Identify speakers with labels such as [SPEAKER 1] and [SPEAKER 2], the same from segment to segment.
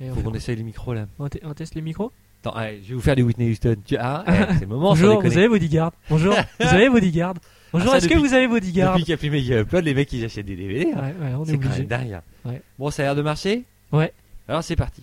[SPEAKER 1] Et on,
[SPEAKER 2] Faut qu'on essaye les micros là.
[SPEAKER 1] on te- on teste les micros
[SPEAKER 2] Attends, allez, je vais vous faire du Whitney Houston. Tu... Ah, eh, c'est le moment, sans
[SPEAKER 1] Bonjour,
[SPEAKER 2] déconner. Ah,
[SPEAKER 1] vous avez bodyguard. Bonjour, vous avez bodyguard. Bonjour,
[SPEAKER 2] ça,
[SPEAKER 1] est-ce que
[SPEAKER 2] depuis-
[SPEAKER 1] vous avez bodyguard
[SPEAKER 2] Depuis qu'il y a plus Mega Upload, les mecs ils achètent des DVD. hein.
[SPEAKER 1] Ouais, ouais, on est,
[SPEAKER 2] C'est quand
[SPEAKER 1] obligé.
[SPEAKER 2] même dingue. hein.
[SPEAKER 1] Ouais.
[SPEAKER 2] Bon, ça a l'air de marcher
[SPEAKER 1] Ouais.
[SPEAKER 2] Alors c'est parti.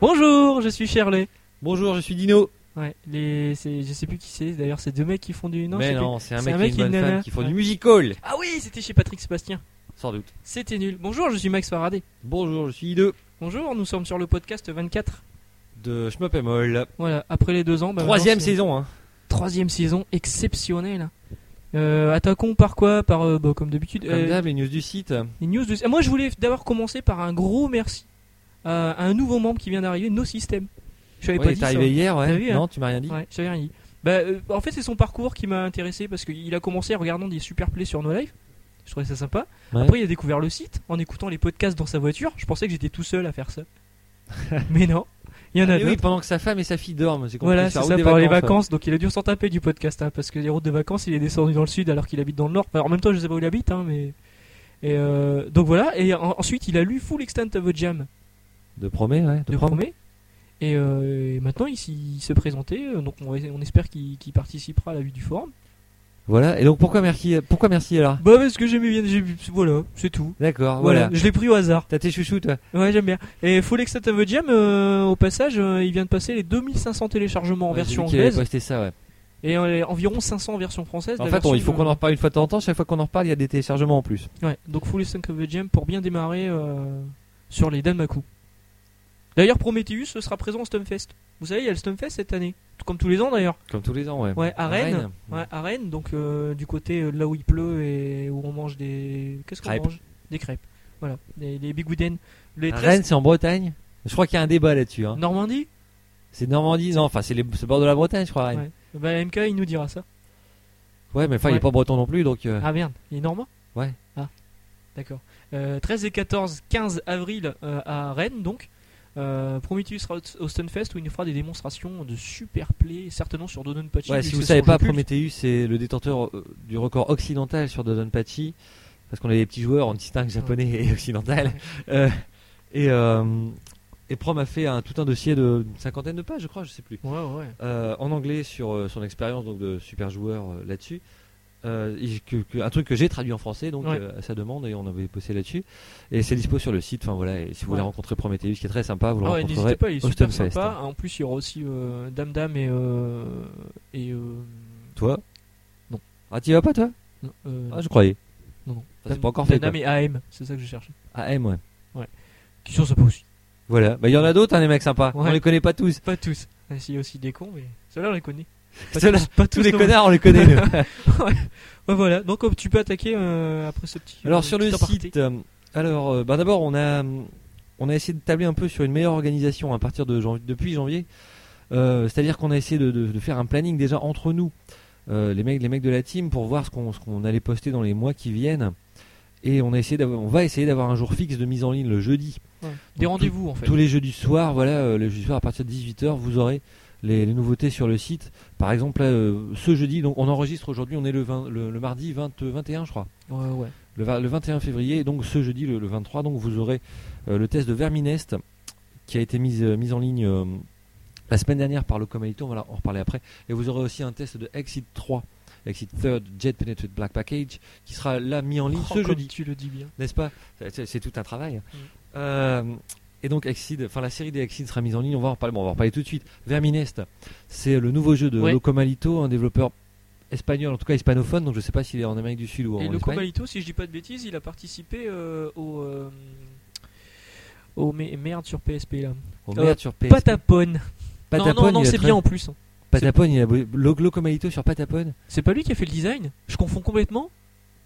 [SPEAKER 1] Bonjour, je suis Shirley.
[SPEAKER 2] Bonjour, je suis Dino.
[SPEAKER 1] Ouais, les, c'est- je sais plus qui c'est. D'ailleurs, c'est deux mecs qui font du. Non, je
[SPEAKER 2] Mais
[SPEAKER 1] sais plus.
[SPEAKER 2] non, c'est un
[SPEAKER 1] C'est
[SPEAKER 2] mec,
[SPEAKER 1] un
[SPEAKER 2] et
[SPEAKER 1] mec
[SPEAKER 2] une
[SPEAKER 1] et une
[SPEAKER 2] bonne femme
[SPEAKER 1] nana.
[SPEAKER 2] qui font
[SPEAKER 1] Ouais.
[SPEAKER 2] du musical.
[SPEAKER 1] Ah oui, c'était chez Patrick Sébastien.
[SPEAKER 2] Sans doute.
[SPEAKER 1] C'était nul. Bonjour, je suis Max Faraday.
[SPEAKER 2] Bonjour, je suis Ido
[SPEAKER 1] Bonjour, nous sommes sur le podcast 24.
[SPEAKER 2] de Shmup et Moll.
[SPEAKER 1] Voilà, après les deux ans. bah,
[SPEAKER 2] Troisième
[SPEAKER 1] maintenant, c'est-
[SPEAKER 2] saison, hein.
[SPEAKER 1] Troisième saison exceptionnelle. Euh, attaquons par quoi Par, euh, bah, comme d'habitude,
[SPEAKER 2] Comme
[SPEAKER 1] euh,
[SPEAKER 2] d'hab, les news du site.
[SPEAKER 1] les news. de- Ah, Moi, je voulais d'abord commencer par un gros merci euh, à un nouveau membre qui vient d'arriver, No System. Je savais
[SPEAKER 2] Ouais,
[SPEAKER 1] pas
[SPEAKER 2] il
[SPEAKER 1] dit
[SPEAKER 2] est
[SPEAKER 1] ça.
[SPEAKER 2] arrivé hier, ouais.
[SPEAKER 1] T'as vu, hein
[SPEAKER 2] non, tu m'as rien dit.
[SPEAKER 1] Ouais, j'avais rien dit. Bah, euh, en fait, c'est son parcours qui m'a intéressé parce qu'il a commencé en regardant des super plays sur No Life. Je trouvais ça sympa.
[SPEAKER 2] Ouais.
[SPEAKER 1] Après, il a découvert le site en écoutant les podcasts dans sa voiture. Je pensais que j'étais tout seul à faire ça. Mais non, il y en a
[SPEAKER 2] Ah, mais
[SPEAKER 1] d'autres.
[SPEAKER 2] oui, pendant que sa femme et sa fille dorment, c'est compliqué.
[SPEAKER 1] Voilà,
[SPEAKER 2] sur
[SPEAKER 1] c'est
[SPEAKER 2] la
[SPEAKER 1] ça,
[SPEAKER 2] route des
[SPEAKER 1] par les
[SPEAKER 2] vacances.
[SPEAKER 1] vacances. Donc, il a dû s'en taper du podcast hein, parce que les routes de vacances, il est descendu dans le sud alors qu'il habite dans le nord. Enfin, en même temps, je sais pas où il habite, hein, mais. Et euh, donc voilà, et en- ensuite il a lu Full Extent of a Jam
[SPEAKER 2] De promet, ouais.
[SPEAKER 1] de Promet. Et, euh, et maintenant, il, s'y- il se présentait, euh, donc on, on espère qu'il qu'il participera à la vue du forum.
[SPEAKER 2] Voilà, et donc pourquoi merci, euh, pourquoi merci alors
[SPEAKER 1] Bah, parce que j'aimais bien, j'ai- voilà, c'est tout.
[SPEAKER 2] D'accord,
[SPEAKER 1] Voilà.
[SPEAKER 2] Ah, voilà.
[SPEAKER 1] je l'ai pris au hasard.
[SPEAKER 2] T'as tes chouchous, toi
[SPEAKER 1] Ouais, j'aime bien. Et Full Extent of a Jam, euh, au passage, euh, il vient de passer les 2500 téléchargements en
[SPEAKER 2] Ouais,
[SPEAKER 1] version
[SPEAKER 2] j'ai vu qu'il avait
[SPEAKER 1] anglaise
[SPEAKER 2] posté ça, ouais.
[SPEAKER 1] et euh, environ 500 en version française.
[SPEAKER 2] En
[SPEAKER 1] La
[SPEAKER 2] fait, on-
[SPEAKER 1] version
[SPEAKER 2] il faut
[SPEAKER 1] de-
[SPEAKER 2] qu'on en reparle une fois de temps en temps. Chaque fois qu'on en reparle, il y a des téléchargements en plus.
[SPEAKER 1] Ouais, donc Full Extent of a Jam pour bien démarrer euh, sur les Danmaku. D'ailleurs, Prometheus sera présent au Stumfest. Vous savez, il y a le Stumfest cette année. Comme tous les ans d'ailleurs.
[SPEAKER 2] Comme tous les ans, ouais.
[SPEAKER 1] Ouais, à Rennes. Ouais, à Rennes, donc euh, du côté euh, là où il pleut et où on mange des. Qu'est-ce qu'on
[SPEAKER 2] Crêpes.
[SPEAKER 1] mange Des crêpes. Voilà, des, des bigoudens. Les
[SPEAKER 2] À
[SPEAKER 1] 13
[SPEAKER 2] Rennes, c'est en Bretagne. Je crois qu'il y a un débat là-dessus. hein.
[SPEAKER 1] Normandie
[SPEAKER 2] C'est Normandie, non, enfin, c'est les- c'est le bord de la Bretagne, je crois, Rennes.
[SPEAKER 1] Ouais. Bah, la MK, il nous dira ça.
[SPEAKER 2] Ouais, mais enfin, il
[SPEAKER 1] Ouais.
[SPEAKER 2] est pas breton non plus, donc. euh,
[SPEAKER 1] Ah merde, il est normand
[SPEAKER 2] Ouais.
[SPEAKER 1] Ah, d'accord. Euh, 13 et 14, 15 avril euh, à Rennes, donc. Euh, Prometheus sera au Stunfest où il nous fera des démonstrations de super play, certainement sur Donon Pachi.
[SPEAKER 2] Ouais,
[SPEAKER 1] vu
[SPEAKER 2] si
[SPEAKER 1] que
[SPEAKER 2] vous
[SPEAKER 1] c'est
[SPEAKER 2] savez
[SPEAKER 1] son jeu
[SPEAKER 2] pas,
[SPEAKER 1] culte.
[SPEAKER 2] Prometheus, c'est le détenteur euh, du record occidental sur Dodonpachi. Parce qu'on a des petits joueurs, on distingue japonais et occidental. Euh, et, euh, et Prom a fait un, tout un dossier de une cinquantaine de pages, je crois, je sais plus.
[SPEAKER 1] Ouais, ouais.
[SPEAKER 2] Euh, en anglais sur euh, son expérience donc de super joueur euh, là-dessus. Euh, et que- que- un truc que j'ai traduit en français donc
[SPEAKER 1] Ouais.
[SPEAKER 2] euh, à sa demande et on avait posté là-dessus et c'est dispo sur le site enfin voilà et si vous voulez
[SPEAKER 1] Ouais.
[SPEAKER 2] rencontrer Prometheus qui est très sympa vous le
[SPEAKER 1] Ah ouais,
[SPEAKER 2] rencontrerez
[SPEAKER 1] n'hésitez pas, il est
[SPEAKER 2] au
[SPEAKER 1] super
[SPEAKER 2] Stunfest. hein.
[SPEAKER 1] sympa. En plus, il y aura aussi euh, Dame Dame et. euh, et euh,
[SPEAKER 2] toi
[SPEAKER 1] Non.
[SPEAKER 2] ah t'y vas pas toi
[SPEAKER 1] non, euh,
[SPEAKER 2] ah je croyais
[SPEAKER 1] non, non.
[SPEAKER 2] Ça, c'est pas encore
[SPEAKER 1] Dame
[SPEAKER 2] fait quoi.
[SPEAKER 1] Dame et AM, c'est ça que je cherchais.
[SPEAKER 2] ah M ouais
[SPEAKER 1] Qui sont sympas aussi.
[SPEAKER 2] Voilà, bah il y en a d'autres, hein, les mecs sympas.
[SPEAKER 1] Ouais.
[SPEAKER 2] On les connaît pas tous.
[SPEAKER 1] Pas tous. Ah, si, Il y a aussi des cons, mais ceux-là, on les connaît. Pas
[SPEAKER 2] Ceux-là,
[SPEAKER 1] tous, pas
[SPEAKER 2] Tous les
[SPEAKER 1] non.
[SPEAKER 2] connards, on les connaît. nous.
[SPEAKER 1] Ouais, voilà, donc oh, tu peux attaquer euh, après ce petit.
[SPEAKER 2] alors
[SPEAKER 1] euh,
[SPEAKER 2] sur
[SPEAKER 1] petit
[SPEAKER 2] le
[SPEAKER 1] aparté.
[SPEAKER 2] site, euh, alors euh, bah, d'abord on a hum, on a essayé de tabler un peu sur une meilleure organisation à partir de janvier, depuis janvier. Euh, C'est-à-dire qu'on a essayé de, de- de faire un planning déjà entre nous, euh, les mecs, les mecs de la team, pour voir ce qu'on ce qu'on allait poster dans les mois qui viennent. Et on a essayé d'avoir- on va essayer d'avoir un jour fixe de mise en ligne le jeudi.
[SPEAKER 1] Ouais. Des rendez-vous en fait.
[SPEAKER 2] Tous les jeux du soir, voilà, euh, le jeudi soir à partir de 18h, vous aurez les, les nouveautés sur le site. Par exemple, là, euh, ce jeudi, donc on enregistre aujourd'hui, on est le, 20 le, le mardi 20, 21, je crois.
[SPEAKER 1] Ouais, ouais.
[SPEAKER 2] Le, va- le 21 février, et donc ce jeudi, le, le 23, donc vous aurez euh, le test de Verminest qui a été mis, euh, mis en ligne euh, la semaine dernière par le Comalito, on va en reparler après. Et vous aurez aussi un test de Exit 3, Exit Third Jet Penetrated Black Package, qui sera là mis en ligne
[SPEAKER 1] Oh,
[SPEAKER 2] ce
[SPEAKER 1] comme
[SPEAKER 2] jeudi
[SPEAKER 1] Tu le dis bien.
[SPEAKER 2] n'est-ce pas C'est c'est tout un travail. hein.
[SPEAKER 1] Mm.
[SPEAKER 2] Euh, et donc, Exceed, enfin la série des Exceed sera mise en ligne. On va en parler. Bon, on va en parler tout de suite. Verminest, c'est le nouveau jeu de
[SPEAKER 1] Ouais.
[SPEAKER 2] Locomalito, un développeur espagnol, en tout cas hispanophone. Donc, je sais pas s'il est en Amérique du Sud ou en
[SPEAKER 1] Et le
[SPEAKER 2] Espagne.
[SPEAKER 1] Comalito, si je dis pas de bêtises, il a participé euh, au. euh, au mé- merde sur PSP là.
[SPEAKER 2] Oh,
[SPEAKER 1] Euh,
[SPEAKER 2] merde, sur PSP.
[SPEAKER 1] Patapone. non, non, non,
[SPEAKER 2] il a
[SPEAKER 1] c'est
[SPEAKER 2] très-
[SPEAKER 1] bien en plus. hein.
[SPEAKER 2] Patapone, il a Lo- Locomalito sur Patapone.
[SPEAKER 1] C'est pas lui qui a fait le design Je confonds complètement.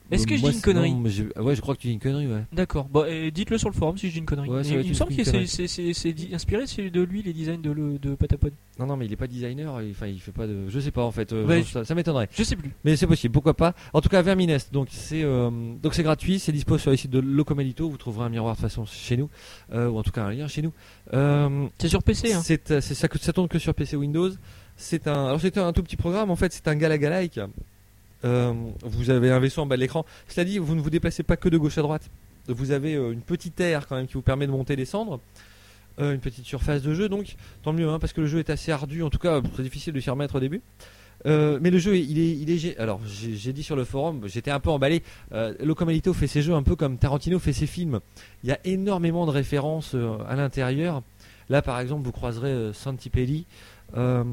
[SPEAKER 1] Est-ce que je
[SPEAKER 2] Euh, Moi,
[SPEAKER 1] dis une
[SPEAKER 2] c'est- non,
[SPEAKER 1] connerie
[SPEAKER 2] mais je- Ouais, je crois que tu dis une connerie, ouais.
[SPEAKER 1] D'accord. Bah, euh, dites-le sur le forum si je dis une connerie.
[SPEAKER 2] Ouais, ça
[SPEAKER 1] il
[SPEAKER 2] va être
[SPEAKER 1] il me
[SPEAKER 2] une
[SPEAKER 1] semble que c'est,
[SPEAKER 2] connerie.
[SPEAKER 1] c'est, c'est- c'est di- inspiré c'est de lui les designs de, le- de Patapon.
[SPEAKER 2] Non, non, mais il est pas designer, il- enfin, il fait pas de. Je sais pas en fait, euh,
[SPEAKER 1] Ouais,
[SPEAKER 2] genre, ça, ça m'étonnerait.
[SPEAKER 1] Je sais plus.
[SPEAKER 2] Mais c'est possible, pourquoi pas. En tout cas, Verminest, donc c'est euh, donc c'est gratuit, c'est dispo sur le site de Locomalito, vous trouverez un miroir de toute façon chez nous, euh, ou en tout cas un lien chez nous. Euh,
[SPEAKER 1] C'est sur PC. Hein.
[SPEAKER 2] c'est euh, c'est- ça, ça tourne que sur PC Windows. C'est un, alors c'était un tout petit programme en fait, c'est un galagalaïque. Euh, vous avez un vaisseau en bas de l'écran. Cela dit, vous ne vous déplacez pas que de gauche à droite. Vous avez euh, une petite aire quand même qui vous permet de monter et descendre. Euh, une petite surface de jeu donc tant mieux hein, parce que le jeu est assez ardu en tout cas c'est difficile de s'y remettre au début Euh, mais le jeu il est, il est gé- alors j'ai j'ai dit sur le forum j'étais un peu emballé euh, Locomalito fait ses jeux un peu comme Tarantino fait ses films il y a énormément de références euh, à l'intérieur Là, par exemple, vous croiserez euh, Santipelli. euh,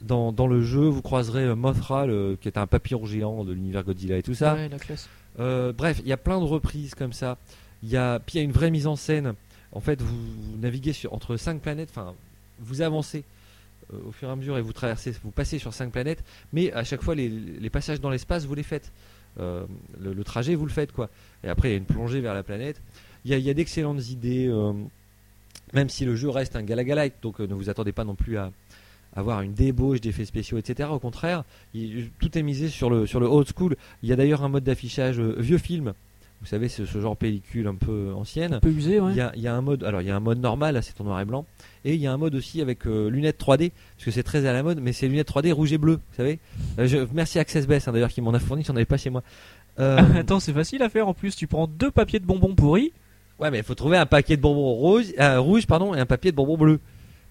[SPEAKER 2] dans, dans le jeu, vous croiserez euh, Mothra, le- qui est un papillon géant de l'univers Godzilla et tout ça.
[SPEAKER 1] Ouais, la classe.
[SPEAKER 2] Euh, bref, il y a plein de reprises comme ça. Il y a, puis il y a une vraie mise en scène. En fait, vous, vous naviguez sur, entre cinq planètes. Enfin, vous avancez euh, au fur et à mesure et vous traversez, vous passez sur cinq planètes. Mais à chaque fois, les, les passages dans l'espace, vous les faites. Euh, le, le trajet, vous le faites quoi. Et après, il y a une plongée vers la planète. Il y a, il y a d'excellentes idées. euh, même si le jeu reste un galagalite, donc euh, ne vous attendez pas non plus à avoir une débauche d'effets spéciaux, etc. Au contraire, il- tout est misé sur le, sur le old school. Il y a d'ailleurs un mode d'affichage euh, vieux film. Vous savez, c'est ce genre pellicule un peu ancienne.
[SPEAKER 1] Un peu usé, ouais.
[SPEAKER 2] Il y, a, il y a un mode, alors il y a un mode normal, là, c'est en noir et blanc, et il y a un mode aussi avec euh, lunettes 3D, parce que c'est très à la mode, mais c'est lunettes 3D rouge et bleu, vous savez. Euh, je- merci AccessBest hein, d'ailleurs qui m'en a fourni, j'en avais pas chez moi. Euh,
[SPEAKER 1] Attends, c'est facile à faire en plus. Tu prends deux papiers de bonbons pourris.
[SPEAKER 2] ouais, mais il faut trouver un paquet de bonbons rose, euh, rouge, pardon, et un papier de bonbons bleu.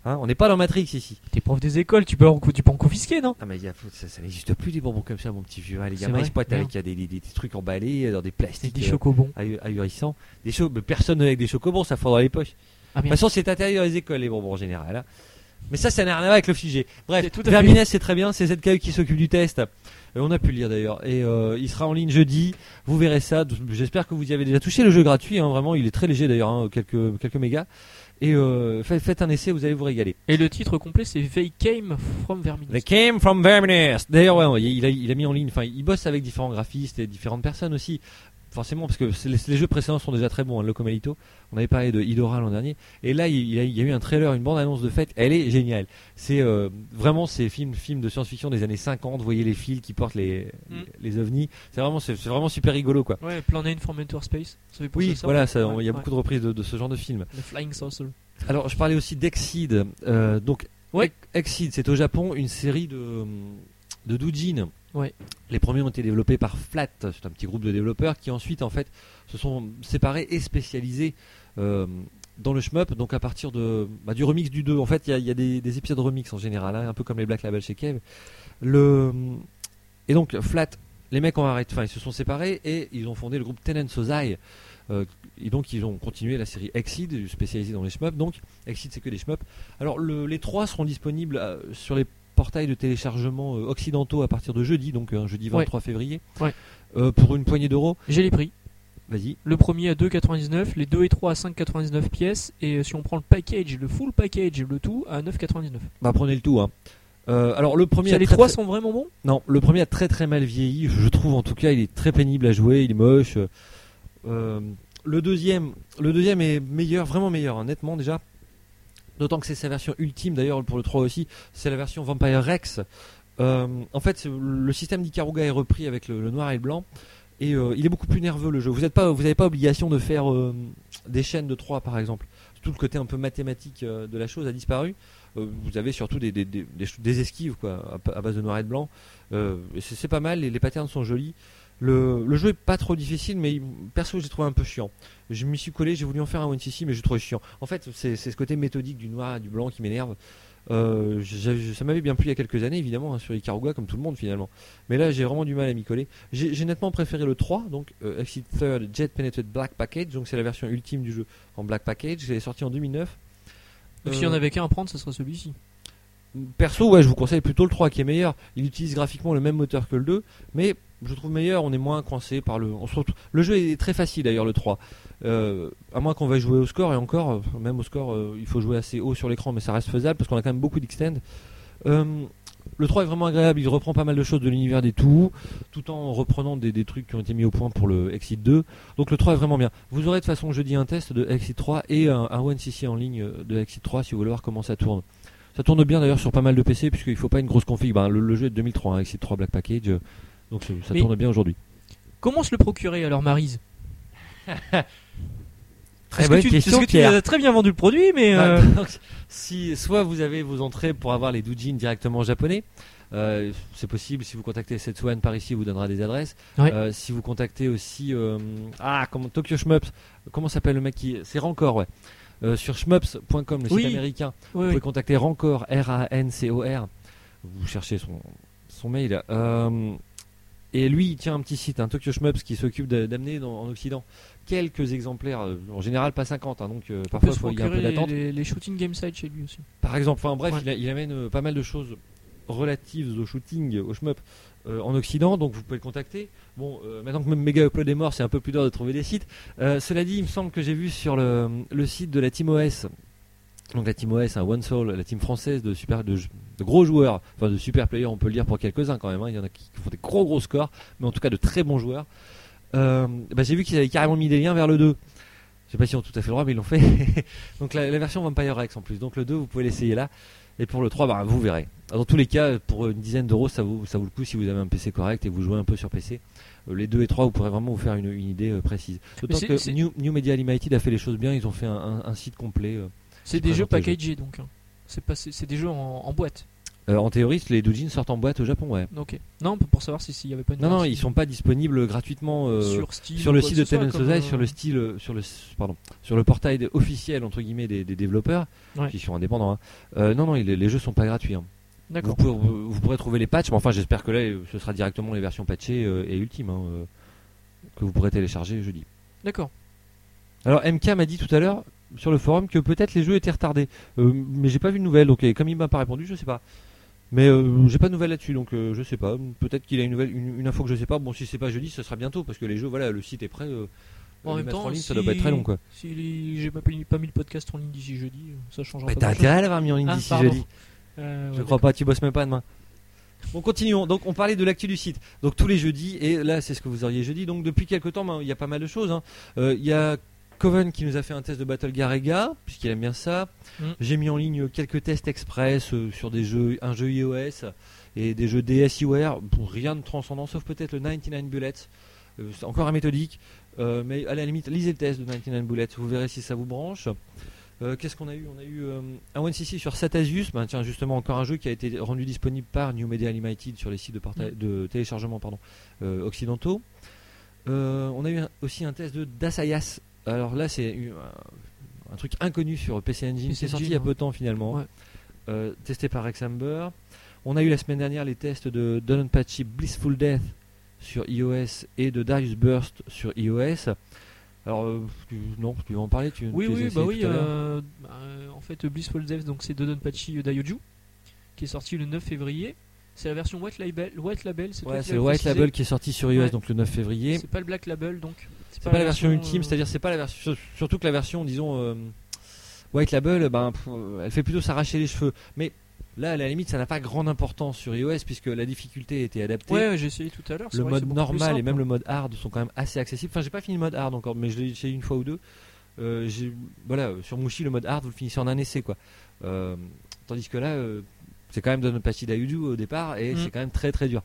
[SPEAKER 2] Hein, on n'est pas dans Matrix ici.
[SPEAKER 1] T'es prof des écoles, tu peux en, tu peux en confisquer, non
[SPEAKER 2] Ah mais il y a- ça, ça n'existe plus des bonbons comme ça, mon petit vieux. Ah, les
[SPEAKER 1] C'est
[SPEAKER 2] gamins ils
[SPEAKER 1] vrai,
[SPEAKER 2] se pointent
[SPEAKER 1] merde.
[SPEAKER 2] avec il y a des, des- des trucs emballés euh, dans des
[SPEAKER 1] C'est
[SPEAKER 2] plastiques
[SPEAKER 1] des
[SPEAKER 2] euh,
[SPEAKER 1] chocobons.
[SPEAKER 2] ahu- ahurissants. Des cho- mais personne avec des chocobons, ça fond dans les poches.
[SPEAKER 1] Ah,
[SPEAKER 2] De toute
[SPEAKER 1] merde.
[SPEAKER 2] façon, c'est interdit dans les écoles les bonbons en général. hein. Mais ça, ça n'a rien à voir avec le sujet. Bref,
[SPEAKER 1] C'est tout à fait-
[SPEAKER 2] Vermines, c'est très bien, c'est ZKU qui s'occupe du test. Et on a pu le lire d'ailleurs. Et euh, il sera en ligne jeudi. Vous verrez ça. Donc, J'espère que vous y avez déjà touché. Le jeu est gratuit, hein, vraiment, il est très léger d'ailleurs, hein, quelques, quelques mégas. Et euh, faites, faites un essai, vous allez vous régaler.
[SPEAKER 1] Et le titre complet, c'est They Came from Verminous.
[SPEAKER 2] They came from Verminus. D'ailleurs, ouais, ouais, il, a, il a mis en ligne, enfin, il bosse avec différents graphistes et différentes personnes aussi. Forcément, parce que c'est- les, les jeux précédents sont déjà très bons. Hein, Locomalito, on avait parlé de Idora l'an dernier. Et là, il, il a- il y a eu un trailer, une bande-annonce de fête. Elle est géniale. C'est euh, vraiment ces films, films de science-fiction des années 50. Vous voyez les fils qui portent les,
[SPEAKER 1] Mm.
[SPEAKER 2] les ovnis. C'est vraiment, c'est c'est vraiment super rigolo, quoi.
[SPEAKER 1] Ouais, Planet from Outer Space. Ça fait penser
[SPEAKER 2] Oui,
[SPEAKER 1] à ça.
[SPEAKER 2] voilà, ça, on- il y a
[SPEAKER 1] Ouais,
[SPEAKER 2] beaucoup de reprises de, de ce genre de films.
[SPEAKER 1] ouais. Le Flying Saucer.
[SPEAKER 2] Alors, je parlais aussi d'Exceed. Euh, donc,
[SPEAKER 1] Ouais.
[SPEAKER 2] Exceed, c'est au Japon une série de, hum, de doujin.
[SPEAKER 1] Ouais.
[SPEAKER 2] Les premiers ont été développés par Flat, c'est un petit groupe de développeurs qui ensuite, en fait, se sont séparés et spécialisés euh, dans le shmup. Donc, à partir de, bah, du remix du 2, en fait, il y a, il y a des, des épisodes remix en général, hein, un peu comme les Black Label chez Kev. Le, et donc, Flat, les mecs ont arrêté, enfin, ils se sont séparés et ils ont fondé le groupe Tenen Sozai. Euh, et donc, ils ont continué la série Exceed, spécialisée dans les shmups. Donc, Exit, c'est que des shmups. Alors, le- les trois seront disponibles euh, sur les portails de téléchargement euh, occidentaux à partir de jeudi, donc euh, jeudi 23 février,
[SPEAKER 1] Ouais.
[SPEAKER 2] Euh, pour une poignée d'euros.
[SPEAKER 1] J'ai les prix.
[SPEAKER 2] Vas-y.
[SPEAKER 1] Le premier à 2,99, les 2 et 3 à 5,99 pièces, et euh, si on prend le package, le full package, le tout à 9,99.
[SPEAKER 2] Bah, prenez le tout. Hein. Euh, alors, le premier.
[SPEAKER 1] Ça,
[SPEAKER 2] a
[SPEAKER 1] Les
[SPEAKER 2] très,
[SPEAKER 1] trois
[SPEAKER 2] très-
[SPEAKER 1] sont vraiment bons
[SPEAKER 2] Non, le premier a très très mal vieilli. Je trouve en tout cas, il est très pénible à jouer, il est moche. Euh, le deuxième, le deuxième est meilleur, vraiment meilleur, hein, nettement déjà. D'autant que c'est sa version ultime, d'ailleurs pour le 3 aussi, c'est la version Vampire Rex. Euh, en fait, c'est- le système d'Ikaruga est repris avec le, le noir et le blanc. Et euh, il est beaucoup plus nerveux le jeu. Vous n'avez pas, vous avez pas obligation de faire euh, des chaînes de 3 par exemple. Tout le côté un peu mathématique euh, de la chose a disparu. Euh, vous avez surtout des, des- des- des ch- des esquives quoi, à- à base de noir et de blanc. Euh, et c'est c'est pas mal, les, les patterns sont jolis. Le, le jeu est pas trop difficile, mais il- perso, j'ai trouvé un peu chiant. Je m'y suis collé, j'ai voulu en faire un ONCC, mais j'ai trouvé chiant. En fait, c'est c'est ce côté méthodique du noir et du blanc qui m'énerve. Euh, j'ai- j'ai- ça m'avait bien plu il y a quelques années, évidemment, hein, sur Ikaruga, comme tout le monde finalement. Mais là, j'ai vraiment du mal à m'y coller. J'ai j'ai nettement préféré le 3, donc euh, Exit Third Jet Penetrated Black Package, donc c'est la version ultime du jeu en Black Package. Il est sorti en 2009.
[SPEAKER 1] Donc
[SPEAKER 2] Euh,
[SPEAKER 1] s'il y en avait qu'un à prendre, ce serait celui-ci.
[SPEAKER 2] Perso, ouais, je vous conseille plutôt le 3 qui est meilleur. Il utilise graphiquement le même moteur que le 2, mais je le trouve meilleur. On est moins coincé par le. on se retrouve- Le jeu est très facile d'ailleurs, le 3. Euh, à moins qu'on va jouer au score, et encore, euh, même au score, euh, il faut jouer assez haut sur l'écran, mais ça reste faisable parce qu'on a quand même beaucoup d'extend. Euh, le 3 est vraiment agréable, il reprend pas mal de choses de l'univers des tout, tout en reprenant des, des trucs qui ont été mis au point pour le Exit 2. Donc le 3 est vraiment bien. Vous aurez de toute façon jeudi un test de Exit 3 et un, un OneCC en ligne euh, de Exit 3 si vous voulez voir comment ça tourne. Ça tourne bien d'ailleurs sur pas mal de PC puisqu'il faut pas une grosse config. Ben, le, le jeu est de 2003, hein, Exit 3 Black Package, euh, donc ça ça
[SPEAKER 1] Mais-
[SPEAKER 2] tourne bien aujourd'hui.
[SPEAKER 1] Comment se le procurer alors, Marise
[SPEAKER 2] Très
[SPEAKER 1] Parce que
[SPEAKER 2] bonne
[SPEAKER 1] tu,
[SPEAKER 2] question,
[SPEAKER 1] parce que tu
[SPEAKER 2] Pierre.
[SPEAKER 1] as très bien vendu le produit, mais
[SPEAKER 2] Ah,
[SPEAKER 1] euh,
[SPEAKER 2] donc, si soit vous avez vos entrées pour avoir les doujins directement en japonais, euh, c'est possible. Si vous contactez Setsuan par ici, il vous donnera des adresses.
[SPEAKER 1] Ouais.
[SPEAKER 2] Euh, si vous contactez aussi euh, ah comment Tokyo Shmups, comment s'appelle le mec qui c'est Rancor ouais. Euh, sur shmups.com le
[SPEAKER 1] Oui.
[SPEAKER 2] site américain,
[SPEAKER 1] oui,
[SPEAKER 2] vous
[SPEAKER 1] oui.
[SPEAKER 2] pouvez contacter Rancor R A N C O R. Vous cherchez son son mail. Euh, et lui, il tient un petit site, un Tokyo Shmups, qui s'occupe d'a- d'amener dans- en Occident quelques exemplaires, euh, en général pas 50, hein, donc euh,
[SPEAKER 1] on peut
[SPEAKER 2] parfois
[SPEAKER 1] se
[SPEAKER 2] faut- il y a un
[SPEAKER 1] procurer
[SPEAKER 2] peu
[SPEAKER 1] les,
[SPEAKER 2] d'attente.
[SPEAKER 1] les- les shooting game sites chez lui aussi.
[SPEAKER 2] Par exemple, enfin bref,
[SPEAKER 1] Ouais.
[SPEAKER 2] il, a- il amène euh, pas mal de choses relatives au shooting, euh, au shmup euh, en Occident, donc vous pouvez le contacter. Bon, euh, maintenant que même Mega Upload est mort, c'est un peu plus dur de trouver des sites. Euh, cela dit, il me semble que j'ai vu sur le, le site de la Team OS, donc la Team OS, un One Soul, la team française de super de, de gros joueurs, enfin de super players, on peut le dire pour quelques-uns quand même, hein. il y en a qui font des gros gros scores, mais en tout cas de très bons joueurs. Euh, bah, j'ai vu qu'ils avaient carrément mis des liens vers le 2. Je sais pas si on tout à fait le droit, mais ils l'ont fait. donc la, la version Vampire Rex en plus. Donc le 2, vous pouvez l'essayer là. Et pour le 3, bah, vous verrez. Dans tous les cas, pour une dizaine d'euros, ça vaut, ça vaut le coup si vous avez un PC correct et vous jouez un peu sur PC. Euh, Les 2 et 3, vous pourrez vraiment vous faire une, une idée euh, précise. D'autant
[SPEAKER 1] c'est-
[SPEAKER 2] que
[SPEAKER 1] c'est-
[SPEAKER 2] New, New Media Limited a fait les choses bien, ils ont fait un, un- un site complet. euh,
[SPEAKER 1] C'est
[SPEAKER 2] Qui
[SPEAKER 1] des jeux
[SPEAKER 2] présente les
[SPEAKER 1] packagés
[SPEAKER 2] jeux.
[SPEAKER 1] donc. hein. C'est pas- c'est c'est des jeux en, en boîte.
[SPEAKER 2] Euh, en théorie, les doujins sortent en boîte au Japon, ouais.
[SPEAKER 1] Ok. Non, pour- pour savoir si- s'il n'y avait pas une
[SPEAKER 2] Non, non,
[SPEAKER 1] version
[SPEAKER 2] ils sont pas disponibles gratuitement euh, sur,
[SPEAKER 1] sur Steam
[SPEAKER 2] le
[SPEAKER 1] ou quoi
[SPEAKER 2] site
[SPEAKER 1] que
[SPEAKER 2] de
[SPEAKER 1] ce soit,
[SPEAKER 2] Tencent
[SPEAKER 1] comme,
[SPEAKER 2] Sozai,
[SPEAKER 1] euh,
[SPEAKER 2] sur le style, euh, sur le s- pardon, sur le portail de- officiel entre guillemets des, des développeurs
[SPEAKER 1] Ouais.
[SPEAKER 2] qui sont indépendants. hein. Euh, non, non, il- les jeux sont pas gratuits. hein. Vous,
[SPEAKER 1] D'accord.
[SPEAKER 2] pourrez, vous- vous pourrez trouver les patchs, mais enfin, j'espère que là, euh, ce sera directement les versions patchées euh, et ultimes hein, euh, que vous pourrez télécharger jeudi.
[SPEAKER 1] D'accord.
[SPEAKER 2] Alors MK m'a dit tout à l'heure sur le forum que peut-être les jeux étaient retardés, Euh, mais j'ai pas vu de nouvelles. Donc et comme il m'a pas répondu, je sais pas. Mais euh, j'ai pas de nouvelles là-dessus, donc euh, je sais pas. Peut-être qu'il a une nouvelle, une, une info que je sais pas. Bon, si c'est pas jeudi, ce sera bientôt parce que les jeux, voilà, le site est prêt. euh,
[SPEAKER 1] En
[SPEAKER 2] les
[SPEAKER 1] même
[SPEAKER 2] mettre
[SPEAKER 1] temps,
[SPEAKER 2] en ligne,
[SPEAKER 1] si-
[SPEAKER 2] ça doit pas être très long, quoi.
[SPEAKER 1] Si les- j'ai pas, pli- pas mis le podcast en ligne d'ici jeudi, euh, ça changera
[SPEAKER 2] Mais
[SPEAKER 1] pas.
[SPEAKER 2] t'as
[SPEAKER 1] grand-chose.
[SPEAKER 2] intérêt à l'avoir mis en ligne
[SPEAKER 1] Ah,
[SPEAKER 2] d'ici
[SPEAKER 1] pardon.
[SPEAKER 2] jeudi.
[SPEAKER 1] Euh,
[SPEAKER 2] Je
[SPEAKER 1] ouais,
[SPEAKER 2] crois pas, tu bosses même pas demain. Bon, continuons. Donc, on parlait de l'actu du site. Donc, tous les jeudis, et là, c'est ce que vous auriez jeudi. Donc, depuis quelques temps, ben, il y a pas mal de choses. hein. Euh, Il y a Coven qui nous a fait un test de Battle Garega, puisqu'il aime bien ça.
[SPEAKER 1] Mm.
[SPEAKER 2] J'ai mis en ligne quelques tests express euh, sur des jeux, un jeu iOS et des jeux DSiWare. Bon, rien de transcendant, sauf peut-être le 99 Bullets. Euh, c'est encore un méthodique. Euh, mais à la limite, lisez le test de 99 Bullets, vous verrez si ça vous branche. Euh, Qu'est-ce qu'on a eu On a eu euh, un OneCC sur Satasius, ben, tiens justement encore un jeu qui a été rendu disponible par New Media Limited sur les sites de, parta-
[SPEAKER 1] Mm.
[SPEAKER 2] de téléchargement pardon, euh, occidentaux. Euh, on a eu un- aussi un test de Dasayas. Alors là c'est eu un, un truc inconnu sur PC Engine,
[SPEAKER 1] PC
[SPEAKER 2] c'est sorti
[SPEAKER 1] Engine,
[SPEAKER 2] il y a
[SPEAKER 1] ouais.
[SPEAKER 2] peu de temps finalement,
[SPEAKER 1] Ouais.
[SPEAKER 2] Euh, testé par Rex Amber. On a eu la semaine dernière les tests de Don Pachi Blissful Death sur iOS et de Darius Burst sur iOS. Alors, euh, tu- non, tu vas en parler tu,
[SPEAKER 1] Oui,
[SPEAKER 2] tu les as
[SPEAKER 1] oui, bah
[SPEAKER 2] essayés
[SPEAKER 1] oui.
[SPEAKER 2] tout à l'heure.
[SPEAKER 1] euh, bah, euh, en fait, Blissful Death, donc c'est Dodonpachi Daioju, qui est sorti le 9 février. C'est la version White Label. White Label, c'est toi
[SPEAKER 2] Ouais,
[SPEAKER 1] qui
[SPEAKER 2] c'est
[SPEAKER 1] l'as
[SPEAKER 2] le White
[SPEAKER 1] précisé.
[SPEAKER 2] Label qui est sorti sur iOS
[SPEAKER 1] Ouais.
[SPEAKER 2] donc le 9 février.
[SPEAKER 1] C'est pas le Black Label, donc.
[SPEAKER 2] C'est pas la version
[SPEAKER 1] euh,
[SPEAKER 2] ultime, c'est-à-dire c'est pas la version surtout que la version disons euh, White Label ben pff, elle fait plutôt s'arracher les cheveux. Mais là à la limite ça n'a pas grande importance sur iOS puisque la difficulté a été adaptée.
[SPEAKER 1] Ouais, ouais, j'ai essayé tout à l'heure. c'est
[SPEAKER 2] le
[SPEAKER 1] vrai, c'est beaucoup
[SPEAKER 2] mode
[SPEAKER 1] plus
[SPEAKER 2] normal
[SPEAKER 1] simple. hein.
[SPEAKER 2] et même le mode hard sont quand même assez accessibles. Enfin, j'ai pas fini le mode hard encore, mais je l'ai essayé une fois ou deux. Euh, j'ai- voilà, euh, sur Mushi, le mode hard, vous le finissez en un essai, quoi. Euh, tandis que là, euh, c'est quand même Don Pachi Dayudu au départ, et
[SPEAKER 1] Mm.
[SPEAKER 2] c'est quand même très très dur.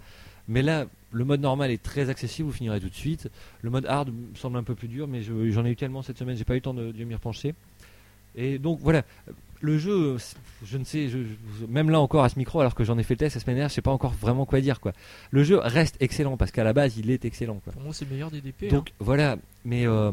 [SPEAKER 2] Mais là, le mode normal est très accessible, vous finirez tout de suite. Le mode hard me semble un peu plus dur, mais je- j'en ai eu tellement cette semaine, j'ai pas eu le temps de, de m'y repencher. Et donc voilà, le jeu, c'est- je ne sais, je- je- même là encore à ce micro, alors que j'en ai fait le test la semaine dernière, je sais pas encore vraiment quoi dire quoi. Le jeu reste excellent parce qu'à la base il est excellent quoi.
[SPEAKER 1] Pour moi, c'est le meilleur des DP.
[SPEAKER 2] Donc voilà, mais euh,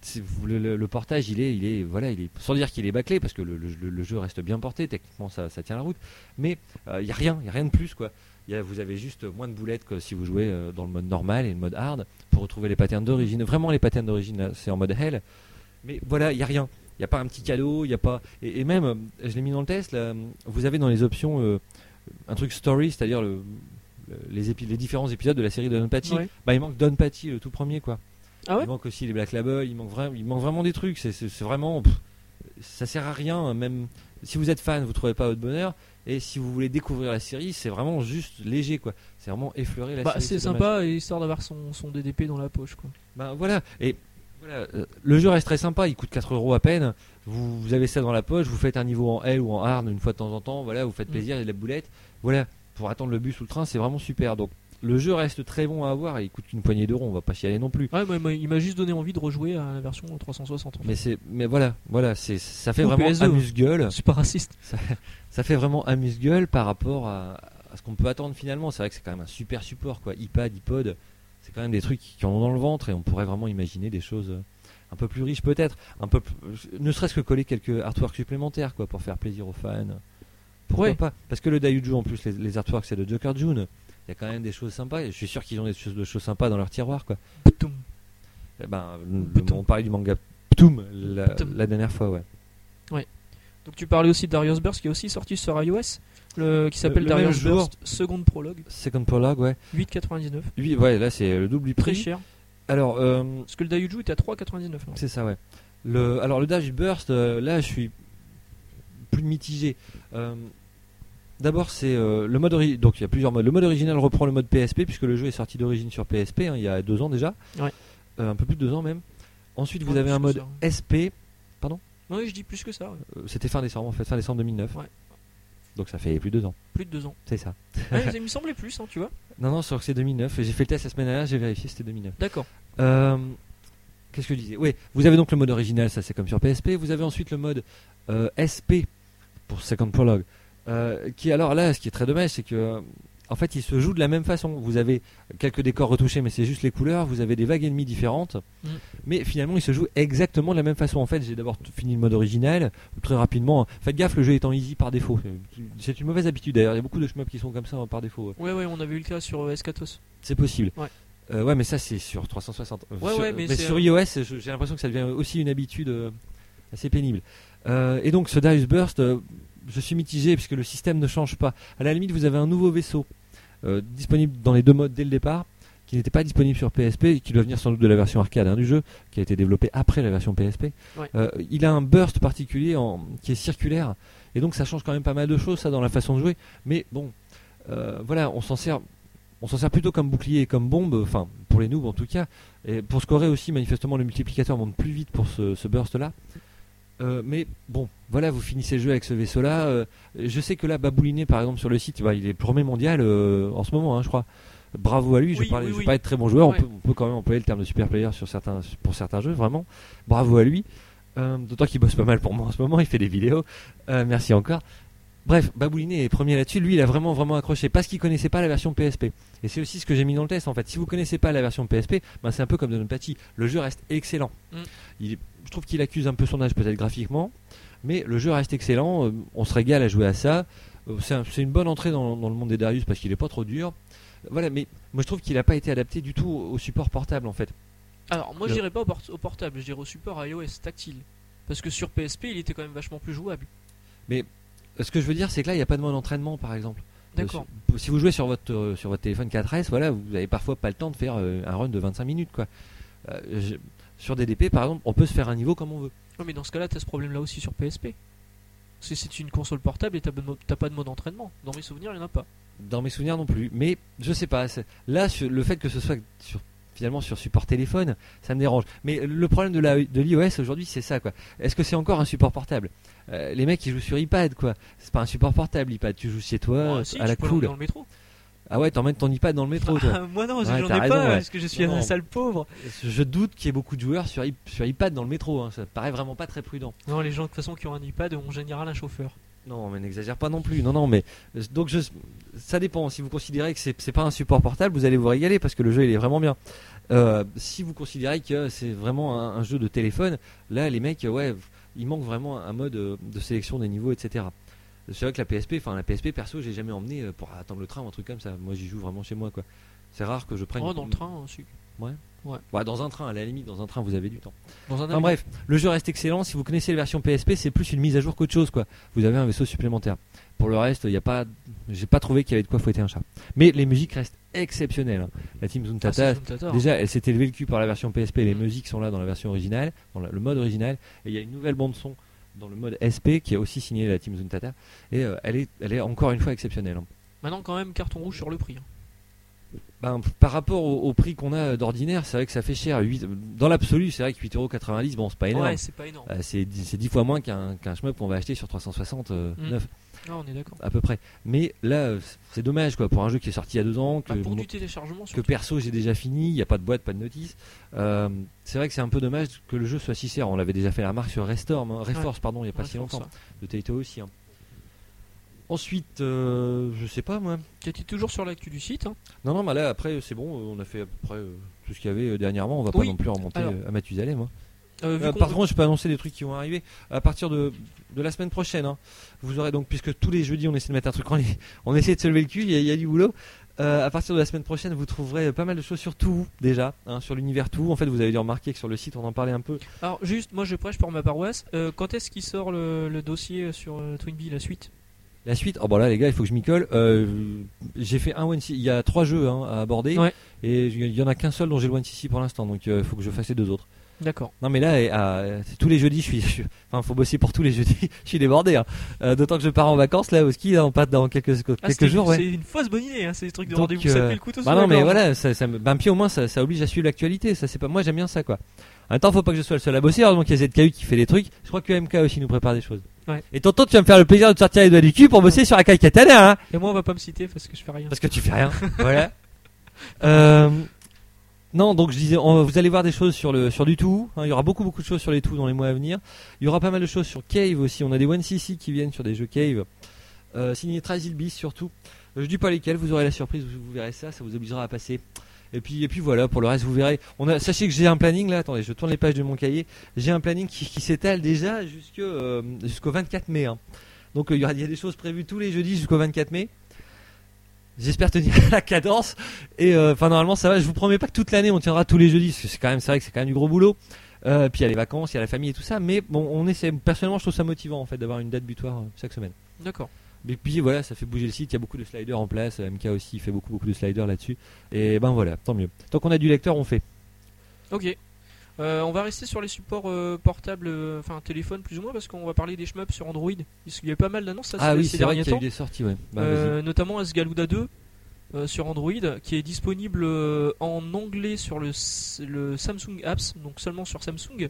[SPEAKER 2] c'est- vous- le, le- le portage il est, il est, voilà, il est, sans dire qu'il est bâclé parce que le, le- le- le jeu reste bien porté, techniquement ça, ça tient la route, mais euh, il y a rien, il y a rien de plus quoi. Il y a- vous avez juste moins de boulettes que si vous jouez euh, dans le mode normal et le mode hard pour retrouver les patterns d'origine. Vraiment les patterns d'origine là, c'est en mode hell, mais voilà il y a rien. Il n'y a pas un petit cadeau, il y a pas. Et, et même, euh, je l'ai mis dans le test, là, vous avez dans les options euh, un truc story, c'est-à-dire le- le- les, épi- les différents épisodes de la série de Don Pachi.
[SPEAKER 1] hein. Ouais.
[SPEAKER 2] Bah, il manque Don Patty, le tout premier, quoi.
[SPEAKER 1] Ah ouais
[SPEAKER 2] il manque aussi les Black Label, il manque, vra- il manque vraiment des trucs. C'est, c'est- c'est vraiment. pff, ça sert à rien, même, si vous êtes fan, vous trouvez pas votre bonheur. Et si vous voulez découvrir la série, c'est vraiment juste léger, quoi. C'est vraiment effleurer la
[SPEAKER 1] Bah,
[SPEAKER 2] série.
[SPEAKER 1] c'est
[SPEAKER 2] dommage.
[SPEAKER 1] sympa, et histoire d'avoir son, son DDP dans la poche. Quoi.
[SPEAKER 2] Bah, voilà. Et voilà, euh, le jeu reste très sympa. Il coûte 4 euros à peine. Vous, vous avez ça dans la poche. Vous faites un niveau en L ou en hard une fois de temps en temps. Voilà, vous faites
[SPEAKER 1] Mm.
[SPEAKER 2] plaisir. Il y a de la boulette. Voilà, pour attendre le bus ou le train, c'est vraiment super. Donc le jeu reste très bon à avoir. et Il coûte une poignée d'euros. On va pas chialer non plus.
[SPEAKER 1] Ouais, moi, moi, il m'a juste donné envie de rejouer à la version 360. en fait.
[SPEAKER 2] Mais c'est, mais voilà, voilà, c'est, ça fait
[SPEAKER 1] Ou
[SPEAKER 2] vraiment
[SPEAKER 1] PSE.
[SPEAKER 2] amuse-gueule.
[SPEAKER 1] Je suis pas raciste.
[SPEAKER 2] Ça, ça fait vraiment amuse-gueule par rapport à, à ce qu'on peut attendre finalement. C'est vrai que c'est quand même un super support, quoi. iPad, iPod, c'est quand même des trucs qui en ont dans le ventre et on pourrait vraiment imaginer des choses euh, un peu plus riches peut-être, un peu, plus- ne serait-ce que coller quelques artworks supplémentaires, quoi, pour faire plaisir aux fans. Pourquoi
[SPEAKER 1] Ouais.
[SPEAKER 2] pas Parce que le Daiuju en plus, les, les artworks c'est de Joker June. Il y a quand même des choses sympas. Et je suis sûr qu'ils ont des choses, des choses sympas dans leur tiroir, quoi.
[SPEAKER 1] Poutoum.
[SPEAKER 2] Eh ben, le-
[SPEAKER 1] Ptoum.
[SPEAKER 2] on parlait du manga Ptoum la,
[SPEAKER 1] Ptoum.
[SPEAKER 2] la dernière fois, ouais.
[SPEAKER 1] Donc tu parlais aussi de Darius Burst qui est aussi sorti sur iOS, le, qui s'appelle
[SPEAKER 2] le même
[SPEAKER 1] Darius
[SPEAKER 2] jour.
[SPEAKER 1] Burst Second Prologue,
[SPEAKER 2] Second Prologue, ouais.
[SPEAKER 1] 8,99.
[SPEAKER 2] Lui, ouais, là c'est le double du
[SPEAKER 1] Très
[SPEAKER 2] prix.
[SPEAKER 1] cher.
[SPEAKER 2] Alors, euh,
[SPEAKER 1] Parce que le Dayuju était à 3,99. non
[SPEAKER 2] c'est ça, ouais. Le, alors, le Dash Burst, euh, là, je suis plus mitigé. Euh, D'abord, c'est euh, le mode ori- donc il y a plusieurs modes. Le mode original reprend le mode PSP puisque le jeu est sorti d'origine sur PSP hein, il y a deux ans déjà,
[SPEAKER 1] Ouais.
[SPEAKER 2] Euh, un peu plus de deux ans même. Ensuite, vous
[SPEAKER 1] Ouais,
[SPEAKER 2] avez
[SPEAKER 1] plus
[SPEAKER 2] un
[SPEAKER 1] que
[SPEAKER 2] mode
[SPEAKER 1] ça.
[SPEAKER 2] SP.
[SPEAKER 1] Non, oui, je dis plus que ça. ouais.
[SPEAKER 2] Euh, C'était fin décembre, en fait, fin décembre 2009.
[SPEAKER 1] Ouais.
[SPEAKER 2] Donc ça fait plus de deux ans.
[SPEAKER 1] Plus de deux ans.
[SPEAKER 2] C'est ça.
[SPEAKER 1] Ouais, il me semblait plus, hein, tu vois.
[SPEAKER 2] Non, non, sur que c'est 2009. J'ai fait le test la semaine dernière, j'ai vérifié, c'était 2009.
[SPEAKER 1] D'accord.
[SPEAKER 2] Euh, Qu'est-ce que je disais Oui, vous avez donc le mode original, ça c'est comme sur PSP. Vous avez ensuite le mode euh, SP pour Second Prologue. euh, qui alors là, ce qui est très dommage, c'est que euh, en fait, il se joue de la même façon. Vous avez quelques décors retouchés, mais c'est juste les couleurs. Vous avez des vagues ennemies différentes,
[SPEAKER 1] Mm.
[SPEAKER 2] mais finalement, il se joue exactement de la même façon. En fait, j'ai d'abord t- fini le mode original très rapidement. Faites gaffe, le jeu est en easy par défaut. C'est une mauvaise habitude d'ailleurs. Il y a beaucoup de shmups qui sont comme ça hein, par défaut.
[SPEAKER 1] Ouais, ouais, on avait eu le cas sur euh, Escatos.
[SPEAKER 2] C'est possible.
[SPEAKER 1] Ouais.
[SPEAKER 2] Euh, ouais, mais ça c'est sur 360. Euh,
[SPEAKER 1] Ouais,
[SPEAKER 2] sur,
[SPEAKER 1] ouais, mais c'est-
[SPEAKER 2] sur iOS, je- j'ai l'impression que ça devient aussi une habitude euh, assez pénible. Euh, et donc ce Darius Burst, euh, je suis mitigé puisque le système ne change pas. À la limite, vous avez un nouveau vaisseau euh, disponible dans les deux modes dès le départ, qui n'était pas disponible sur PSP, et qui doit venir sans doute de la version arcade hein, du jeu, qui a été développée après la version PSP.
[SPEAKER 1] Ouais.
[SPEAKER 2] Euh, il a un burst particulier en- qui est circulaire, et donc ça change quand même pas mal de choses ça dans la façon de jouer. Mais bon, euh, voilà, on s'en sert. On s'en sert plutôt comme bouclier et comme bombe, enfin pour les noobs en tout cas. Et pour scorer aussi, manifestement, le multiplicateur monte plus vite pour ce, ce burst-là. Euh, mais bon, voilà, vous finissez le jeu avec ce vaisseau-là. Euh, je sais que là, Babouliné, par exemple, sur le site, bah, il est premier mondial euh, en ce moment, hein, je crois. Bravo à lui, je
[SPEAKER 1] Oui,
[SPEAKER 2] ne
[SPEAKER 1] oui,
[SPEAKER 2] vais
[SPEAKER 1] oui.
[SPEAKER 2] pas être très bon joueur.
[SPEAKER 1] Ouais.
[SPEAKER 2] On, peut, on peut quand même employer le terme de super player sur certains, pour certains jeux, vraiment. Bravo à lui. Euh, D'autant qu'il bosse pas mal pour moi en ce moment, il fait des vidéos. Euh, merci encore. Bref, Babouliné est premier là-dessus. Lui, il a vraiment, vraiment accroché parce qu'il connaissait pas la version PSP. Et c'est aussi ce que j'ai mis dans le test en fait. Si vous connaissez pas la version PSP, ben, c'est un peu comme de Patty. Le jeu reste excellent.
[SPEAKER 1] Mm.
[SPEAKER 2] Il est- je trouve qu'il accuse un peu son âge peut-être graphiquement, mais le jeu reste excellent. Euh, on se régale à jouer à ça. Euh, c'est, un- c'est une bonne entrée dans, dans le monde des Darius parce qu'il est pas trop dur. Voilà, mais moi je trouve qu'il n'a pas été adapté du tout au support portable en fait.
[SPEAKER 1] Alors, moi,
[SPEAKER 2] Le-
[SPEAKER 1] j'irais pas au, port- au portable, j'irais au support iOS tactile. Parce que sur PSP, il était quand même vachement plus jouable.
[SPEAKER 2] Euh, Ce que je veux dire, c'est que là, il n'y a pas de mode d'entraînement par exemple.
[SPEAKER 1] D'accord.
[SPEAKER 2] Euh, sur- Si vous jouez sur votre, euh, sur votre téléphone 4S, voilà, vous avez parfois pas le temps de faire euh, un run de 25 minutes. Quoi. Euh, je- sur DDP, par exemple, on peut se faire un niveau comme on veut.
[SPEAKER 1] Non, mais dans ce cas-là, t'as ce problème-là aussi sur PSP. Parce que c'est une console portable et t'as, bon- t'as pas de mode entraînement. Dans mes souvenirs, il n'y en a pas.
[SPEAKER 2] Dans mes souvenirs non plus. Mais je sais pas. c'est- Là, sur- le fait que ce soit sur- finalement sur support téléphone, ça me dérange. Mais le problème de la de l'iOS aujourd'hui, c'est ça quoi. Est-ce que c'est encore un support portable Euh, Les mecs, ils jouent sur iPad quoi. C'est pas un support portable iPad. Tu joues chez toi
[SPEAKER 1] Ah,
[SPEAKER 2] euh,
[SPEAKER 1] si,
[SPEAKER 2] à
[SPEAKER 1] tu
[SPEAKER 2] la
[SPEAKER 1] peux l'emmener
[SPEAKER 2] cool.
[SPEAKER 1] dans le métro.
[SPEAKER 2] Ah ouais, t'emmènes ton iPad dans le métro. toi.
[SPEAKER 1] Ah, moi non,
[SPEAKER 2] Ouais,
[SPEAKER 1] j'en ai
[SPEAKER 2] t'as raison,
[SPEAKER 1] pas
[SPEAKER 2] ouais.
[SPEAKER 1] parce que je suis
[SPEAKER 2] Non,
[SPEAKER 1] un
[SPEAKER 2] non.
[SPEAKER 1] sale pauvre.
[SPEAKER 2] Je doute qu'il y ait beaucoup de joueurs sur, i- sur iPad dans le métro. hein. Ça paraît vraiment pas très prudent.
[SPEAKER 1] Non, les gens de toute façon qui ont un iPad ont en général un chauffeur.
[SPEAKER 2] Non, mais n'exagère pas non plus. Non, non, mais euh, donc je, ça dépend. Si vous considérez que c'est c'est pas un support portable, vous allez vous régaler parce que le jeu il est vraiment bien. Euh, si vous considérez que c'est vraiment un, un jeu de téléphone, là les mecs, euh, ouais, v- il manque vraiment un mode euh, de sélection des niveaux, etc. C'est vrai que la PSP, enfin la PSP perso, j'ai jamais emmené euh, pour attendre le train ou un truc comme ça. Moi j'y joue vraiment chez moi quoi. C'est rare que je prenne.
[SPEAKER 1] Oh, dans le train aussi.
[SPEAKER 2] Ouais, dans un train, à la limite, dans un train vous avez du temps.
[SPEAKER 1] Dans un
[SPEAKER 2] Enfin
[SPEAKER 1] avion.
[SPEAKER 2] bref, le jeu reste excellent. Si vous connaissez la version PSP, c'est plus une mise à jour qu'autre chose, quoi. Vous avez un vaisseau supplémentaire. Pour le reste, il y a pas, j'ai pas trouvé qu'il y avait de quoi fouetter un chat. Mais les musiques restent exceptionnelles. hein. La team
[SPEAKER 1] Ah,
[SPEAKER 2] Zuntata,
[SPEAKER 1] c'est Zoom Tata.
[SPEAKER 2] déjà, elle s'est élevée le cul par la version PSP. Les
[SPEAKER 1] Mm.
[SPEAKER 2] musiques sont là dans la version originale, dans la- le mode original. Et il y a une nouvelle bande son dans le mode SP qui a aussi signé la Team Zone Tata. Et euh, elle, est, elle est encore une fois exceptionnelle. hein.
[SPEAKER 1] Maintenant, quand même, carton rouge sur le prix. hein.
[SPEAKER 2] Ben, p- par rapport au, au prix qu'on a d'ordinaire, c'est vrai que ça fait cher. Huit- dans l'absolu, c'est vrai que 8,90€, bon, c'est pas énorme.
[SPEAKER 1] Ouais, c'est pas énorme.
[SPEAKER 2] Euh, c'est 10, c'est 10 fois moins qu'un qu'un shmup qu'on va acheter sur 360 euh,
[SPEAKER 1] Mm.
[SPEAKER 2] neuf,
[SPEAKER 1] Ah, on est d'accord.
[SPEAKER 2] à peu près. Mais là, euh, c'est- c'est dommage quoi pour un jeu qui est sorti il y a deux ans, que,
[SPEAKER 1] Bah, pour
[SPEAKER 2] mon-
[SPEAKER 1] du téléchargement,
[SPEAKER 2] que
[SPEAKER 1] surtout.
[SPEAKER 2] perso j'ai déjà fini, il n'y a pas de boîte, pas de notice. Euh, c'est vrai que c'est un peu dommage que le jeu soit si cher. On l'avait déjà fait la remarque sur Restorm, hein, Reforce, pardon, il n'y a pas
[SPEAKER 1] Ouais,
[SPEAKER 2] si
[SPEAKER 1] c'est pour
[SPEAKER 2] longtemps,
[SPEAKER 1] ça.
[SPEAKER 2] de Taito aussi. hein. Ensuite, euh, je sais pas moi.
[SPEAKER 1] Tu étais toujours sur l'actu du site. hein.
[SPEAKER 2] Non, non, mais là après c'est bon, euh, on a fait à peu près euh, tout ce qu'il y avait euh, dernièrement. On va pas
[SPEAKER 1] Oui.
[SPEAKER 2] non plus remonter
[SPEAKER 1] Alors.
[SPEAKER 2] euh, à Mathusalem. hein.
[SPEAKER 1] Euh, vu
[SPEAKER 2] Euh,
[SPEAKER 1] qu'on-
[SPEAKER 2] par contre, je peux annoncer des trucs qui vont arriver à partir de, de la semaine prochaine. hein. Vous aurez donc, puisque tous les jeudis on essaie de mettre un truc en ligne, on essaie de se lever le cul, il y, a- il y a du boulot. Euh, à partir de la semaine prochaine, vous trouverez pas mal de choses sur tout déjà, hein, sur l'univers tout. En fait, vous avez dû remarquer que sur le site on en parlait un peu.
[SPEAKER 1] Alors, juste, moi je prêche pour ma paroisse. Euh, quand est-ce qu'il sort le, le dossier sur euh, Twinbee, la suite
[SPEAKER 2] La suite, oh bon là les gars, il faut que je m'y colle. Euh, j'ai fait un one CC, il y a trois jeux hein, à aborder
[SPEAKER 1] Ouais.
[SPEAKER 2] et il y en a qu'un seul dont j'ai le one CC pour l'instant, donc il faut que je fasse les deux autres.
[SPEAKER 1] D'accord.
[SPEAKER 2] Non mais là, eh, ah, euh, tous les jeudis, je suis, je suis- enfin, faut bosser pour tous les jeudis. je suis débordé. hein. Euh, D'autant que je pars en vacances là au ski, là, on part dans quelques quelques
[SPEAKER 1] Ah, c'était-
[SPEAKER 2] jours, ouais.
[SPEAKER 1] C'est une fausse bonne idée, hein, ces trucs de
[SPEAKER 2] Donc,
[SPEAKER 1] rendez-vous. Ça te
[SPEAKER 2] euh,
[SPEAKER 1] met le couteau
[SPEAKER 2] Bah
[SPEAKER 1] sous la
[SPEAKER 2] non mais
[SPEAKER 1] gorge.
[SPEAKER 2] voilà, ça, ça me- ben pied au moins, ça, ça oblige à suivre l'actualité. Ça c'est pas, moi j'aime bien ça quoi. En même temps, faut pas que je sois le seul à bosser. Heureusement qu'il y a ZKU qui fait des trucs. Je crois que MK aussi nous prépare des choses.
[SPEAKER 1] Ouais.
[SPEAKER 2] Et tonton, tu vas me faire le plaisir de te sortir les doigts du cul pour bosser sur Akai Katana, hein,
[SPEAKER 1] Et moi, on va pas me citer parce que je fais rien.
[SPEAKER 2] parce que tu fais rien. voilà. Euh, non, donc je disais, on- vous allez voir des choses sur le sur du tout. hein, il y aura beaucoup beaucoup de choses sur les tout dans les mois à venir. Il y aura pas mal de choses sur Cave aussi. On a des One CC qui viennent sur des jeux Cave. Euh, signé Trazil Beast surtout. Euh, Je dis pas lesquels. Vous aurez la surprise. Vous, vous verrez ça. Ça vous obligera à passer. Et puis et puis voilà. Pour le reste, vous verrez. On a sachez que j'ai un planning là. Attendez, je tourne les pages de mon cahier. J'ai un planning qui, qui s'étale déjà jusque euh, jusqu'au 24 mai. hein. Donc euh, il y, aura- il y a des choses prévues tous les jeudis jusqu'au 24 mai. J'espère tenir la cadence. Et euh, enfin normalement ça va, je vous promets pas que toute l'année on tiendra tous les jeudis, parce que c'est quand même c'est vrai que c'est quand même du gros boulot. Euh, puis il y a les vacances, il y a la famille et tout ça, mais bon on essaie. Personnellement je trouve ça motivant en fait d'avoir une date butoir euh, chaque semaine.
[SPEAKER 1] D'accord.
[SPEAKER 2] Mais puis voilà, ça fait bouger le site, il y a beaucoup de sliders en place, euh, MK aussi il fait beaucoup beaucoup de sliders là-dessus. Et ben voilà, tant mieux. Tant qu'on a du lecteur on fait.
[SPEAKER 1] Ok. Euh, on va rester sur les supports euh, portables, euh, enfin téléphone plus ou moins, parce qu'on va parler des shmups sur Android. Parce qu'il y a eu pas mal d'annonces ça,
[SPEAKER 2] ah
[SPEAKER 1] ces,
[SPEAKER 2] oui
[SPEAKER 1] ces
[SPEAKER 2] c'est vrai
[SPEAKER 1] derniers
[SPEAKER 2] qu'il y a eu
[SPEAKER 1] temps,
[SPEAKER 2] des sorties ouais. Bah,
[SPEAKER 1] Euh, notamment Asgaluda 2 euh, sur Android, qui est disponible euh, en anglais sur le, s- le Samsung Apps, donc seulement sur Samsung.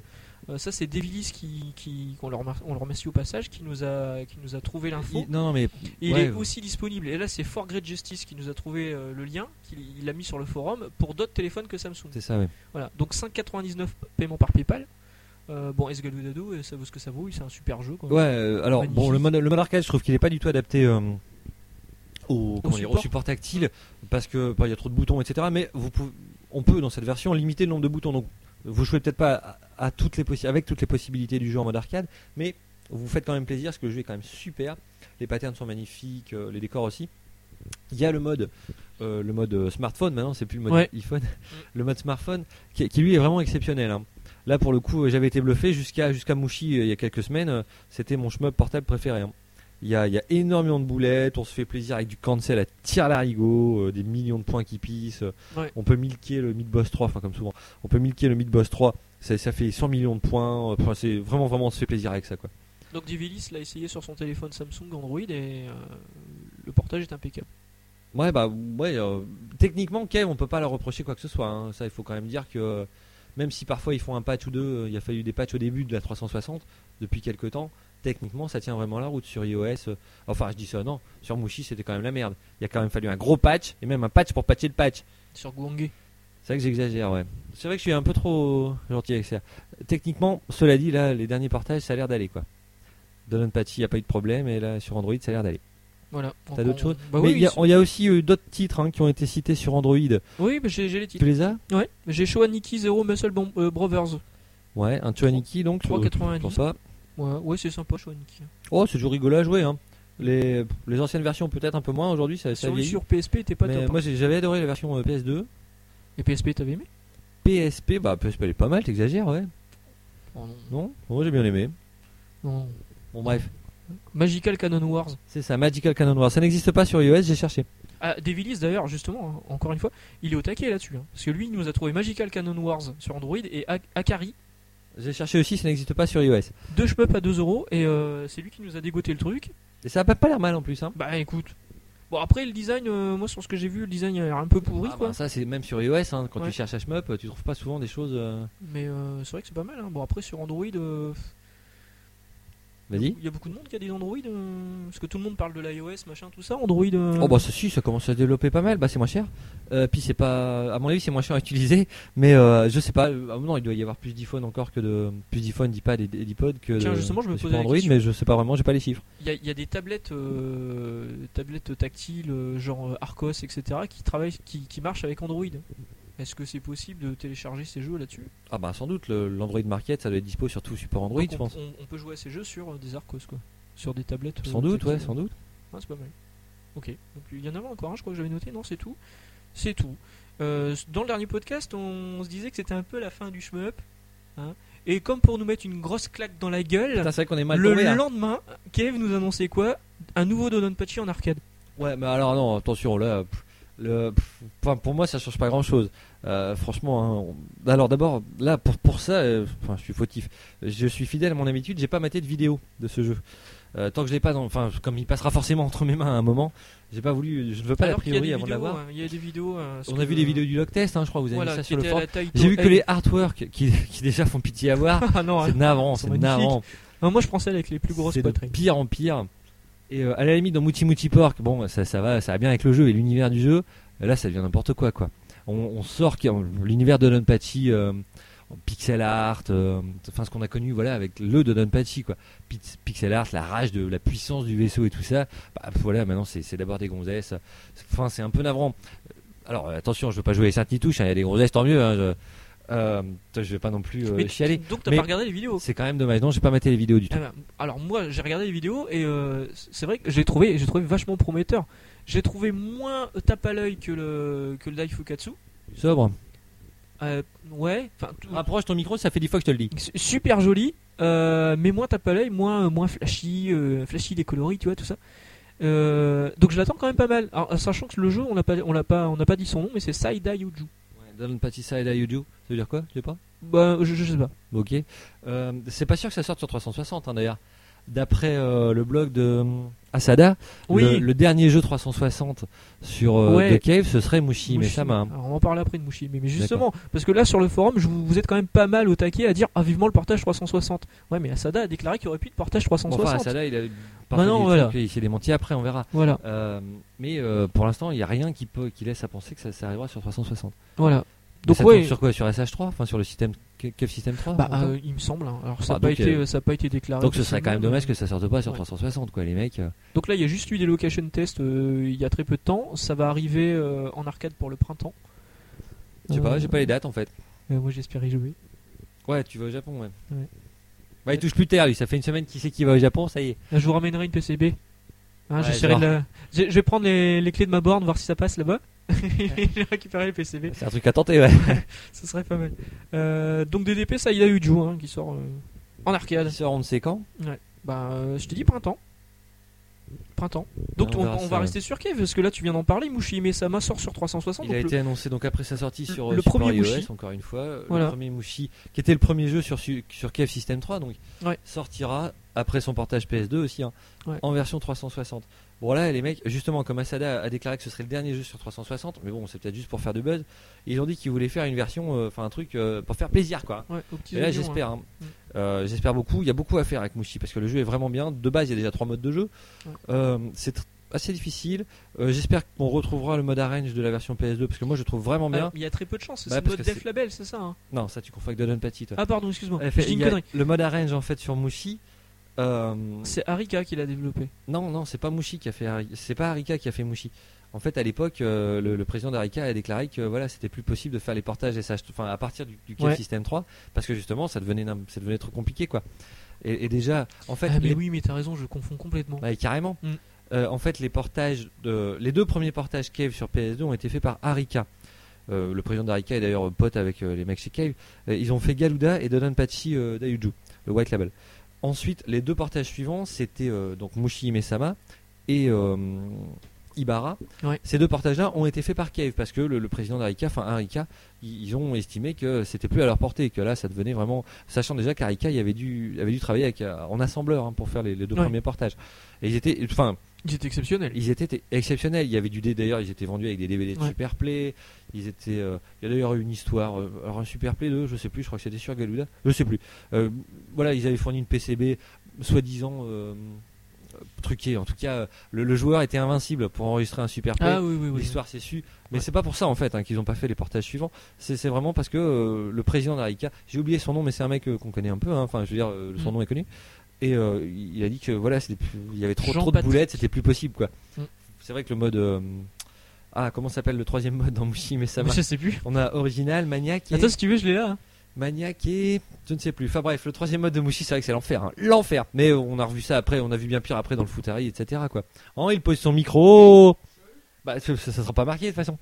[SPEAKER 1] Euh, ça c'est Devilis qui, qui qu'on leur remer- on le remercie au passage, qui nous a qui nous a trouvé
[SPEAKER 2] vas-y.
[SPEAKER 1] l'info.
[SPEAKER 2] Il- non non, mais
[SPEAKER 1] Et il
[SPEAKER 2] Ouais.
[SPEAKER 1] est aussi disponible. Et là, c'est For Great Justice qui nous a trouvé euh, le lien, qu'il il l'a mis sur le forum pour d'autres téléphones que Samsung.
[SPEAKER 2] c'est ça ouais.
[SPEAKER 1] Voilà. Donc 5,99 paiement par PayPal. Euh, bon, Esgaludado, euh, ça vaut ce que ça vaut. C'est un super jeu. Quand même.
[SPEAKER 2] Ouais, euh, alors
[SPEAKER 1] Magnifique.
[SPEAKER 2] bon, le mode, le mode arcade, je trouve qu'il est pas du tout adapté euh, au, comment dire, au
[SPEAKER 1] support.
[SPEAKER 2] support tactile parce que bah, il y a trop de boutons, etc. Mais vous pouvez- on peut dans cette version limiter le nombre de boutons. Donc vous jouez peut-être pas à, à toutes les possi- avec toutes les possibilités du jeu en mode arcade, mais vous vous faites quand même plaisir parce que le jeu est quand même super. Les patterns sont magnifiques, euh, les décors aussi. Il y a le mode, euh, le mode euh, smartphone maintenant, c'est plus le mode
[SPEAKER 1] Ouais.
[SPEAKER 2] iPhone, le mode smartphone qui, qui, lui est vraiment exceptionnel. hein. Là pour le coup, euh, j'avais été bluffé jusqu'à jusqu'à Mushi euh, il y a quelques semaines. euh, C'était mon shmup portable préféré. hein. Il y, a, il y a énormément de boulettes, on se fait plaisir avec du cancel à tir larigot, euh, des millions de points qui pissent. euh,
[SPEAKER 1] Ouais.
[SPEAKER 2] On peut milquer le mid boss 3, enfin comme souvent, on peut milquer le mid boss 3, ça, ça fait 100 millions de points. euh, Enfin, c'est vraiment, vraiment, on se fait plaisir avec ça quoi.
[SPEAKER 1] Donc Divilis l'a essayé sur son téléphone Samsung Android et euh, le portage est impeccable.
[SPEAKER 2] Ouais, bah, ouais, euh, techniquement, Kev, on peut pas leur reprocher quoi que ce soit. hein. Ça, il faut quand même dire que euh, même si parfois ils font un patch ou deux, euh, il a fallu des patchs au début de la 360, depuis quelques temps, techniquement, ça tient vraiment la route sur iOS. euh, enfin, je dis ça, non, sur Mushi, c'était quand même la merde. Il a quand même fallu un gros patch et même un patch pour patcher le patch.
[SPEAKER 1] Sur Guangé.
[SPEAKER 2] C'est vrai que j'exagère, ouais. C'est vrai que je suis un peu trop gentil avec ça. Techniquement, cela dit, là, les derniers portages, ça a l'air d'aller quoi. Dolan Patchy, il a pas eu de problème, et là, sur Android, ça a l'air d'aller.
[SPEAKER 1] Voilà. Donc,
[SPEAKER 2] T'as d'autres
[SPEAKER 1] on-
[SPEAKER 2] choses
[SPEAKER 1] Bah
[SPEAKER 2] Mais
[SPEAKER 1] oui,
[SPEAKER 2] il y, a-
[SPEAKER 1] ils sont-
[SPEAKER 2] il y a aussi eu d'autres titres hein, qui ont été cités sur Android.
[SPEAKER 1] oui, mais j'ai j'ai les
[SPEAKER 2] Tu
[SPEAKER 1] titres.
[SPEAKER 2] les as
[SPEAKER 1] Ouais. J'ai Shoaniki Zero Muscle Bom- euh, Brothers.
[SPEAKER 2] Ouais, un Tuaniki donc. euh,
[SPEAKER 1] 3,90.
[SPEAKER 2] Pour ça.
[SPEAKER 1] Ouais, ouais c'est sympa Shoaniki.
[SPEAKER 2] Oh, c'est toujours rigolo à jouer. Hein. Les, les anciennes versions peut-être un peu moins. Aujourd'hui, ça, ça
[SPEAKER 1] Celui
[SPEAKER 2] vieillit.
[SPEAKER 1] sur PSP était pas
[SPEAKER 2] Mais
[SPEAKER 1] top.
[SPEAKER 2] moi,
[SPEAKER 1] hein.
[SPEAKER 2] j'ai- j'avais adoré la version euh, PS2.
[SPEAKER 1] Et PSP, t'avais aimé
[SPEAKER 2] PSP, bah PSP elle est pas mal, t'exagères, ouais.
[SPEAKER 1] Oh, non.
[SPEAKER 2] Non Moi j'ai bien aimé.
[SPEAKER 1] Non.
[SPEAKER 2] Bon bref,
[SPEAKER 1] Magical Cannon Wars.
[SPEAKER 2] c'est ça, Magical Canon Noir. Ça n'existe pas sur iOS, j'ai cherché.
[SPEAKER 1] Ah, Devilis d'ailleurs, justement, hein, encore une fois, il est au taquet là-dessus. hein. parce que lui, il nous a trouvé Magical Canon Wars sur Android et Ak- Akari
[SPEAKER 2] J'ai cherché aussi, ça n'existe pas sur iOS.
[SPEAKER 1] Deux shmup à 2 euros et euh, c'est lui qui nous a dégoté le truc.
[SPEAKER 2] Et ça a pas, pas l'air mal en plus. Hein.
[SPEAKER 1] Bah écoute. Bon après le design, euh, moi sur ce que j'ai vu, le design a l'air un peu pourri
[SPEAKER 2] Ah,
[SPEAKER 1] quoi.
[SPEAKER 2] bah, ça, c'est même sur iOS. hein, quand
[SPEAKER 1] Ouais.
[SPEAKER 2] tu cherches HMUP, tu trouves pas souvent des choses. euh,
[SPEAKER 1] Mais euh, c'est vrai que c'est pas mal. hein. Bon après sur Android, euh,
[SPEAKER 2] Vas-y.
[SPEAKER 1] il y a beaucoup de monde qui a des Android. euh, parce que tout le monde parle de l'iOS, machin, tout ça. Android. euh,
[SPEAKER 2] Oh bah ça si, ça commence à se développer pas mal. Bah c'est moins cher. Euh, puis c'est pas, à mon avis, c'est moins cher à utiliser. Mais euh, je sais pas. euh, ah non, il doit y avoir plus d'iPhone encore que de plus d'iPhone, d'iPad et d'iPod que
[SPEAKER 1] Tiens,
[SPEAKER 2] de,
[SPEAKER 1] justement, je me
[SPEAKER 2] que sur
[SPEAKER 1] posais la
[SPEAKER 2] Android.
[SPEAKER 1] question.
[SPEAKER 2] Mais je sais pas vraiment, j'ai pas les chiffres.
[SPEAKER 1] Il y, a- il y a des tablettes, euh, tablettes tactiles, euh, genre euh, Arcos, etc., qui travaillent, qui, qui marchent avec Android. Est-ce que c'est possible de télécharger ces jeux là-dessus
[SPEAKER 2] Ah bah sans doute, le- l'Android Market, ça doit être dispo sur tout support Android,
[SPEAKER 1] Donc
[SPEAKER 2] je
[SPEAKER 1] on,
[SPEAKER 2] pense.
[SPEAKER 1] on- on peut jouer à ces jeux sur euh, des Arcos, quoi. Sur des tablettes. euh,
[SPEAKER 2] Sans doute, ouais,
[SPEAKER 1] tactiles.
[SPEAKER 2] sans doute.
[SPEAKER 1] Ah, c'est pas mal. Ok. Donc il y en avait encore un, je crois que j'avais noté. Non, c'est tout. C'est tout. Euh, dans le dernier podcast, on se disait que c'était un peu la fin du shmup. hein. Et comme pour nous mettre une grosse claque dans la gueule,
[SPEAKER 2] Putain, c'est vrai qu'on est mal
[SPEAKER 1] le
[SPEAKER 2] tombé, hein. là.
[SPEAKER 1] lendemain, Kev nous annonçait quoi Un nouveau Dodonpachi en arcade.
[SPEAKER 2] Ouais, mais alors non, attention, là, pff, le, pff, enfin, pour moi, ça change pas grand chose. franchement, hein, on- alors d'abord, là, pour, pour ça, euh, enfin, je suis fautif. Je suis fidèle à mon habitude, j'ai pas maté de vidéo de ce jeu. Euh, tant que je l'ai pas, dans- enfin, comme il passera forcément entre mes mains à un moment, j'ai pas voulu, je ne veux pas
[SPEAKER 1] Alors
[SPEAKER 2] l'a
[SPEAKER 1] qu'il y a
[SPEAKER 2] priori
[SPEAKER 1] des
[SPEAKER 2] avant de
[SPEAKER 1] vidéos,
[SPEAKER 2] l'avoir.
[SPEAKER 1] hein, Il y a des vidéos. euh, parce
[SPEAKER 2] On a
[SPEAKER 1] que-
[SPEAKER 2] vu les vidéos du Loctest, test, hein, je crois, vous avez
[SPEAKER 1] voilà,
[SPEAKER 2] mis ça
[SPEAKER 1] qui
[SPEAKER 2] sur le
[SPEAKER 1] étaient à
[SPEAKER 2] forum.
[SPEAKER 1] la taille
[SPEAKER 2] J'ai vu
[SPEAKER 1] de-
[SPEAKER 2] que les artworks qui, qui déjà font pitié à voir.
[SPEAKER 1] Ah non, hein.
[SPEAKER 2] C'est navrant,
[SPEAKER 1] sont
[SPEAKER 2] c'est
[SPEAKER 1] magnifiques.
[SPEAKER 2] navrant.
[SPEAKER 1] Ah, moi je prends celle avec les plus grosses
[SPEAKER 2] C'est de
[SPEAKER 1] poitrines.
[SPEAKER 2] pire en pire. Et euh, à la limite, dans Mouti Mouti Pork, bon, ça, ça va, ça va bien avec le jeu et l'univers du jeu. Euh, Là, ça devient n'importe quoi, quoi. On, on sort qui- l'univers de Don Pachi euh, en pixel art, euh, enfin ce qu'on a connu, voilà, avec le de Don Pachi, quoi. Pix- Pixel art, la rage de la puissance du vaisseau et tout ça. Bah, voilà, maintenant c'est c'est d'abord des gonzesses. Enfin, c'est un peu navrant. Alors euh, attention, je veux pas jouer les saintes ni touches. hein, Il y a des gonzesses, tant mieux. hein, je, euh, je vais pas non plus euh,
[SPEAKER 1] Mais
[SPEAKER 2] chialer.
[SPEAKER 1] Donc t'as
[SPEAKER 2] Mais-
[SPEAKER 1] pas regardé les vidéos
[SPEAKER 2] C'est quand même dommage. Non, j'ai pas maté les vidéos du tout.
[SPEAKER 1] Ah bah, alors moi j'ai regardé les vidéos et euh, c'est vrai que j'ai trouvé j'ai trouvé vachement prometteur. J'ai trouvé moins tape à l'œil que le que le Dai Fukatsu.
[SPEAKER 2] Sobre.
[SPEAKER 1] Euh, ouais, enfin tout-
[SPEAKER 2] Rapproche ton micro, ça fait 10 fois que je te le dis.
[SPEAKER 1] su- super joli, euh, mais moins tape à l'œil, moins moins flashy, euh, flashy les coloris, tu vois tout ça. Euh, donc je l'attends quand même pas mal. Alors, sachant que le jeu on l'a pas on l'a pas on n'a pas dit son nom mais c'est Saida Yuju.
[SPEAKER 2] Don Patissa et la Yuju, ça veut dire quoi Je sais pas.
[SPEAKER 1] Bah je, je sais pas.
[SPEAKER 2] Ok. Euh, c'est pas sûr que ça sorte sur 360 hein, d'ailleurs. D'après euh, le blog de hum, Asada,
[SPEAKER 1] Oui.
[SPEAKER 2] le, le dernier jeu 360 sur euh,
[SPEAKER 1] Ouais.
[SPEAKER 2] The Cave, ce serait Mushi, mais ça m'a.
[SPEAKER 1] Alors, on en parle après de Mushi. Mais, mais justement, parce que là sur le forum, je vous, vous êtes quand même pas mal au taquet à dire ah vivement le portage 360. Ouais, mais Asada a déclaré qu'il y aurait plus de portage 360.
[SPEAKER 2] Enfin, Asada, il a
[SPEAKER 1] Bah non, voilà.
[SPEAKER 2] trucs, il s'est démenti après, on verra.
[SPEAKER 1] Voilà,
[SPEAKER 2] Euh, mais euh, pour l'instant, il n'y a rien qui, peut, qui laisse à penser que ça, ça arrivera sur 360.
[SPEAKER 1] voilà.
[SPEAKER 2] Mais
[SPEAKER 1] Donc
[SPEAKER 2] ça
[SPEAKER 1] ouais,
[SPEAKER 2] tombe sur quoi Sur SH3 Enfin, sur le système Cave System 3
[SPEAKER 1] bah,
[SPEAKER 2] encore
[SPEAKER 1] euh, il me semble. hein. Alors ça n'a
[SPEAKER 2] Ah,
[SPEAKER 1] pas
[SPEAKER 2] donc,
[SPEAKER 1] été,
[SPEAKER 2] euh,
[SPEAKER 1] ça a pas été déclaré.
[SPEAKER 2] Donc ce serait quand même dommage que ça sorte pas sur
[SPEAKER 1] Ouais.
[SPEAKER 2] 360, quoi, les mecs. euh.
[SPEAKER 1] Donc là, il y a juste eu des location tests euh, il y a très peu de temps. Ça va arriver euh, en arcade pour le printemps.
[SPEAKER 2] Je sais pas,
[SPEAKER 1] Euh,
[SPEAKER 2] j'ai pas les dates en fait.
[SPEAKER 1] euh, moi, j'espère y jouer.
[SPEAKER 2] Ouais, tu vas au Japon, ouais.
[SPEAKER 1] Ouais.
[SPEAKER 2] Bah, il touche plus tard, lui. Ça fait une semaine qu'il sait qu'il va au Japon, ça y est.
[SPEAKER 1] Là, je vous ramènerai une PCB. Hein,
[SPEAKER 2] Ouais,
[SPEAKER 1] j'essaierai de la- je, je vais prendre les, les clés de ma borne, voir si ça passe là-bas. J'ai récupéré les PCB.
[SPEAKER 2] C'est un truc à tenter, ouais.
[SPEAKER 1] Ce serait pas mal. Euh, donc DDP, ça, il a eu Joe hein, qui sort euh, en arcade.
[SPEAKER 2] Il sort, on ne sait quand.
[SPEAKER 1] Bah, euh, je te dis printemps. Printemps. Donc
[SPEAKER 2] Ouais, Ah, on
[SPEAKER 1] on,
[SPEAKER 2] verra
[SPEAKER 1] on
[SPEAKER 2] ça,
[SPEAKER 1] va
[SPEAKER 2] ouais.
[SPEAKER 1] rester sur Kev, parce que là tu viens d'en parler. Mushi Sama sort sur 360.
[SPEAKER 2] Il a
[SPEAKER 1] donc le-
[SPEAKER 2] été annoncé donc après sa sortie sur euh,
[SPEAKER 1] le
[SPEAKER 2] support
[SPEAKER 1] premier
[SPEAKER 2] iOS,
[SPEAKER 1] Mushi.
[SPEAKER 2] encore une fois. euh,
[SPEAKER 1] Voilà.
[SPEAKER 2] Le premier Mushi, qui était le premier jeu sur, su- sur KF System 3, donc
[SPEAKER 1] Ouais.
[SPEAKER 2] sortira après son portage PS2 aussi, hein,
[SPEAKER 1] Ouais.
[SPEAKER 2] en version 360. Bon, là, les mecs, justement, comme Asada a déclaré que ce serait le dernier jeu sur 360, mais bon, c'est peut-être juste pour faire de buzz, ils ont dit qu'ils voulaient faire une version, euh, enfin un truc euh, pour faire plaisir, quoi.
[SPEAKER 1] Ouais, aux petits
[SPEAKER 2] Et là,
[SPEAKER 1] oignons,
[SPEAKER 2] j'espère. hein.
[SPEAKER 1] Mm.
[SPEAKER 2] Euh, j'espère beaucoup. Il y a beaucoup à faire avec Mushi parce que le jeu est vraiment bien. De base, il y a déjà trois modes de jeu.
[SPEAKER 1] Ouais.
[SPEAKER 2] Euh, c'est tr- assez difficile. Euh, j'espère qu'on retrouvera le mode arrange de la version PS2 parce que moi, je le trouve vraiment
[SPEAKER 1] hein.
[SPEAKER 2] bien.
[SPEAKER 1] Ah, Il y a très peu de chance.
[SPEAKER 2] Bah,
[SPEAKER 1] c'est le
[SPEAKER 2] parce
[SPEAKER 1] mode
[SPEAKER 2] que
[SPEAKER 1] Def
[SPEAKER 2] c'est-
[SPEAKER 1] Label, c'est ça. hein.
[SPEAKER 2] Non, ça, tu confonds avec Don Petit. Toi.
[SPEAKER 1] Ah, pardon, excuse-moi.
[SPEAKER 2] En
[SPEAKER 1] Je
[SPEAKER 2] fait,
[SPEAKER 1] dis
[SPEAKER 2] il
[SPEAKER 1] une
[SPEAKER 2] y a
[SPEAKER 1] connerie.
[SPEAKER 2] le mode arrange en fait sur Mushi. euh,
[SPEAKER 1] C'est Arika qui l'a développé.
[SPEAKER 2] non, non, c'est pas Mushi qui a fait. Hari- C'est pas Arika qui a fait Mushi. En fait, à l'époque, euh, le, le président d'Arika a déclaré que voilà, c'était plus possible de faire les portages SH, enfin à partir du, du Cave
[SPEAKER 1] Ouais.
[SPEAKER 2] System 3 parce que justement, ça devenait, nam- ça devenait trop compliqué quoi. Et, et déjà, en fait,
[SPEAKER 1] Ah, mais
[SPEAKER 2] les-
[SPEAKER 1] oui, mais t'as raison, je confonds complètement.
[SPEAKER 2] Ouais, carrément.
[SPEAKER 1] Mm.
[SPEAKER 2] Euh, en fait, les portages, de, les deux premiers portages Cave sur PS2 ont été faits par Arika. Euh, le président d'Arika est d'ailleurs pote avec euh, les mecs chez Cave. Euh, ils ont fait Galuda et Dodonpachi euh, Daiju, le White Label. Ensuite, les deux portages suivants, c'était euh, donc Mushi Imesama et euh, Ibarra,
[SPEAKER 1] Ouais.
[SPEAKER 2] ces deux portages-là ont été faits par Cave parce que le, le président d'Arica, enfin Arica, ils, ils ont estimé que c'était plus à leur portée, que là ça devenait vraiment. Sachant déjà qu'Arica il avait dû, avait dû travailler avec, euh, en assembleur hein, pour faire les, les deux
[SPEAKER 1] Ouais.
[SPEAKER 2] premiers portages. Et ils étaient, enfin,
[SPEAKER 1] Il est exceptionnel.
[SPEAKER 2] ils étaient exceptionnels. Il y avait du D d'ailleurs, ils étaient vendus avec des DVD de
[SPEAKER 1] Ouais.
[SPEAKER 2] Superplay. Ils étaient. euh, il y a d'ailleurs eu une histoire, euh, alors un Superplay 2, je sais plus, je crois que c'était sur Galuda, je sais plus. Euh, voilà, ils avaient fourni une PCB soi-disant euh, euh, truquée. En tout cas, euh, le, le joueur était invincible pour enregistrer un Superplay.
[SPEAKER 1] Ah oui, oui, oui.
[SPEAKER 2] L'histoire s'est su, mais
[SPEAKER 1] Ouais.
[SPEAKER 2] c'est pas pour ça en fait hein, qu'ils n'ont pas fait les portages suivants. C'est c'est vraiment parce que euh, le président d'Arica, j'ai oublié son nom, mais c'est un mec euh, qu'on connaît un peu. hein. Enfin, je veux dire, euh, son
[SPEAKER 1] Mm.
[SPEAKER 2] nom est connu. Et euh, il a dit que voilà, c'était plus- il y avait trop,
[SPEAKER 1] Jean
[SPEAKER 2] trop de
[SPEAKER 1] Patrick.
[SPEAKER 2] boulettes, c'était plus possible quoi.
[SPEAKER 1] Mm.
[SPEAKER 2] C'est vrai que le mode euh, ah comment s'appelle le troisième mode dans Mushi mais ça
[SPEAKER 1] Mais
[SPEAKER 2] va.
[SPEAKER 1] je sais plus.
[SPEAKER 2] On a original, maniaque, et,
[SPEAKER 1] Attends, si tu veux, je l'ai là. hein.
[SPEAKER 2] maniaque et je ne sais plus. Enfin bref, le troisième mode de Mushi, c'est vrai que c'est l'enfer, hein. l'enfer. Mais on a revu ça après, on a vu bien pire après dans le Futari, etc. Quoi. Oh, il pose son micro. Bah ça, ça sera pas marqué de toute façon.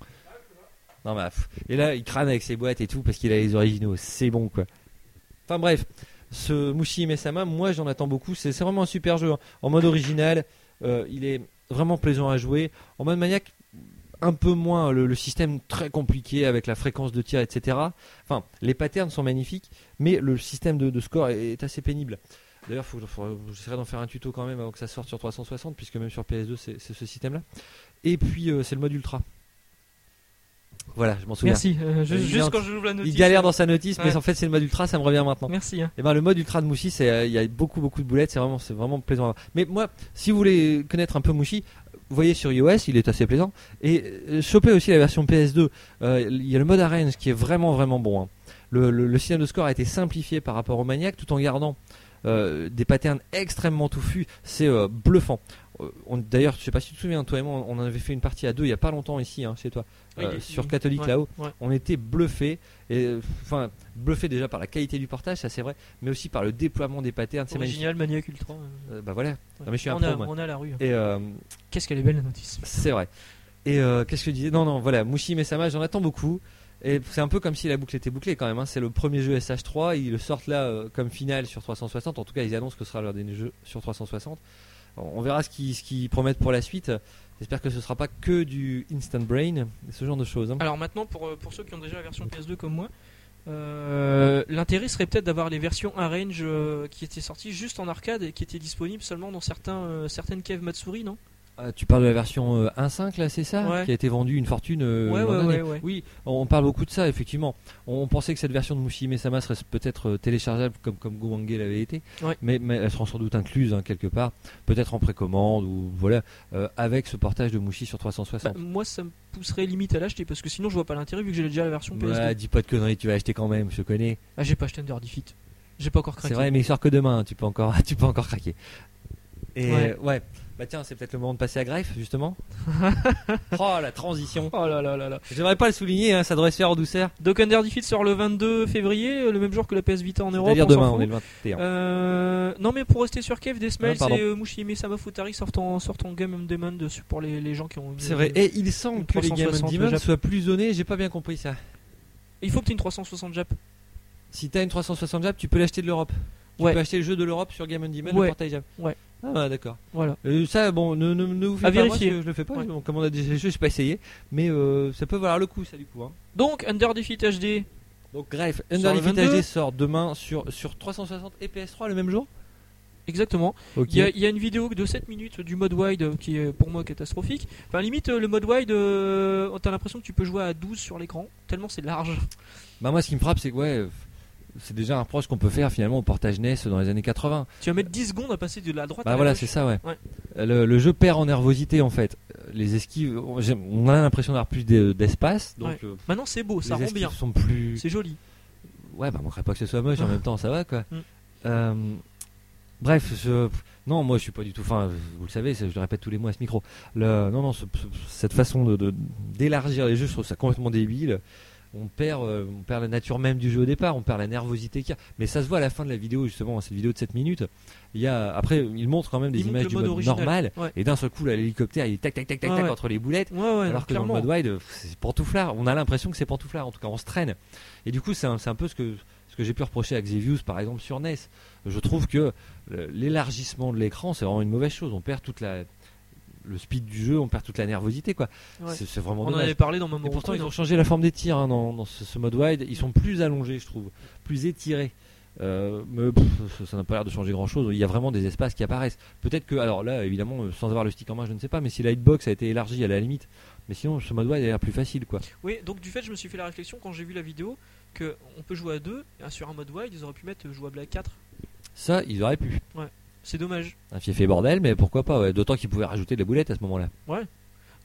[SPEAKER 2] Non bah, pff. et là il crâne avec ses boîtes et tout parce qu'il a les originaux, c'est bon quoi. Enfin bref, ce Mushi Mesama, moi j'en attends beaucoup, c'est c'est vraiment un super jeu. hein. En mode original, euh, il est vraiment plaisant à jouer. En mode maniaque, un peu moins le, le système très compliqué avec la fréquence de tir, etc. Enfin, les patterns sont magnifiques, mais le système de, de score est, est assez pénible. D'ailleurs, faut, faut- j'essaierai d'en faire un tuto quand même avant que ça sorte sur 360, puisque même sur PS2, c'est c'est ce système-là. Et puis, euh, c'est le mode ultra. Voilà, je m'en souviens.
[SPEAKER 1] Merci. euh, je-
[SPEAKER 2] Il
[SPEAKER 1] juste
[SPEAKER 2] vient-
[SPEAKER 1] quand j'ouvre la notice.
[SPEAKER 2] Il galère dans sa notice, mais
[SPEAKER 1] Ouais.
[SPEAKER 2] en fait, c'est le mode ultra, ça me revient maintenant.
[SPEAKER 1] Merci. hein.
[SPEAKER 2] Et ben le mode ultra de Mushi, c'est euh, il y a beaucoup beaucoup de boulettes, c'est vraiment c'est vraiment plaisant. à voir. Mais moi, si vous voulez connaître un peu Mushi, vous voyez sur iOS, il est assez plaisant. Et euh, chopez aussi la version PS2. Euh, Il y a le mode arène qui est vraiment vraiment bon. hein. Le, le- le système de score a été simplifié par rapport au Maniac, tout en gardant euh, des patterns extrêmement touffus. C'est euh, bluffant. Euh, on- D'ailleurs, je sais pas si tu te souviens, toi et moi, on en avait fait une partie à deux il y a pas longtemps ici, hein, chez toi,
[SPEAKER 1] Oui,
[SPEAKER 2] euh,
[SPEAKER 1] il est-
[SPEAKER 2] sur
[SPEAKER 1] il-
[SPEAKER 2] Catholique
[SPEAKER 1] ouais,
[SPEAKER 2] là-haut.
[SPEAKER 1] ouais.
[SPEAKER 2] On était bluffés. Et euh, enfin, bluffé déjà par la qualité du portage, ça c'est vrai, mais aussi par le déploiement des patterns, c'est magnifique.
[SPEAKER 1] Original, Maniac Ultra. euh,
[SPEAKER 2] Euh, bah voilà,
[SPEAKER 1] ouais.
[SPEAKER 2] Non, mais je suis un
[SPEAKER 1] on, a,
[SPEAKER 2] pro, moi.
[SPEAKER 1] on a la rue.
[SPEAKER 2] et euh,
[SPEAKER 1] Qu'est-ce qu'elle est belle la notice.
[SPEAKER 2] c'est vrai. Et euh, qu'est-ce que je disais Non, non, voilà, Mushi Mesama, j'en attends beaucoup. Et c'est un peu comme si la boucle était bouclée quand même. hein. C'est le premier jeu SH3. Ils le sortent là euh, comme finale sur 360. En tout cas, ils annoncent que ce sera leur dernier jeu sur 360. On on verra ce qu'ils ce qu'ils promettent pour la suite. J'espère que ce sera pas que du Instant Brain, ce genre de choses. hein.
[SPEAKER 1] Alors maintenant, pour, euh, pour ceux qui ont déjà la version PS2 comme moi, euh, l'intérêt serait peut-être d'avoir les versions Arrange euh, qui étaient sorties juste en arcade et qui étaient disponibles seulement dans certains, euh, certaines caves Matsuri, non
[SPEAKER 2] Euh, tu parles de la version euh, 1.5 là, c'est ça
[SPEAKER 1] Ouais.
[SPEAKER 2] Qui a été vendue une fortune. euh,
[SPEAKER 1] Ouais,
[SPEAKER 2] l'an
[SPEAKER 1] ouais,
[SPEAKER 2] dernier.
[SPEAKER 1] ouais, ouais.
[SPEAKER 2] Oui, on on parle beaucoup de ça, effectivement. On on pensait que cette version de Mushi Mesama serait peut-être euh, téléchargeable comme, comme Go Manga l'avait été,
[SPEAKER 1] Ouais.
[SPEAKER 2] mais, mais elle sera sans doute incluse hein, quelque part, peut-être en précommande ou voilà, euh, avec ce portage de Mushi sur 360.
[SPEAKER 1] Bah, moi, ça me pousserait limite à l'acheter parce que sinon, je vois pas l'intérêt vu que j'ai déjà la version PS2.
[SPEAKER 2] Bah, dis pas de conneries, tu vas acheter quand même, je connais.
[SPEAKER 1] Ah, j'ai pas acheté Under Defeat. J'ai pas encore
[SPEAKER 2] C'est
[SPEAKER 1] craqué.
[SPEAKER 2] vrai, mais il sort que demain, hein, tu peux encore, tu peux encore craquer. Et
[SPEAKER 1] Ouais.
[SPEAKER 2] ouais, bah tiens, c'est peut-être le moment de passer à Greif, justement. oh la transition.
[SPEAKER 1] Oh là là là là.
[SPEAKER 2] J'aimerais pas le souligner, hein, ça devrait se faire en douceur.
[SPEAKER 1] Donc Under Defeat sort le 22 février, euh, le même jour que la PS Vita en Europe.
[SPEAKER 2] C'est-à-dire
[SPEAKER 1] on s'en
[SPEAKER 2] demain,
[SPEAKER 1] fout.
[SPEAKER 2] on est le 21.
[SPEAKER 1] Euh, non mais pour rester sur Kev, Deathmail,
[SPEAKER 2] Ah, pardon.
[SPEAKER 1] c'est euh, Mushihime Sama Futari sortant, sortant Game on Demand de- pour les, les gens qui ont...
[SPEAKER 2] C'est vrai. Et il semble que les Game
[SPEAKER 1] 360
[SPEAKER 2] Demand
[SPEAKER 1] Jap.
[SPEAKER 2] soient plus zonés. J'ai pas bien compris ça.
[SPEAKER 1] Il faut que tu une 360 Jap.
[SPEAKER 2] Si t'as une 360 Jap, tu peux l'acheter de l'Europe. Tu
[SPEAKER 1] Ouais.
[SPEAKER 2] peux acheter le jeu de l'Europe sur Game on Demand
[SPEAKER 1] Ouais.
[SPEAKER 2] le portail Jap.
[SPEAKER 1] Ouais.
[SPEAKER 2] Ah bah d'accord.
[SPEAKER 1] Voilà.
[SPEAKER 2] Euh, ça bon, ne, ne, ne vous faites
[SPEAKER 1] À
[SPEAKER 2] pas moi,
[SPEAKER 1] vérifier.
[SPEAKER 2] parce que je le fais pas.
[SPEAKER 1] Ouais.
[SPEAKER 2] donc, Comme on a déjà les jeux, j'ai pas essayé. Mais euh, ça peut valoir le coup ça du coup. hein.
[SPEAKER 1] Donc Under Defeat HD,
[SPEAKER 2] Donc bref,
[SPEAKER 1] Sur
[SPEAKER 2] Under
[SPEAKER 1] le
[SPEAKER 2] Defeat
[SPEAKER 1] 22.
[SPEAKER 2] HD sort demain sur sur 360 et PS3 le même jour.
[SPEAKER 1] exactement.
[SPEAKER 2] Ok.
[SPEAKER 1] Il y a- il y, a une vidéo de 7 minutes du mode wide euh, qui est pour moi catastrophique. Enfin limite euh, le mode wide, euh, t'as l'impression que tu peux jouer à 12 sur l'écran, tellement c'est large.
[SPEAKER 2] Bah moi ce qui me frappe c'est que ouais. euh, C'est déjà un reproche qu'on peut faire finalement au portage NES dans les années 80.
[SPEAKER 1] Tu vas mettre 10 secondes à passer de la droite à la
[SPEAKER 2] Bah voilà,
[SPEAKER 1] gauche.
[SPEAKER 2] c'est ça, ouais.
[SPEAKER 1] Ouais.
[SPEAKER 2] Euh, Le, le jeu perd en nervosité en fait. Euh, Les esquives, on j'ai- on a l'impression d'avoir plus d'e- d'espace, donc
[SPEAKER 1] Ouais.
[SPEAKER 2] euh,
[SPEAKER 1] Maintenant c'est beau, ça
[SPEAKER 2] les
[SPEAKER 1] rend
[SPEAKER 2] esquives
[SPEAKER 1] bien.
[SPEAKER 2] sont plus.
[SPEAKER 1] C'est joli.
[SPEAKER 2] Ouais, bah manquerait pas que ce soit moche en même temps, ça va quoi.
[SPEAKER 1] Mm.
[SPEAKER 2] Euh, bref, je- non, moi je suis pas du tout. Enfin, vous le savez, c'est- je le répète tous les mois à ce micro. Le, non, non, ce- ce- cette façon de- de d'élargir les jeux, je trouve ça complètement débile. On perd, euh, on perd la nature même du jeu au départ, on perd la nervosité qu'il y a. Mais ça se voit à la fin de la vidéo, justement, cette vidéo de 7 minutes. Il y a, après, il montre quand même des
[SPEAKER 1] Il montre
[SPEAKER 2] images
[SPEAKER 1] le
[SPEAKER 2] du
[SPEAKER 1] mode
[SPEAKER 2] mode
[SPEAKER 1] original.
[SPEAKER 2] normal.
[SPEAKER 1] Ouais.
[SPEAKER 2] Et d'un seul coup, là, l'hélicoptère, il est tac, tac, tac, tac,
[SPEAKER 1] Ah
[SPEAKER 2] tac
[SPEAKER 1] ouais.
[SPEAKER 2] entre les boulettes.
[SPEAKER 1] Ouais ouais,
[SPEAKER 2] Alors que
[SPEAKER 1] clairement.
[SPEAKER 2] dans le mode wide, euh, c'est pantouflard. On a l'impression que c'est pantouflard. En tout cas, on se traîne. Et du coup, c'est un, c'est un peu ce que, ce que j'ai pu reprocher à Xevious, par exemple, sur NES. Je trouve que euh, l'élargissement de l'écran, c'est vraiment une mauvaise chose. On perd toute la. le speed du jeu, on perd toute la nervosité quoi.
[SPEAKER 1] Ouais.
[SPEAKER 2] C'est c'est vraiment
[SPEAKER 1] On en
[SPEAKER 2] dommage.
[SPEAKER 1] avait parlé dans Maman
[SPEAKER 2] Et pourtant,
[SPEAKER 1] Rocco,
[SPEAKER 2] ils
[SPEAKER 1] non
[SPEAKER 2] ont changé la forme des tirs hein, dans, dans ce, ce mode wide. Ils sont plus allongés, je trouve, plus étirés. Euh, mais pff, ça- ça n'a pas l'air de changer grand chose. Il y a vraiment des espaces qui apparaissent. Peut-être que, alors là, évidemment, euh, sans avoir le stick en main, je ne sais pas, mais si la hitbox a été élargie à la limite. Mais sinon, ce mode wide a l'air plus facile, quoi.
[SPEAKER 1] Oui, donc du fait, je me suis fait la réflexion quand j'ai vu la vidéo que on peut jouer à deux et sur un mode wide, ils auraient pu mettre euh, jouable à 4.
[SPEAKER 2] Ça, ils auraient pu.
[SPEAKER 1] C'est dommage.
[SPEAKER 2] Un fief et bordel, mais pourquoi pas, ouais. D'autant qu'ils pouvaient rajouter des boulettes à ce moment-là.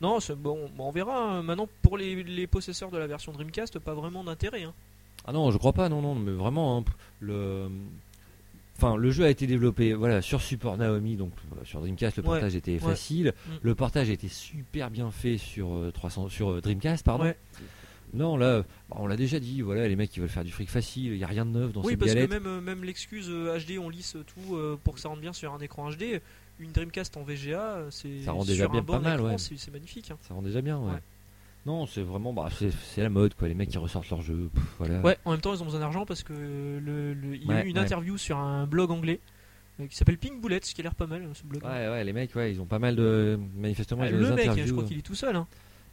[SPEAKER 1] Non, c'est- bon, on verra. hein. Maintenant, pour les, les possesseurs de la version Dreamcast, pas vraiment d'intérêt. hein.
[SPEAKER 2] Ah non, je crois pas, non, non, mais vraiment, hein, le. Enfin, le jeu a été développé voilà, sur support Naomi, donc euh, sur Dreamcast, le
[SPEAKER 1] Ouais,
[SPEAKER 2] portage était
[SPEAKER 1] ouais.
[SPEAKER 2] facile.
[SPEAKER 1] Mm.
[SPEAKER 2] Le portage a été super bien fait sur, euh, 300, sur euh, Dreamcast, pardon.
[SPEAKER 1] Ouais.
[SPEAKER 2] Non, là, bah, on l'a déjà dit, voilà, les mecs qui veulent faire du fric facile, il n'y a rien de neuf dans
[SPEAKER 1] Oui,
[SPEAKER 2] cette
[SPEAKER 1] parce
[SPEAKER 2] galette.
[SPEAKER 1] que même, euh, même l'excuse euh, HD, on lisse tout euh, pour que ça rentre bien sur un écran HD. Une Dreamcast en VGA, euh, c'est
[SPEAKER 2] Ça rend
[SPEAKER 1] sur
[SPEAKER 2] déjà bien
[SPEAKER 1] un
[SPEAKER 2] pas
[SPEAKER 1] bon
[SPEAKER 2] mal,
[SPEAKER 1] écran,
[SPEAKER 2] ouais.
[SPEAKER 1] c'est c'est magnifique. hein.
[SPEAKER 2] Ça rend déjà bien, ouais.
[SPEAKER 1] Ouais.
[SPEAKER 2] Non, c'est vraiment, bah, c'est c'est la mode, quoi, les mecs qui ressortent leur jeu, pff, voilà.
[SPEAKER 1] Ouais, en même temps, ils ont besoin d'argent parce que le, le- il y a
[SPEAKER 2] Euh. Ouais,
[SPEAKER 1] eu une
[SPEAKER 2] ouais.
[SPEAKER 1] interview sur un blog anglais euh, qui s'appelle Pink Bullet, ce qui a l'air pas mal, euh, ce blog.
[SPEAKER 2] Ouais, ouais, les mecs, ouais, ils ont pas mal de. Manifestement,
[SPEAKER 1] Ah,
[SPEAKER 2] ils ont des
[SPEAKER 1] le mec,
[SPEAKER 2] interviews.
[SPEAKER 1] je crois qu'il est tout seul. hein.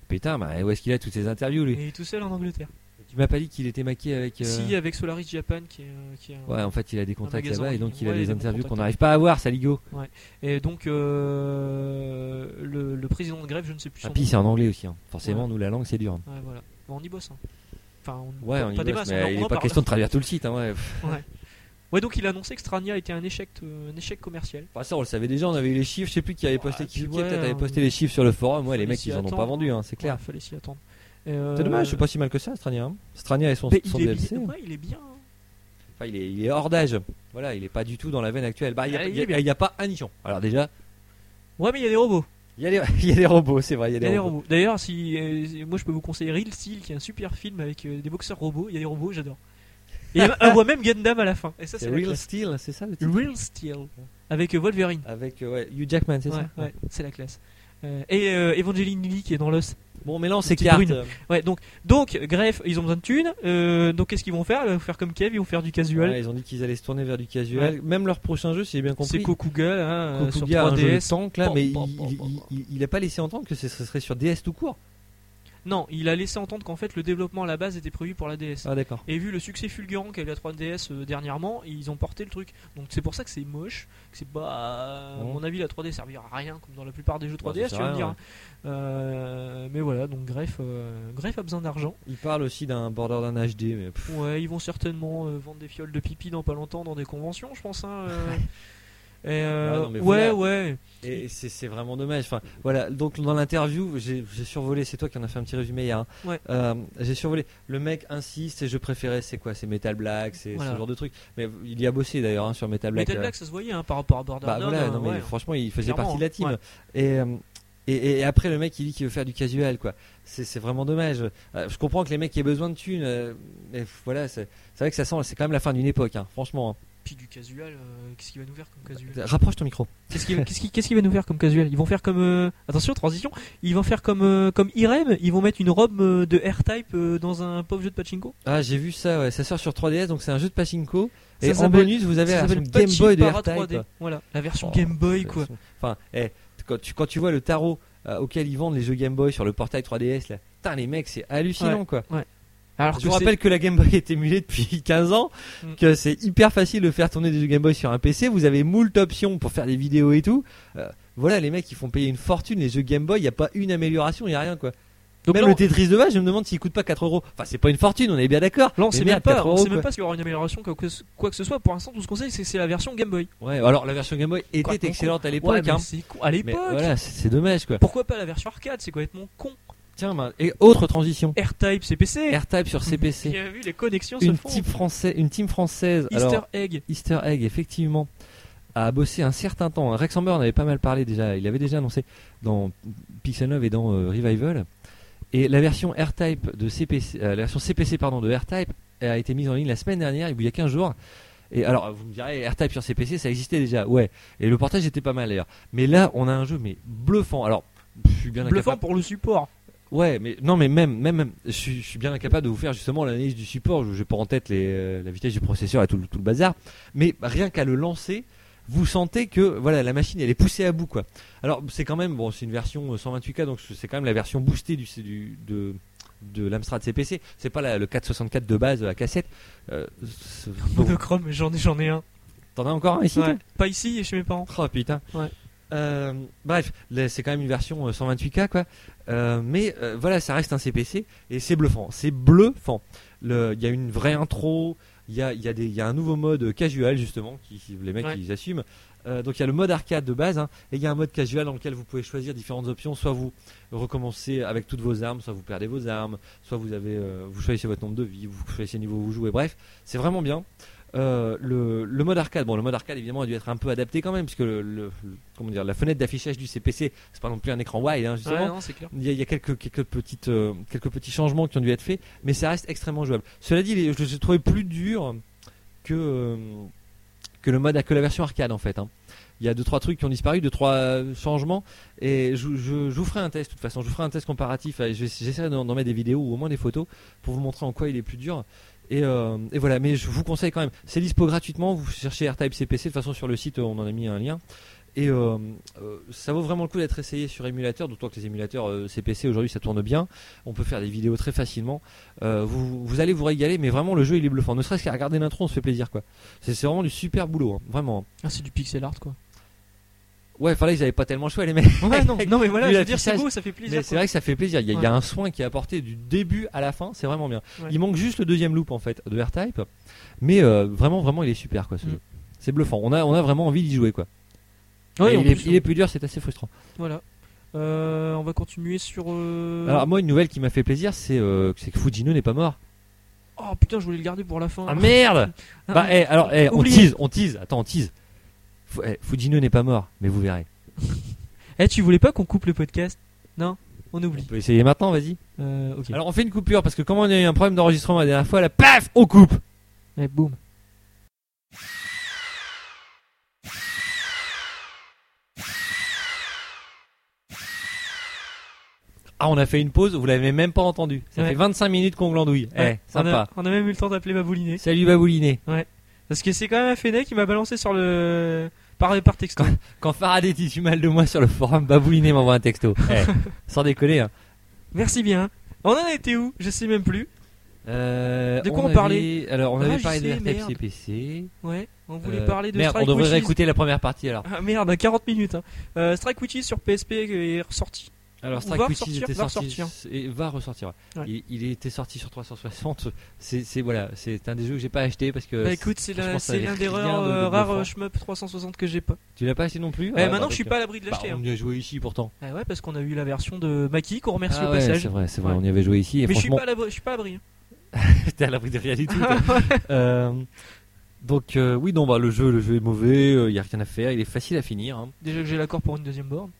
[SPEAKER 2] Putain, bah, où est-ce qu'il a toutes ces interviews, lui
[SPEAKER 1] Et il est tout seul en Angleterre.
[SPEAKER 2] Tu m'as pas dit qu'il était maqué avec. euh,
[SPEAKER 1] Si, avec Solaris Japan qui est, euh, qui est un-
[SPEAKER 2] Ouais, en fait, il a des contacts
[SPEAKER 1] magasin
[SPEAKER 2] là-bas et
[SPEAKER 1] en ligne.
[SPEAKER 2] donc il a
[SPEAKER 1] Ouais, il
[SPEAKER 2] des
[SPEAKER 1] a des bons
[SPEAKER 2] interviews qu'on
[SPEAKER 1] contacts.
[SPEAKER 2] n'arrive pas à voir, Saligo.
[SPEAKER 1] Et donc, euh, le, le président de grève, je ne sais plus son
[SPEAKER 2] Ah, puis
[SPEAKER 1] nom.
[SPEAKER 2] c'est en anglais aussi. hein. Forcément,
[SPEAKER 1] Ouais.
[SPEAKER 2] nous, la langue, c'est dur.
[SPEAKER 1] Ouais, voilà. Bon, on y bosse. hein. Enfin, on,
[SPEAKER 2] Ouais,
[SPEAKER 1] pas,
[SPEAKER 2] on y
[SPEAKER 1] pas des
[SPEAKER 2] bosse,
[SPEAKER 1] masses, hein,
[SPEAKER 2] mais
[SPEAKER 1] on en-
[SPEAKER 2] il
[SPEAKER 1] on en
[SPEAKER 2] n'est pas
[SPEAKER 1] parle.
[SPEAKER 2] question de traduire tout le site. Hein, ouais. Pff.
[SPEAKER 1] Ouais, donc il a annoncé que Strania était un échec, euh, un échec commercial.
[SPEAKER 2] Enfin, ça, on le savait déjà, on avait eu les chiffres. Je sais plus qui avait posté,
[SPEAKER 1] Ouais,
[SPEAKER 2] qui,
[SPEAKER 1] puis
[SPEAKER 2] qui peut-être
[SPEAKER 1] ouais,
[SPEAKER 2] avait
[SPEAKER 1] on-
[SPEAKER 2] posté les chiffres sur le forum. Ouais, les
[SPEAKER 1] fallait
[SPEAKER 2] mecs,
[SPEAKER 1] s'y
[SPEAKER 2] ils en ont
[SPEAKER 1] attendre.
[SPEAKER 2] pas vendu, hein, c'est clair.
[SPEAKER 1] Ouais, Ah, fallait s'y attendre. Euh,
[SPEAKER 2] C'est dommage, c'est pas si mal que ça, Strania. hein. Strania et son,
[SPEAKER 1] mais
[SPEAKER 2] son
[SPEAKER 1] il, est
[SPEAKER 2] DLC.
[SPEAKER 1] bien, ouais, il est bien. hein.
[SPEAKER 2] Enfin, il est, il est hors d'âge. Voilà, il est pas du tout dans la veine actuelle. Bah, il n'y a,
[SPEAKER 1] Ah, il
[SPEAKER 2] il y a-
[SPEAKER 1] est bien.
[SPEAKER 2] il y a pas un nichon. Alors, déjà,
[SPEAKER 1] Ouais, mais il y a des robots.
[SPEAKER 2] il y, a les- il y a les robots, c'est vrai, il y a
[SPEAKER 1] Il y
[SPEAKER 2] des
[SPEAKER 1] a des
[SPEAKER 2] robots.
[SPEAKER 1] robots. D'ailleurs, si euh, moi je peux vous conseiller Real Steel, qui est un super film avec euh, des boxeurs robots. Il y a des robots, j'adore. Et on voit même Gundam à la fin. Et ça, c'est
[SPEAKER 2] C'est
[SPEAKER 1] la
[SPEAKER 2] Real
[SPEAKER 1] classe.
[SPEAKER 2] Steel, c'est ça le titre
[SPEAKER 1] Real Steel avec euh, Wolverine.
[SPEAKER 2] Avec euh, ouais, Hugh Jackman, c'est
[SPEAKER 1] ouais,
[SPEAKER 2] ça
[SPEAKER 1] ouais, c'est la classe. Euh, et euh, Evangeline Lilly qui est dans l'os.
[SPEAKER 2] Bon, mais là, on s'écarte.
[SPEAKER 1] brune. Ouais, donc, donc greffe, ils ont besoin de thunes. Euh, donc, qu'est-ce qu'ils vont faire Ils vont faire comme Kev, ils vont faire du casual.
[SPEAKER 2] Ouais, ils ont dit qu'ils allaient se tourner vers du casual. Même leur prochain jeu, si j'ai bien
[SPEAKER 1] c'est
[SPEAKER 2] compris.
[SPEAKER 1] Kokuga hein, euh,
[SPEAKER 2] Kokuga,
[SPEAKER 1] sur
[SPEAKER 2] un jeu
[SPEAKER 1] 3DS.
[SPEAKER 2] tank là,
[SPEAKER 1] Pam,
[SPEAKER 2] mais
[SPEAKER 1] pam,
[SPEAKER 2] il-
[SPEAKER 1] pam,
[SPEAKER 2] il-
[SPEAKER 1] pam,
[SPEAKER 2] il- il n'a pas laissé entendre que ce serait sur DS tout court.
[SPEAKER 1] Non, il a laissé entendre qu'en fait le développement à la base était prévu pour la DS.
[SPEAKER 2] Ah d'accord.
[SPEAKER 1] Et vu le succès fulgurant qu'a eu la 3DS euh, dernièrement, ils ont porté le truc. Donc c'est pour ça que c'est moche, que c'est pas. À
[SPEAKER 2] Ouais.
[SPEAKER 1] mon avis, la 3D servira à rien, comme dans la plupart des jeux 3DS,
[SPEAKER 2] Bah, ça
[SPEAKER 1] tu
[SPEAKER 2] sert à
[SPEAKER 1] vas me dire.
[SPEAKER 2] rien,
[SPEAKER 1] hein. Euh, mais voilà, donc Greff, euh, Greff a besoin d'argent.
[SPEAKER 2] Il parle aussi d'un border d'un HD, mais pff,
[SPEAKER 1] Ouais, ils vont certainement euh, vendre des fioles de pipi dans pas longtemps dans des conventions, je pense. Hein, euh. Et, euh,
[SPEAKER 2] Ah non, mais
[SPEAKER 1] ouais,
[SPEAKER 2] voilà.
[SPEAKER 1] ouais.
[SPEAKER 2] et et c'est c'est vraiment dommage. Enfin, voilà. Donc dans l'interview, j'ai j'ai survolé. C'est toi qui en as fait un petit résumé hier. hein.
[SPEAKER 1] Ouais.
[SPEAKER 2] Euh, j'ai survolé. Le mec insiste. Et je préférais. C'est quoi C'est Metal Black. C'est ce
[SPEAKER 1] Voilà.
[SPEAKER 2] genre de truc. Mais il y a bossé d'ailleurs hein, sur Metal
[SPEAKER 1] Mais
[SPEAKER 2] Black.
[SPEAKER 1] Metal
[SPEAKER 2] euh,
[SPEAKER 1] Black, ça se voyait hein, par rapport à Borderlands.
[SPEAKER 2] Bah voilà,
[SPEAKER 1] hein,
[SPEAKER 2] non, mais
[SPEAKER 1] ouais.
[SPEAKER 2] franchement, il faisait
[SPEAKER 1] Clairement,
[SPEAKER 2] partie de la team.
[SPEAKER 1] ouais.
[SPEAKER 2] Et, euh, et, et après, le mec, il dit qu'il veut faire du casual, quoi. C'est c'est vraiment dommage. Euh, je comprends que les mecs aient besoin de thunes, euh, mais f- voilà, c'est c'est vrai que ça sent, c'est quand même la fin d'une époque, hein, franchement. hein.
[SPEAKER 1] Puis du casual, euh, qu'est-ce qu'il va nous faire comme casual
[SPEAKER 2] Rapproche ton micro.
[SPEAKER 1] Qu'est-ce qu'il qu'est-ce qu'il- qu'est-ce qu'il va nous faire comme casual Ils vont faire comme. euh, attention, transition. Ils vont faire comme, euh, comme Irem. Ils vont mettre une robe euh, de R-Type euh, dans un pauvre jeu de pachinko.
[SPEAKER 2] Ah, j'ai vu ça, ouais, ça sort sur 3DS, donc c'est un jeu de pachinko. Et
[SPEAKER 1] Ça
[SPEAKER 2] en
[SPEAKER 1] s'appelle-
[SPEAKER 2] bonus, vous avez
[SPEAKER 1] ça
[SPEAKER 2] la version
[SPEAKER 1] s'appelle
[SPEAKER 2] Game
[SPEAKER 1] Pachin
[SPEAKER 2] Boy de
[SPEAKER 1] Para
[SPEAKER 2] R-Type.
[SPEAKER 1] 3D. Voilà, la version
[SPEAKER 2] Oh,
[SPEAKER 1] Game Boy, quoi.
[SPEAKER 2] Enfin, eh, quand, tu, quand tu vois le tarot euh, auquel ils vendent les jeux Game Boy sur le portail 3DS, là, putain, les mecs, c'est hallucinant, quoi.
[SPEAKER 1] Alors
[SPEAKER 2] je
[SPEAKER 1] que
[SPEAKER 2] vous
[SPEAKER 1] c'est-
[SPEAKER 2] rappelle que la Game Boy est émulée depuis 15 ans,
[SPEAKER 1] Mm.
[SPEAKER 2] que c'est hyper facile de faire tourner des jeux Game Boy sur un PC. Vous avez moult options pour faire des vidéos et tout. Euh, voilà, les mecs, ils font payer une fortune les jeux Game Boy. Il n'y a pas une amélioration, il n'y a rien quoi.
[SPEAKER 1] donc
[SPEAKER 2] même
[SPEAKER 1] là,
[SPEAKER 2] le
[SPEAKER 1] on-
[SPEAKER 2] Tetris de base, je me demande s'il coûte pas 4 euros. Enfin, c'est pas une fortune, on est bien d'accord.
[SPEAKER 1] là, on
[SPEAKER 2] Mais
[SPEAKER 1] sait même
[SPEAKER 2] merde,
[SPEAKER 1] pas,
[SPEAKER 2] 4
[SPEAKER 1] on
[SPEAKER 2] euros,
[SPEAKER 1] sait même
[SPEAKER 2] quoi.
[SPEAKER 1] pas s'il y aura une amélioration, quoi que, ce- quoi que ce soit. Pour l'instant, tout ce qu'on sait, c'est que c'est la version Game Boy.
[SPEAKER 2] Ouais, alors la version Game Boy était
[SPEAKER 1] Quoi, con,
[SPEAKER 2] excellente à l'époque.
[SPEAKER 1] Ouais, mais
[SPEAKER 2] hein.
[SPEAKER 1] c'est con- à
[SPEAKER 2] Mais
[SPEAKER 1] l'époque.
[SPEAKER 2] voilà, c'est c'est dommage quoi.
[SPEAKER 1] Pourquoi pas la version arcade C'est complètement con.
[SPEAKER 2] Tiens, ben, et autre transition.
[SPEAKER 1] R-Type, CPC.
[SPEAKER 2] R-Type sur CPC.
[SPEAKER 1] Bien vu, les connexions se
[SPEAKER 2] Une,
[SPEAKER 1] font.
[SPEAKER 2] type français, une team française.
[SPEAKER 1] Easter
[SPEAKER 2] alors,
[SPEAKER 1] Egg.
[SPEAKER 2] Easter Egg, effectivement, a bossé un certain temps. Rex Amber en avait pas mal parlé déjà. Il avait déjà annoncé dans Pixel 9 et dans euh, Revival. Et la version R-Type de CPC, euh, la version CPC pardon de R-Type a été mise en ligne la semaine dernière, il y a 15 jours. Et alors, vous me direz, R-Type sur CPC, ça existait déjà, ouais. Et le portage était pas mal d'ailleurs. Mais là, on a un jeu mais bluffant. Alors, je suis bien
[SPEAKER 1] Bluffant
[SPEAKER 2] incapable.
[SPEAKER 1] pour le support.
[SPEAKER 2] Ouais, mais non, mais même, même, même, je suis, je suis bien incapable de vous faire justement l'analyse du support. Je n'ai pas en tête les, euh, la vitesse du processeur et tout, le- tout le bazar. Mais rien qu'à le lancer, vous sentez que voilà la machine elle est poussée à bout quoi. Alors c'est quand même bon c'est une version euh, 128K donc c'est quand même la version boostée du, du de de l'Amstrad CPC. C'est pas la- le 464 de base de la cassette. Euh, c'est- bon.
[SPEAKER 1] Monochrome, j'en ai, j'en ai un.
[SPEAKER 2] T'en as encore un ici toi
[SPEAKER 1] Ouais. Pas ici, chez mes parents.
[SPEAKER 2] Oh putain.
[SPEAKER 1] Ouais.
[SPEAKER 2] Euh, bref, là, c'est quand même une version euh, 128K quoi. Euh, mais euh, voilà, ça reste un CPC et c'est bluffant. C'est bluffant. Le- Il y a une vraie intro. Il y a, il y, a des- il y a un nouveau mode casual justement qui qui- les mecs
[SPEAKER 1] Ouais.
[SPEAKER 2] ils assument. Euh, donc il y a le mode arcade de base hein, et il y a un mode casual dans lequel vous pouvez choisir différentes options. Soit vous recommencez avec toutes vos armes, soit vous perdez vos armes, soit vous avez euh, vous choisissez votre nombre de vie, vous choisissez le niveau où vous jouez. Bref, c'est vraiment bien. Euh, le, le mode arcade, bon, le mode arcade évidemment a dû être un peu adapté quand même, puisque le, le- le- comment dire, la fenêtre d'affichage du CPC, c'est pas non plus un écran wide, hein, justement.
[SPEAKER 1] Ouais, non, c'est clair.
[SPEAKER 2] Il y a, il y a quelques, quelques, petites, euh, quelques petits changements qui ont dû être faits, mais ça reste extrêmement jouable. Cela dit, les- je les ai trouvés plus durs que, euh, que, le mode, que la version arcade en fait. hein. Il y a 2-3 trucs qui ont disparu, 2-3 changements, et je, je- je vous ferai un test de toute façon, je vous ferai un test comparatif, euh, je- j'essaierai d'en d'en mettre des vidéos ou au moins des photos pour vous montrer en quoi il est plus dur. Et, euh, et voilà, mais je vous conseille quand même, c'est dispo gratuitement, vous cherchez AirType CPC, de toute façon sur le site euh, on en a mis un lien. Et euh, euh, ça vaut vraiment le coup d'être essayé sur émulateur, d'autant que les émulateurs euh, CPC aujourd'hui ça tourne bien. On peut faire des vidéos très facilement. Euh, vous, vous allez vous régaler, mais vraiment le jeu il est bluffant. Ne serait-ce qu'à regarder l'intro, on se fait plaisir quoi. C'est c'est vraiment du super boulot, hein, vraiment.
[SPEAKER 1] Ah, c'est du pixel art quoi.
[SPEAKER 2] Ouais, enfin là ils avaient pas tellement le choix les mecs.
[SPEAKER 1] Ouais, non, non, mais voilà,
[SPEAKER 2] Lui,
[SPEAKER 1] je veux dire,
[SPEAKER 2] l'affichage.
[SPEAKER 1] c'est beau, ça fait plaisir.
[SPEAKER 2] Mais c'est vrai que ça fait plaisir. Il y, a- il y a un soin qui est apporté du début à la fin, c'est vraiment bien.
[SPEAKER 1] Ouais.
[SPEAKER 2] Il manque juste le deuxième loop en fait de R-Type, mais euh, vraiment vraiment il est super quoi ce
[SPEAKER 1] Mm.
[SPEAKER 2] jeu. C'est bluffant. On a on a vraiment envie d'y jouer quoi.
[SPEAKER 1] quoi. Ouais,
[SPEAKER 2] Et
[SPEAKER 1] en
[SPEAKER 2] il, est,
[SPEAKER 1] plus,
[SPEAKER 2] il est plus dur, c'est assez frustrant.
[SPEAKER 1] Voilà. Euh, on va continuer sur. euh,
[SPEAKER 2] Alors moi une nouvelle qui m'a fait plaisir, c'est euh, c'est que Fujino n'est pas mort.
[SPEAKER 1] Oh putain, je voulais le garder pour la fin.
[SPEAKER 2] Ah merde
[SPEAKER 1] Oh. Ah,
[SPEAKER 2] Bah eh, alors eh, on
[SPEAKER 1] Oubliez.
[SPEAKER 2] tease, on tease, attends on tease. Fu- eh, Fujino n'est pas mort, mais vous verrez.
[SPEAKER 1] Eh, tu voulais pas qu'on coupe le podcast Non, on
[SPEAKER 2] On
[SPEAKER 1] oublie.
[SPEAKER 2] peut essayer maintenant, vas-y.
[SPEAKER 1] Euh, ok.
[SPEAKER 2] Alors on fait une coupure parce que comme on a eu un problème d'enregistrement la dernière fois, la paf, on coupe.
[SPEAKER 1] Eh, boum.
[SPEAKER 2] Ah on a fait une pause, vous l'avez même pas entendu. Ça
[SPEAKER 1] Ouais.
[SPEAKER 2] fait 25 minutes qu'on glandouille.
[SPEAKER 1] Ouais,
[SPEAKER 2] Eh,
[SPEAKER 1] on a-
[SPEAKER 2] sympa.
[SPEAKER 1] On a, même eu le temps d'appeler Babouliné.
[SPEAKER 2] Salut Babouliné.
[SPEAKER 1] Parce que c'est quand même un fainé qui m'a balancé sur le. Par, par texto.
[SPEAKER 2] Quand Faraday dit du mal de moi sur le forum, Babouliné m'envoie un texto. Eh, sans décoller. Hein.
[SPEAKER 1] Merci bien. On en a été où Je sais même plus.
[SPEAKER 2] Euh,
[SPEAKER 1] De quoi on
[SPEAKER 2] avait-
[SPEAKER 1] parlait
[SPEAKER 2] Alors on
[SPEAKER 1] Ah,
[SPEAKER 2] avait
[SPEAKER 1] je
[SPEAKER 2] parlé de
[SPEAKER 1] sais,
[SPEAKER 2] RTF
[SPEAKER 1] merde.
[SPEAKER 2] CPC.
[SPEAKER 1] Ouais, on voulait
[SPEAKER 2] Euh,
[SPEAKER 1] parler de
[SPEAKER 2] Merde, on
[SPEAKER 1] Strike
[SPEAKER 2] devrait
[SPEAKER 1] Witches.
[SPEAKER 2] réécouter la première partie alors.
[SPEAKER 1] Ah merde, à 40 minutes. hein. Euh, Strike Witches sur PSP est ressorti.
[SPEAKER 2] Alors
[SPEAKER 1] Ou
[SPEAKER 2] Strike
[SPEAKER 1] va
[SPEAKER 2] Witches
[SPEAKER 1] ressortir,
[SPEAKER 2] était
[SPEAKER 1] va
[SPEAKER 2] sorti et va ressortir. ouais.
[SPEAKER 1] Ouais.
[SPEAKER 2] Il, il était sorti sur 360. C'est c'est- voilà, c'est un des jeux que j'ai pas acheté parce que
[SPEAKER 1] bah écoute, c'est
[SPEAKER 2] Euh, franchement,
[SPEAKER 1] la-
[SPEAKER 2] ça
[SPEAKER 1] c'est
[SPEAKER 2] avait
[SPEAKER 1] l'un des
[SPEAKER 2] rien
[SPEAKER 1] rares,
[SPEAKER 2] de- de
[SPEAKER 1] euh, rares
[SPEAKER 2] bluffant.
[SPEAKER 1] euh, shmup 360 que j'ai pas.
[SPEAKER 2] tu l'as pas acheté non plus.
[SPEAKER 1] Ouais,
[SPEAKER 2] Ah,
[SPEAKER 1] maintenant
[SPEAKER 2] bah,
[SPEAKER 1] je suis
[SPEAKER 2] ok.
[SPEAKER 1] pas à l'abri de
[SPEAKER 2] Bah,
[SPEAKER 1] l'acheter.
[SPEAKER 2] on
[SPEAKER 1] hein.
[SPEAKER 2] y a joué ici pourtant.
[SPEAKER 1] Ah ouais, parce qu'on a eu la version de Maki qu'on remercie
[SPEAKER 2] Ah
[SPEAKER 1] au
[SPEAKER 2] ouais,
[SPEAKER 1] passage.
[SPEAKER 2] c'est vrai, c'est vrai,
[SPEAKER 1] Ouais.
[SPEAKER 2] on y avait joué ici et
[SPEAKER 1] Mais je suis
[SPEAKER 2] franchement,
[SPEAKER 1] pas à l'abri- je suis pas à l'abri. hein.
[SPEAKER 2] t'es à l'abri de rien du tout. toi. Euh, donc euh, oui, non, bah le jeu, le jeu est mauvais, il y a rien à faire, il est facile à finir. hein.
[SPEAKER 1] Déjà que j'ai l'accord pour une deuxième borne.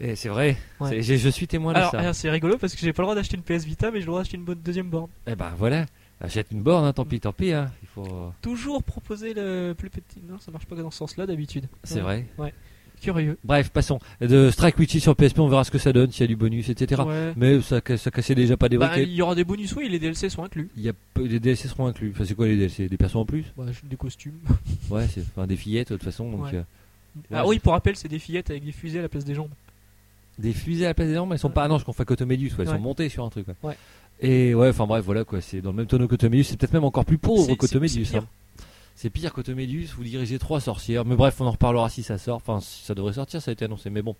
[SPEAKER 2] Et c'est vrai,
[SPEAKER 1] Ouais.
[SPEAKER 2] c'est- j'ai- je suis témoin de
[SPEAKER 1] Alors,
[SPEAKER 2] ça.
[SPEAKER 1] alors, c'est rigolo parce que j'ai pas le droit d'acheter une PS Vita, mais j'ai le droit d'acheter une bonne deuxième borne.
[SPEAKER 2] Eh ben voilà, achète une borne, hein, tant pis, tant pis. hein. Il faut,
[SPEAKER 1] Toujours proposer le plus petit. Non, ça marche pas dans ce sens-là d'habitude.
[SPEAKER 2] c'est
[SPEAKER 1] Ouais.
[SPEAKER 2] vrai.
[SPEAKER 1] Curieux.
[SPEAKER 2] Bref, passons. De Strike Witchy sur PSP, on verra ce que ça donne, s'il y a du bonus, etc.
[SPEAKER 1] Ouais.
[SPEAKER 2] Mais ça, ca- ça cassait déjà pas des
[SPEAKER 1] Bah,
[SPEAKER 2] briquets.
[SPEAKER 1] il y aura des bonus, oui, les DLC sont inclus.
[SPEAKER 2] Il y a peu- les DLC seront inclus. Enfin, c'est quoi les DLC Des personnes en plus
[SPEAKER 1] Bah, j'ai des costumes.
[SPEAKER 2] Ouais, c'est enfin, des fillettes de toute façon. Donc,
[SPEAKER 1] Ouais.
[SPEAKER 2] euh,
[SPEAKER 1] Ah oui, pour rappel, c'est des fillettes avec des fusées à la place des jambes.
[SPEAKER 2] des fusées à la place des armes, elles sont pas. Ah non, je confonds avec Automédus, ouais, elles
[SPEAKER 1] Ouais.
[SPEAKER 2] sont montées sur un truc. quoi.
[SPEAKER 1] Ouais.
[SPEAKER 2] Et ouais, enfin bref, voilà quoi. C'est dans le même tonneau qu'Automédus, c'est peut-être même encore plus pauvre
[SPEAKER 1] C'est-
[SPEAKER 2] qu'Automédus.
[SPEAKER 1] c'est- c'est
[SPEAKER 2] hein.
[SPEAKER 1] pire.
[SPEAKER 2] C'est pire qu'Automédus, vous dirigez trois sorcières. Mais bref, on en reparlera si ça sort. Enfin, si ça devrait sortir, ça a été annoncé. Mais bon,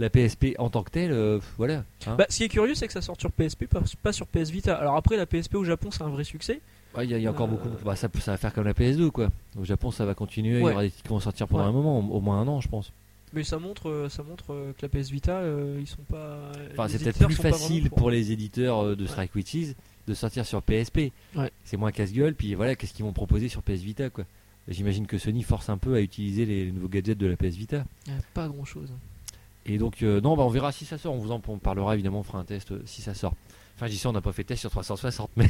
[SPEAKER 2] la PSP en tant que telle, euh, voilà. hein.
[SPEAKER 1] Bah, ce qui est curieux, c'est que ça sort sur PSP, pas- pas sur PS Vita. Alors après, la PSP au Japon, c'est un vrai succès.
[SPEAKER 2] Ouais, Il y, a- il y a encore
[SPEAKER 1] Euh,
[SPEAKER 2] beaucoup. Bah, ça, ça va faire comme la PS2, quoi. Au Japon, ça va continuer. Il y
[SPEAKER 1] Ouais.
[SPEAKER 2] aura des titres qui vont sortir pendant
[SPEAKER 1] Ouais.
[SPEAKER 2] un moment, au, au moins un an, je pense.
[SPEAKER 1] Mais ça montre, euh, ça montre euh, que la PS Vita, euh, ils sont pas.
[SPEAKER 2] Enfin,
[SPEAKER 1] les
[SPEAKER 2] c'est peut-être
[SPEAKER 1] éditeurs
[SPEAKER 2] plus
[SPEAKER 1] sont pas
[SPEAKER 2] facile
[SPEAKER 1] vraiment au
[SPEAKER 2] pour les éditeurs euh, de Strike Witches de sortir sur PSP.
[SPEAKER 1] Ouais.
[SPEAKER 2] C'est moins casse-gueule. Puis voilà, qu'est-ce qu'ils vont proposer sur PS Vita, quoi. J'imagine que Sony force un peu à utiliser les, les nouveaux gadgets de la PS Vita.
[SPEAKER 1] courant. Ouais, Pas grand chose.
[SPEAKER 2] Et donc, euh, non, bah, on verra si ça sort. On vous en on parlera évidemment. On fera un test euh, si ça sort. Enfin, j'y sais, on n'a pas fait de test sur 360, mais,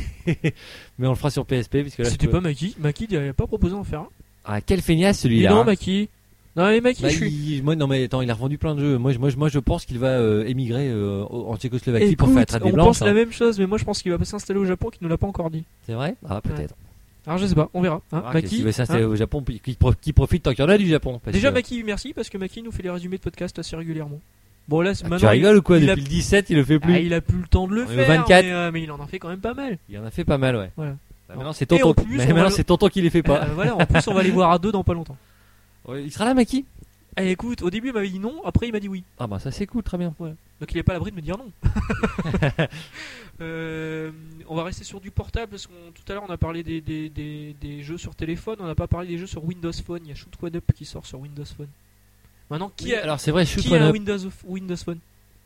[SPEAKER 2] mais on le fera sur PSP. Puisque là, je
[SPEAKER 1] C'était
[SPEAKER 2] peux-
[SPEAKER 1] pas Maki. Maki, il avait pas proposé d'en faire un.
[SPEAKER 2] Ah, quel feignasse
[SPEAKER 1] Dis
[SPEAKER 2] celui-là.
[SPEAKER 1] non,
[SPEAKER 2] hein.
[SPEAKER 1] Maki. Non, mais Maki,
[SPEAKER 2] Bah,
[SPEAKER 1] je suis.
[SPEAKER 2] il- moi, non, mais attends, il a revendu plein de jeux. Moi, je, moi, je, moi, je pense qu'il va euh, émigrer euh, au- en Tchécoslovaquie pour
[SPEAKER 1] Écoute,
[SPEAKER 2] faire traite des hein.
[SPEAKER 1] on
[SPEAKER 2] blancs.
[SPEAKER 1] pense la même chose, mais moi je pense qu'il va pas s'installer au Japon, qu'il nous l'a pas encore dit.
[SPEAKER 2] C'est vrai Ah, peut-être.
[SPEAKER 1] Alors je sais pas, on verra. Hein,
[SPEAKER 2] Ah, qu'est-ce
[SPEAKER 1] Maki,
[SPEAKER 2] qui veut ça, c'est
[SPEAKER 1] hein.
[SPEAKER 2] au Japon, puis qui, pro- qui profite tant qu'il y en a du Japon. parce
[SPEAKER 1] Déjà
[SPEAKER 2] que-
[SPEAKER 1] Maki, merci parce que Maki nous fait les résumés de podcasts assez régulièrement. Bon là, c'est-
[SPEAKER 2] Ah, tu
[SPEAKER 1] maintenant, il-
[SPEAKER 2] rigoles ou quoi
[SPEAKER 1] il
[SPEAKER 2] Depuis
[SPEAKER 1] a-
[SPEAKER 2] le 17, il le fait plus.
[SPEAKER 1] Ah, il a plus le temps de le
[SPEAKER 2] On est au
[SPEAKER 1] faire,
[SPEAKER 2] 24.
[SPEAKER 1] Mais, euh, mais il en a fait quand même pas mal.
[SPEAKER 2] Il en a fait pas mal, ouais.
[SPEAKER 1] Voilà.
[SPEAKER 2] Bah, maintenant, c'est
[SPEAKER 1] Et en
[SPEAKER 2] tonton.
[SPEAKER 1] plus,
[SPEAKER 2] mais
[SPEAKER 1] on va
[SPEAKER 2] maintenant,
[SPEAKER 1] le-
[SPEAKER 2] c'est tonton qui les fait pas.
[SPEAKER 1] Euh, voilà, en plus on va les voir à deux dans pas longtemps.
[SPEAKER 2] Ouais, Il sera là, Maki
[SPEAKER 1] Eh, écoute, au début il m'avait dit non, après il m'a dit oui.
[SPEAKER 2] Ah bah ça c'est cool, très bien.
[SPEAKER 1] Donc il est pas à l'abri de me dire non. Euh, on va rester sur du portable parce qu'on tout à l'heure on a parlé des, des, des- des jeux sur téléphone, on n'a pas parlé des jeux sur Windows Phone. Il y a Shoot One Up qui sort sur Windows Phone. Maintenant, qui
[SPEAKER 2] Oui,
[SPEAKER 1] a,
[SPEAKER 2] Alors c'est vrai, je suis
[SPEAKER 1] qui a
[SPEAKER 2] fan
[SPEAKER 1] un
[SPEAKER 2] up.
[SPEAKER 1] Windows, Windows Phone